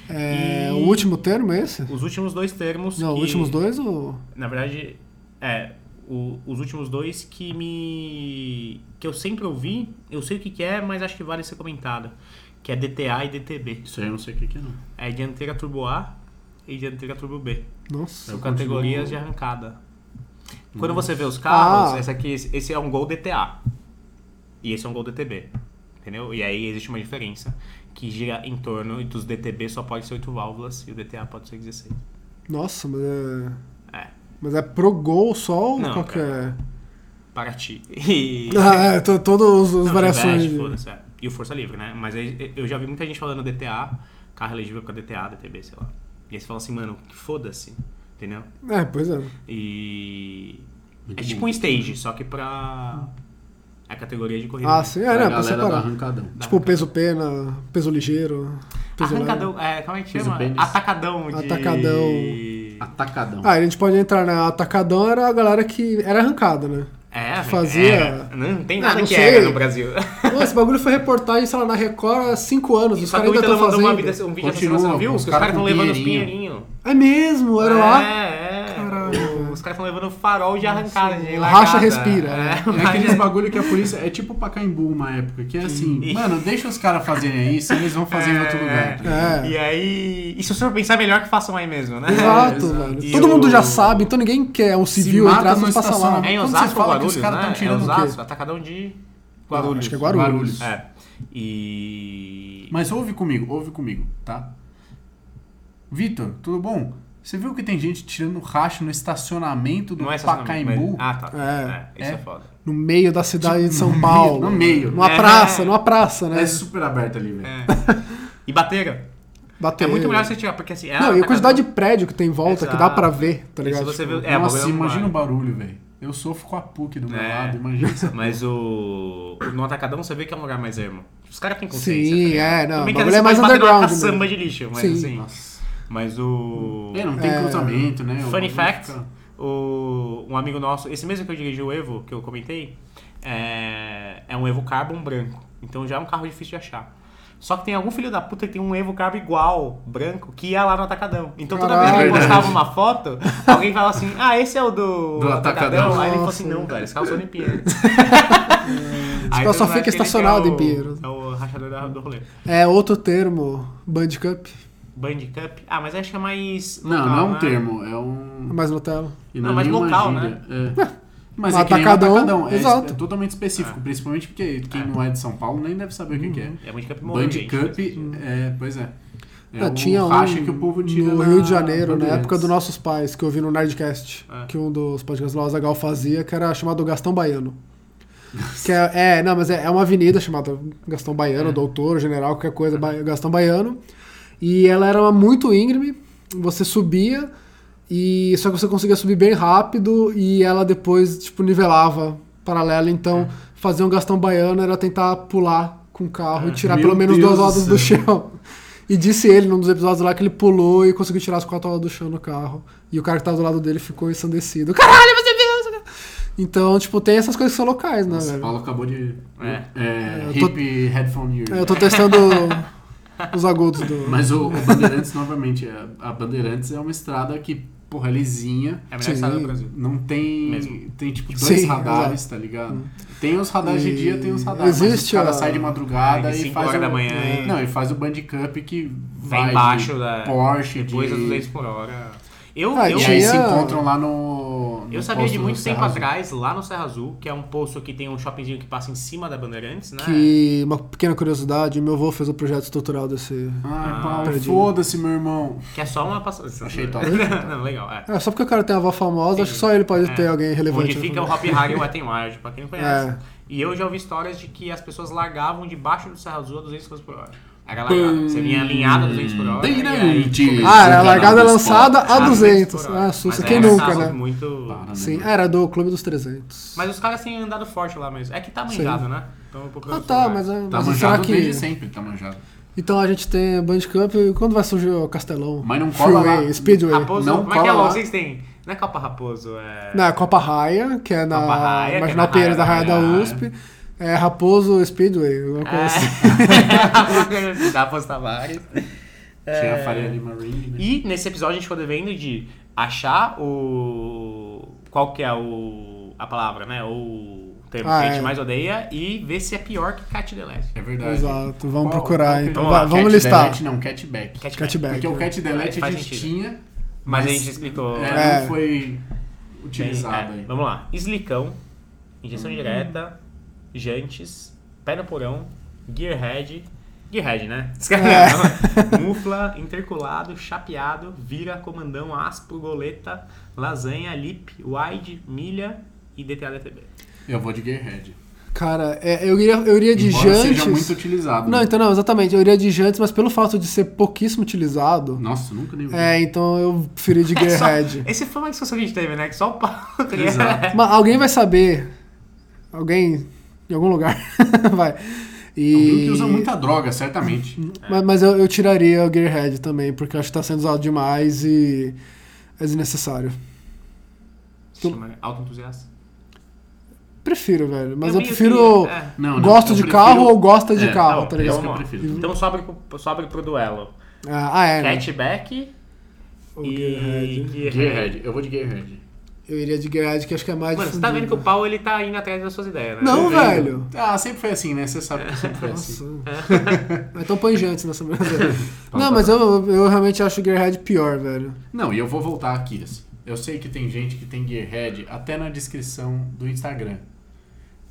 Speaker 3: É,
Speaker 2: E-
Speaker 3: O último termo é esse?
Speaker 2: Os últimos dois termos.
Speaker 3: Não,
Speaker 2: que,
Speaker 3: os últimos dois ou.
Speaker 2: Na verdade, é. o- os últimos dois que me. que eu sempre ouvi, eu sei o que, que é, mas acho que vale ser comentado. Que é DTA e DTB.
Speaker 1: Isso aí eu não sei o que, que é, não.
Speaker 2: É dianteira turbo A e dianteira turbo B.
Speaker 3: Nossa.
Speaker 1: Eu
Speaker 2: São categorias de
Speaker 1: continuo-
Speaker 2: arrancada. Quando você vê os carros,
Speaker 3: Ah.
Speaker 2: essa aqui, esse esse é um Gol DTA. E esse é um Gol DTB. Entendeu? E aí existe uma diferença que gira em torno e dos DTB só pode ser 8 válvulas e o DTA pode ser 16.
Speaker 3: Nossa, mas é.
Speaker 2: É.
Speaker 3: Mas é pro gol só ou
Speaker 2: Não,
Speaker 3: qualquer.
Speaker 2: Para ti. E...
Speaker 3: Ah, é, to- todos os
Speaker 2: Não,
Speaker 3: variações.
Speaker 2: Chevette,
Speaker 3: de-
Speaker 2: foda-se, é. E o Força Livre, né? Mas aí, eu já vi muita gente falando DTA, carro elegível pra DTA, DTB, sei lá. E aí você fala assim, mano, que foda-se. Entendeu?
Speaker 3: É, pois é.
Speaker 2: E.
Speaker 1: Muito né?
Speaker 2: é tipo
Speaker 1: bom.
Speaker 2: um stage, só que pra. A categoria de corrida.
Speaker 3: Ah,
Speaker 2: né?
Speaker 3: sim,
Speaker 1: Pra
Speaker 3: é, né? Pra
Speaker 1: galera do
Speaker 3: separar.
Speaker 1: arrancadão.
Speaker 3: Tipo peso pena, peso ligeiro. Peso leve.
Speaker 2: Arrancadão, é, como é que
Speaker 1: Fiz
Speaker 2: chama?
Speaker 1: o pênis.
Speaker 2: Atacadão de...
Speaker 3: Atacadão.
Speaker 1: Atacadão.
Speaker 3: Ah, a gente pode entrar, né? Atacadão era a galera que era arrancada, né?
Speaker 2: É,
Speaker 3: Fazia-
Speaker 2: era. Não tem
Speaker 3: Ah,
Speaker 2: nada
Speaker 3: não
Speaker 2: que
Speaker 3: sei.
Speaker 2: era no Brasil.
Speaker 3: Não, esse bagulho foi reportagem, sei lá, na Record há 5 anos. Os
Speaker 2: Só que o
Speaker 3: caras ainda
Speaker 2: Ítalo
Speaker 3: estão
Speaker 2: mandou
Speaker 3: fazendo.
Speaker 2: uma vida, assim. um vídeo essa
Speaker 1: Continua,
Speaker 2: semana, você viu?
Speaker 1: os
Speaker 2: Que os
Speaker 1: caras
Speaker 2: caras estão
Speaker 1: com
Speaker 2: levando os
Speaker 1: pinheirinho.
Speaker 2: pinheirinhos.
Speaker 3: É mesmo, era lá.
Speaker 2: É, é.
Speaker 3: Caralho.
Speaker 2: Os caras estão levando farol de arrancada, de largada.
Speaker 3: Racha respira, né?
Speaker 2: É,
Speaker 1: É
Speaker 2: mas-
Speaker 1: aqueles bagulho que a polícia. É tipo Pacaembu uma época, que é assim,
Speaker 2: Sim. É,
Speaker 1: mano, deixa os caras fazerem aí, senão eles vão fazer em outro lugar. tá ligado?
Speaker 3: É.
Speaker 2: E aí... E se o senhor pensar melhor que façam aí mesmo, né?
Speaker 3: Exato,
Speaker 1: exato.
Speaker 3: velho.
Speaker 2: E
Speaker 3: Todo
Speaker 2: o-
Speaker 3: mundo já sabe, então ninguém quer um civil
Speaker 1: mata
Speaker 3: entrar aspas,
Speaker 1: no
Speaker 3: passar lá.
Speaker 1: estacionamento.
Speaker 2: É em
Speaker 1: Quando você
Speaker 2: Osasco ou
Speaker 1: fala que os
Speaker 2: Guarulhos,
Speaker 1: caras
Speaker 2: né?
Speaker 1: tão tirando
Speaker 2: é
Speaker 1: o quê?
Speaker 2: Osasco, atacadão de Guarulhos.
Speaker 3: Acho que é Guarulhos.
Speaker 1: Guarulhos.
Speaker 2: É. E...
Speaker 1: Mas ouve comigo, ouve comigo, tá? Vitor, tudo bom? Você viu que tem gente tirando racha no estacionamento do
Speaker 2: Não é estacionamento,
Speaker 1: Pacaembu?
Speaker 2: mas- Ah, tá.
Speaker 3: É.
Speaker 2: É, isso é,
Speaker 1: É.
Speaker 2: foda.
Speaker 3: No meio da cidade de São
Speaker 1: no
Speaker 3: Paulo.
Speaker 1: meio, no meio.
Speaker 3: Numa
Speaker 2: É.
Speaker 3: praça, numa praça, né?
Speaker 1: É super aberto ali, velho.
Speaker 2: Ah, É. E bateram.
Speaker 3: Bateu.
Speaker 2: É muito melhor você tirar, porque assim... é
Speaker 3: Não, e a
Speaker 2: atacadão.
Speaker 3: quantidade de prédio que tem em volta que dá pra
Speaker 2: Exato.
Speaker 3: ver, tá
Speaker 2: E
Speaker 3: ligado?
Speaker 2: se você
Speaker 3: Tipo,
Speaker 2: vê- É,
Speaker 1: Nossa,
Speaker 2: bagulho é um
Speaker 1: imagina o
Speaker 2: mar.
Speaker 1: barulho, velho. Eu sofro com a PUC do meu
Speaker 2: É.
Speaker 1: lado, imagina isso.
Speaker 2: Mas o... o- No atacadão você vê que é um lugar mais ermo. Os caras têm consciência.
Speaker 3: Sim,
Speaker 2: tá ligado?
Speaker 3: é, não.
Speaker 2: Tudo
Speaker 3: O
Speaker 2: bem que às
Speaker 3: bagulho
Speaker 2: vezes
Speaker 3: é mais
Speaker 2: pode bater numa
Speaker 3: underground. mesmo.
Speaker 2: caçamba de lixo, mas
Speaker 3: Sim.
Speaker 2: assim...
Speaker 1: Nossa.
Speaker 2: Mas o...
Speaker 1: É, não tem
Speaker 3: É.
Speaker 1: cruzamento, né? O
Speaker 2: Funny
Speaker 1: bagulho
Speaker 2: fact,
Speaker 1: fica-
Speaker 2: o, um amigo nosso, esse mesmo que eu dirigi o Evo, que eu comentei, é, é um Evo Carbon branco. Então já é um carro difícil de achar. Só que tem algum filho da puta que tem um Evo Carbon igual, branco, que ia lá no Atacadão. Então toda vez que
Speaker 3: Caralho.
Speaker 2: ele postava uma foto, alguém falava assim, ah, esse é o do,
Speaker 1: Do Atacadão.
Speaker 2: Aí ele falou assim,
Speaker 3: Nossa.
Speaker 2: não, velho, esse carro só nem Pinheiro.
Speaker 3: carro só fica estacionado em Pinheiros.
Speaker 2: É o rachador da- do rolê.
Speaker 3: É outro termo, Bandcup,
Speaker 2: Bandcup. Ah, mas acho que é mais...
Speaker 1: Não,
Speaker 2: local,
Speaker 1: não é um
Speaker 2: né?
Speaker 1: termo, é um.
Speaker 3: mais Nutella.
Speaker 1: E
Speaker 2: Não,
Speaker 1: não, é
Speaker 2: mas
Speaker 1: nenhuma
Speaker 2: local, né?
Speaker 1: gíria. É. Mas
Speaker 3: Um
Speaker 1: é que nem um
Speaker 3: atacadão,
Speaker 1: atacadão, é,
Speaker 3: exato.
Speaker 1: é totalmente específico, principalmente porque quem
Speaker 2: Ah. É.
Speaker 1: não é de São Paulo nem deve saber o que, que é.
Speaker 2: É Bandcup morreu, gente,
Speaker 1: Bandcup,
Speaker 2: faz sentido.
Speaker 1: é, pois é. É
Speaker 3: Ah,
Speaker 1: o
Speaker 3: tinha um
Speaker 1: racha que o povo tira
Speaker 3: no
Speaker 1: na-
Speaker 3: Rio de Janeiro, na
Speaker 1: Bandeirantes.
Speaker 3: época dos nossos pais, que eu vi no Nerdcast,
Speaker 2: É.
Speaker 3: que um dos podcasts lá, o Zagal fazia, que era chamado Gastão Baiano. Que é, é, não, mas é, é uma avenida chamada Gastão Baiano,
Speaker 1: É.
Speaker 3: Doutor, General, qualquer coisa, Ba- Gastão Baiano. E ela era muito íngreme, você subia, e só que você conseguia subir bem rápido e ela depois, tipo, nivelava paralela.
Speaker 1: É.
Speaker 3: Então, fazer um Gastão Baiano era tentar pular com o carro e tirar
Speaker 1: É. Meu
Speaker 3: pelo menos
Speaker 1: Deus
Speaker 3: duas
Speaker 1: do
Speaker 3: rodas do
Speaker 1: céu.
Speaker 3: chão. E disse ele num dos episódios lá que ele pulou e conseguiu tirar as quatro rodas do chão no carro. E o cara que tava do lado dele ficou ensandecido. Caralho, você viu? isso, cara?" Então, tipo, tem essas coisas que são locais, né,
Speaker 1: Nossa,
Speaker 3: velho?
Speaker 1: Paulo acabou de.
Speaker 2: É.
Speaker 1: É,
Speaker 3: Eu tô-
Speaker 1: hip headphone ear.
Speaker 3: É, Eu tô testando os agudos do.
Speaker 1: Mas o, o Bandeirantes, novamente, é- a Bandeirantes é uma estrada que, porra, é lisinha.
Speaker 2: É a melhor estrada do Brasil.
Speaker 1: Não tem.
Speaker 2: Mesmo.
Speaker 1: Tem tipo dois
Speaker 3: Sim,
Speaker 1: radares, tá ligado? Tem os radares
Speaker 3: E
Speaker 1: de dia, tem os radares.
Speaker 3: existe
Speaker 1: mas o cara
Speaker 3: a-
Speaker 1: sai de madrugada
Speaker 2: É, de
Speaker 1: e
Speaker 2: cinco
Speaker 1: faz.
Speaker 2: horas
Speaker 1: o,
Speaker 2: da manhã
Speaker 1: é,
Speaker 2: e-
Speaker 1: Não, e faz o Bandicamp que
Speaker 2: Vai
Speaker 1: vai
Speaker 2: embaixo
Speaker 1: de
Speaker 2: da.
Speaker 1: Porsche,
Speaker 2: Depois
Speaker 1: de...
Speaker 2: a 200 por hora. Eu,
Speaker 3: Ah,
Speaker 2: eu,
Speaker 1: E aí
Speaker 3: Tinha- um
Speaker 1: se encontram lá no. no
Speaker 2: eu sabia
Speaker 1: posto
Speaker 2: de
Speaker 1: do
Speaker 2: muito tempo
Speaker 1: Serra Azul.
Speaker 2: atrás, lá no Serra Azul, que é um posto que tem um shoppingzinho que passa em cima da Bandeirantes, né?
Speaker 3: Que, uma pequena curiosidade, meu avô fez o projeto estrutural desse.
Speaker 1: Ai,
Speaker 2: Ah,
Speaker 1: Paulo,
Speaker 3: perdi.
Speaker 1: foda-se, meu irmão.
Speaker 2: Que é só uma passagem.
Speaker 1: Achei top.
Speaker 2: Não, legal, é.
Speaker 3: É, só porque o cara tem uma avó famosa, acho que só ele pode
Speaker 2: É.
Speaker 3: ter alguém relevante.
Speaker 2: Onde
Speaker 3: na
Speaker 2: fica o
Speaker 3: família.
Speaker 2: Hop Harry e o Wet n Wild, pra quem não conhece.
Speaker 3: É.
Speaker 2: E eu já ouvi histórias de que as pessoas largavam debaixo do Serra Azul a 200 km por hora. Era largada. Você vinha alinhada a 200 por hora.
Speaker 1: né,
Speaker 2: e aí
Speaker 1: Bandeirantes.
Speaker 2: começava
Speaker 3: Ah, era a
Speaker 1: Canal
Speaker 3: largada é
Speaker 1: do
Speaker 3: lançada
Speaker 1: esporte.
Speaker 3: a
Speaker 2: a
Speaker 3: 200.
Speaker 2: 200 por hora.
Speaker 3: Ah, susto,
Speaker 2: Mas
Speaker 3: quem
Speaker 2: aí
Speaker 3: nunca,
Speaker 2: passava
Speaker 3: né?
Speaker 2: Muito...
Speaker 1: Para, né?
Speaker 3: Sim, é, era do Clube dos 300.
Speaker 2: Mas os caras têm andado forte lá mesmo. É que tá manjado, né?
Speaker 1: um
Speaker 2: Então, eu procuro
Speaker 3: Ah,
Speaker 2: outro
Speaker 3: tá,
Speaker 2: lugar.
Speaker 3: mas, é-
Speaker 1: Tá
Speaker 3: mas será
Speaker 1: manjado
Speaker 3: que.
Speaker 1: desde sempre, tá manjado.
Speaker 3: Então a gente tem a Bandcamp e quando vai surgir o Castelão?
Speaker 1: Mas não cola
Speaker 3: Freeway,
Speaker 1: lá.
Speaker 3: Speedway.
Speaker 2: Raposo,
Speaker 1: Não
Speaker 2: como é que é
Speaker 1: cola
Speaker 2: lá?
Speaker 1: lá.
Speaker 2: Vocês têm... Não é Copa Raposo, é...
Speaker 3: Na Copa Raia, que é na
Speaker 2: Copa Raia, que é
Speaker 3: Marginal
Speaker 2: na
Speaker 3: Pinheiro da
Speaker 2: Raia
Speaker 3: Raia
Speaker 2: da
Speaker 3: da
Speaker 2: Raia.
Speaker 3: USP. É Raposo Speedway, alguma coisa assim.
Speaker 2: É. Dá pra postar vários.
Speaker 3: É.
Speaker 1: Tinha a Faria Lima Ring, né?
Speaker 2: E nesse episódio a gente ficou devendo de achar o. Qual que é o. a palavra, né? O termo
Speaker 3: Ah,
Speaker 2: que a gente
Speaker 3: é.
Speaker 2: mais odeia e ver se é pior que Cat the Last.
Speaker 1: É verdade.
Speaker 3: Exato, vamos
Speaker 1: Qual-
Speaker 3: procurar.
Speaker 1: qual que-
Speaker 3: então
Speaker 2: vamos
Speaker 3: vai,
Speaker 2: lá,
Speaker 3: vamos
Speaker 1: Cat
Speaker 3: listar.
Speaker 1: Delete não, Catback.
Speaker 2: Cat-
Speaker 3: Catback.
Speaker 1: Porque o Cat Delete a
Speaker 2: Faz
Speaker 1: gente
Speaker 2: sentido.
Speaker 1: tinha,
Speaker 2: Mas, a gente explicou. Bem,
Speaker 1: é,
Speaker 3: É.
Speaker 1: não foi utilizado
Speaker 2: é,
Speaker 1: aí.
Speaker 2: Vamos lá. Slicão, injeção direta, jantes, pé no porão, gearhead. Gearhead, né?
Speaker 3: É.
Speaker 2: Mufla, interculado, chapeado, vira, comandão, aspo, goleta, lasanha, lip, wide, milha e DTA-DTB.
Speaker 1: Eu vou de Gearhead.
Speaker 3: Cara, é, eu, iria, eu iria de
Speaker 1: Embora
Speaker 3: Jantes.
Speaker 1: seja muito utilizado.
Speaker 3: Não,
Speaker 1: né?
Speaker 3: então não, exatamente. Eu iria de Jantes, mas pelo fato de ser pouquíssimo utilizado,
Speaker 1: Nossa, nunca nem vi.
Speaker 3: é, então eu preferi de
Speaker 2: É, só-
Speaker 3: Gearhead.
Speaker 2: Esse foi uma discussão que a gente teve, né? Que só o Paulo queria-
Speaker 1: Exato.
Speaker 3: Mas alguém vai saber. Alguém em algum lugar vai. E... Hum.
Speaker 1: Alguém que usa muita droga, certamente.
Speaker 3: É. Mas, mas eu, eu tiraria o Gearhead também, porque eu acho que tá sendo usado demais e é desnecessário.
Speaker 2: Se chama autoentusiasta.
Speaker 3: Prefiro, velho. Mas eu,
Speaker 2: meio
Speaker 3: prefiro.
Speaker 2: que- é.
Speaker 1: Não, não,
Speaker 3: gosto
Speaker 1: eu
Speaker 3: de
Speaker 1: prefiro-
Speaker 3: carro ou gosta de
Speaker 1: É,
Speaker 3: carro,
Speaker 2: não,
Speaker 3: tá
Speaker 1: é isso que
Speaker 3: ligado?
Speaker 1: eu
Speaker 2: Vamos lá.
Speaker 1: prefiro.
Speaker 2: Então sobe pro, sobe pro duelo.
Speaker 3: Ah, é. né?
Speaker 2: Catback
Speaker 3: O
Speaker 2: e
Speaker 3: Gearhead.
Speaker 2: Gearhead.
Speaker 1: Gearhead, eu vou de Gearhead.
Speaker 3: Eu iria de Gearhead, que acho que é mais.
Speaker 2: Mano, você tá vendo que
Speaker 3: difundido.
Speaker 2: o Paulo ele tá indo atrás das suas ideias, né?
Speaker 3: Não,
Speaker 1: Tô
Speaker 3: Então, velho.
Speaker 1: vendo. Ah, sempre foi assim, né? Você sabe que sempre foi
Speaker 3: Nossa.
Speaker 1: assim.
Speaker 2: É.
Speaker 3: então põe Jantes nessa mesa.
Speaker 1: Tá,
Speaker 3: Não, mas eu, eu realmente acho o Gearhead pior, velho.
Speaker 1: Não, e eu vou voltar aqui, assim. Eu sei que tem gente que tem Gearhead até na descrição do Instagram.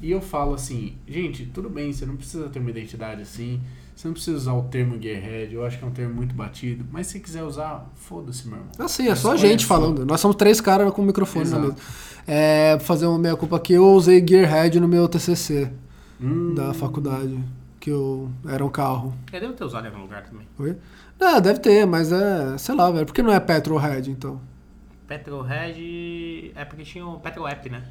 Speaker 1: E eu falo assim, gente, tudo bem, você não precisa ter uma identidade assim, você não precisa usar o termo Gearhead, eu acho que é um termo muito batido, mas se quiser usar, foda-se, meu irmão.
Speaker 3: Assim, é só a
Speaker 1: Escolha
Speaker 3: gente
Speaker 1: sua.
Speaker 3: falando. Nós somos três caras com o microfone na
Speaker 1: Exato.
Speaker 3: mesa. É, pra fazer uma meia-culpa aqui, eu usei Gearhead no meu TCC
Speaker 1: Hum,
Speaker 3: da faculdade, que eu era um carro.
Speaker 2: Eu devo ter usado em algum lugar também.
Speaker 3: Oi? Não, deve ter, mas é, sei lá, velho. Por que não é Petrolhead, então?
Speaker 2: Petrohead. É porque tinha o Petroapp, né?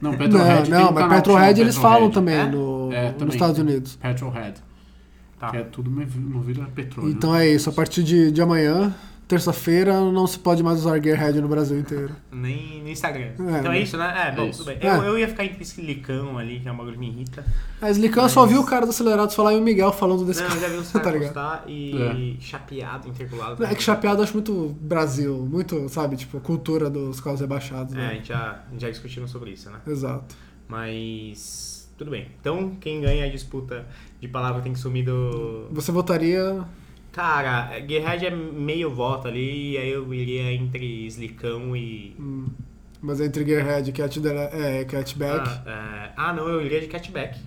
Speaker 1: Não, Petrolhead
Speaker 3: não,
Speaker 1: tem
Speaker 3: não,
Speaker 1: um
Speaker 3: mas
Speaker 1: canal que
Speaker 3: Petrolhead
Speaker 1: chama
Speaker 3: eles falam
Speaker 1: Petrolhead.
Speaker 3: também,
Speaker 2: É?
Speaker 3: no,
Speaker 1: É, também.
Speaker 3: nos Estados Unidos.
Speaker 1: Petrolhead,
Speaker 2: Tá.
Speaker 1: que é tudo movi- movido a petróleo.
Speaker 3: Então é isso, a partir de, de amanhã, terça-feira, não se pode mais usar Gearhead no Brasil inteiro.
Speaker 2: Nem no Instagram.
Speaker 3: É,
Speaker 2: então é
Speaker 3: né?
Speaker 2: isso, né? É, bom,
Speaker 1: isso.
Speaker 2: tudo bem.
Speaker 3: É.
Speaker 2: Eu, eu ia ficar entre esse licão ali, que é um bagulho que me irrita.
Speaker 3: Mas Licão, eu só vi o cara do Acelerados falar e o Miguel falando desse
Speaker 2: Não, eu
Speaker 3: cara.
Speaker 2: já vi uns
Speaker 3: Tá
Speaker 2: caras
Speaker 3: ligado?
Speaker 2: postar e chapeado, né? interculado.
Speaker 3: É que Chapeado eu acho muito Brasil, muito, sabe, tipo, cultura dos carros rebaixados,
Speaker 2: É, a
Speaker 3: né?
Speaker 2: gente já, a gente já discutimos sobre isso, né?
Speaker 3: Exato.
Speaker 2: Mas. Tudo bem. Então, quem ganha a disputa de palavra tem que sumir do.
Speaker 3: Você votaria.
Speaker 2: Cara, Guerreiro é meio voto ali, e aí eu iria entre Slicão e.
Speaker 3: hum, Mas entre Gearhead e Cat, é, Catback.
Speaker 2: Ah, é, ah, não, eu iria de catback.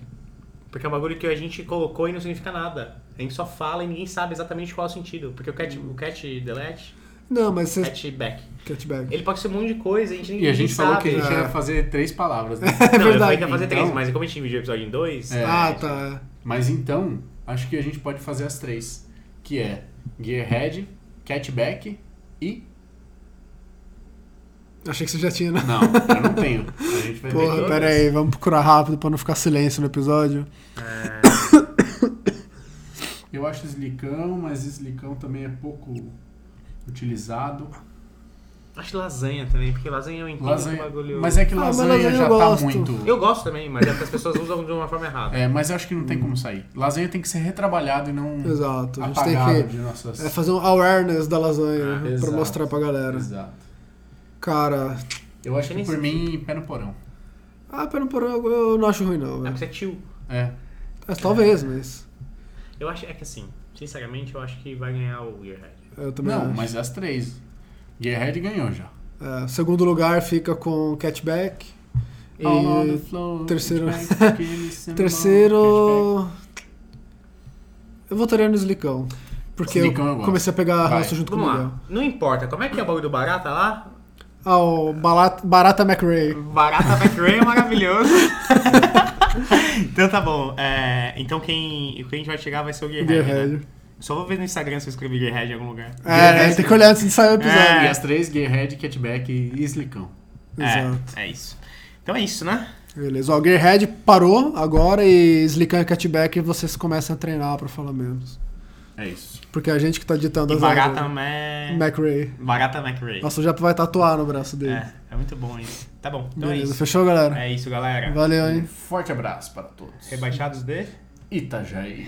Speaker 2: Porque é um bagulho que a gente colocou e não significa nada. A gente só fala e ninguém sabe exatamente qual é o sentido. Porque o cat, o cat delete,
Speaker 3: Não, mas você.
Speaker 2: catback.
Speaker 1: É.
Speaker 3: Catback.
Speaker 2: Ele pode ser um monte de coisa, a gente nem
Speaker 1: E a gente
Speaker 2: sabe.
Speaker 1: falou que a gente
Speaker 3: É.
Speaker 1: ia fazer três palavras, né?
Speaker 2: Não, eu falei
Speaker 3: verdade,
Speaker 2: que ia fazer
Speaker 1: então.
Speaker 2: três, mas como a gente dividiu o episódio em dois...
Speaker 1: É.
Speaker 3: Ah, tá.
Speaker 1: Mas então, acho que a gente pode fazer as três. Que é Gearhead, Catback e.
Speaker 3: Achei que você já tinha, né?
Speaker 1: Não, eu não tenho. A gente vai ver
Speaker 3: Porra,
Speaker 1: todas.
Speaker 3: pera aí, vamos procurar rápido pra não ficar silêncio no episódio.
Speaker 1: Eu acho Slicão, mas Slicão também é pouco utilizado.
Speaker 2: Acho lasanha também, porque lasanha eu entendo que
Speaker 1: Lasanha.
Speaker 2: o um bagulho...
Speaker 1: Mas é que
Speaker 3: Ah, mas
Speaker 1: lasanha,
Speaker 3: lasanha
Speaker 1: já
Speaker 3: eu
Speaker 1: tá
Speaker 3: gosto.
Speaker 1: muito.
Speaker 2: Eu gosto também, mas é que as pessoas usam de uma forma errada.
Speaker 1: É, mas eu acho que não tem como sair. Lasanha tem que ser retrabalhado e não
Speaker 3: Hum. Exato. A gente
Speaker 1: Hum. apagado
Speaker 3: tem que
Speaker 1: de nossas.
Speaker 3: é, fazer um awareness da lasanha
Speaker 2: Ah,
Speaker 3: pra
Speaker 1: exato.
Speaker 3: mostrar pra galera.
Speaker 1: Exato.
Speaker 3: Cara,
Speaker 1: Eu acho que
Speaker 2: Tem
Speaker 1: por
Speaker 2: esse- tipo.
Speaker 1: mim, pé no porão.
Speaker 3: ah, pera, pera, eu eu não acho ruim, não.
Speaker 2: É
Speaker 3: velho.
Speaker 2: porque é tio.
Speaker 1: É.
Speaker 3: É, talvez, mas.
Speaker 2: Eu acho... É que assim, sinceramente, eu acho que vai ganhar o Gearhead.
Speaker 3: Eu também
Speaker 1: Não,
Speaker 3: acho.
Speaker 1: mas as três. Gearhead ganhou já.
Speaker 3: É, segundo lugar fica com Catback. E
Speaker 1: All on the floor,
Speaker 3: terceiro-
Speaker 1: catch back, give me
Speaker 2: Tá
Speaker 1: some more,
Speaker 3: terceiro. Eu votaria no Slicão. Porque
Speaker 1: Slicão eu
Speaker 3: eu
Speaker 1: gosto.
Speaker 3: comecei a pegar
Speaker 1: Vai,
Speaker 3: ranço junto com o
Speaker 2: Vamos
Speaker 3: Miguel.
Speaker 2: lá. Não importa, como é que é o bagulho do Barata lá?
Speaker 3: Ah, o Barata, Barata McRae.
Speaker 2: Barata McRae é maravilhoso. então tá bom. É, então quem, quem a gente vai chegar vai ser o Gearhead.
Speaker 3: Gearhead.
Speaker 2: né? Só vou ver no Instagram se eu escrevi Gearhead em algum lugar.
Speaker 3: É, tem que olhar antes de sair o episódio.
Speaker 1: catch back.
Speaker 2: É.
Speaker 1: E as três, Gearhead, Catback e Slicão.
Speaker 3: Exato.
Speaker 2: É, é isso. Então é isso, né?
Speaker 3: Beleza, ó, o Gearhead parou agora e Slican e Catback vocês começam a treinar pra falar menos.
Speaker 1: É isso.
Speaker 3: Porque a gente que tá ditando
Speaker 2: E
Speaker 3: as
Speaker 2: Barata
Speaker 3: aulas,
Speaker 2: Ma-
Speaker 3: né? McRae.
Speaker 2: Barata McRae.
Speaker 3: Nossa, já vai tatuar no braço dele.
Speaker 2: É, é muito bom isso. Tá bom, então
Speaker 3: Beleza,
Speaker 2: é isso.
Speaker 3: fechou, galera?
Speaker 2: É isso, galera.
Speaker 3: Valeu, hein?
Speaker 1: Um forte abraço para todos.
Speaker 2: Rebaixados de...
Speaker 1: Itajaí.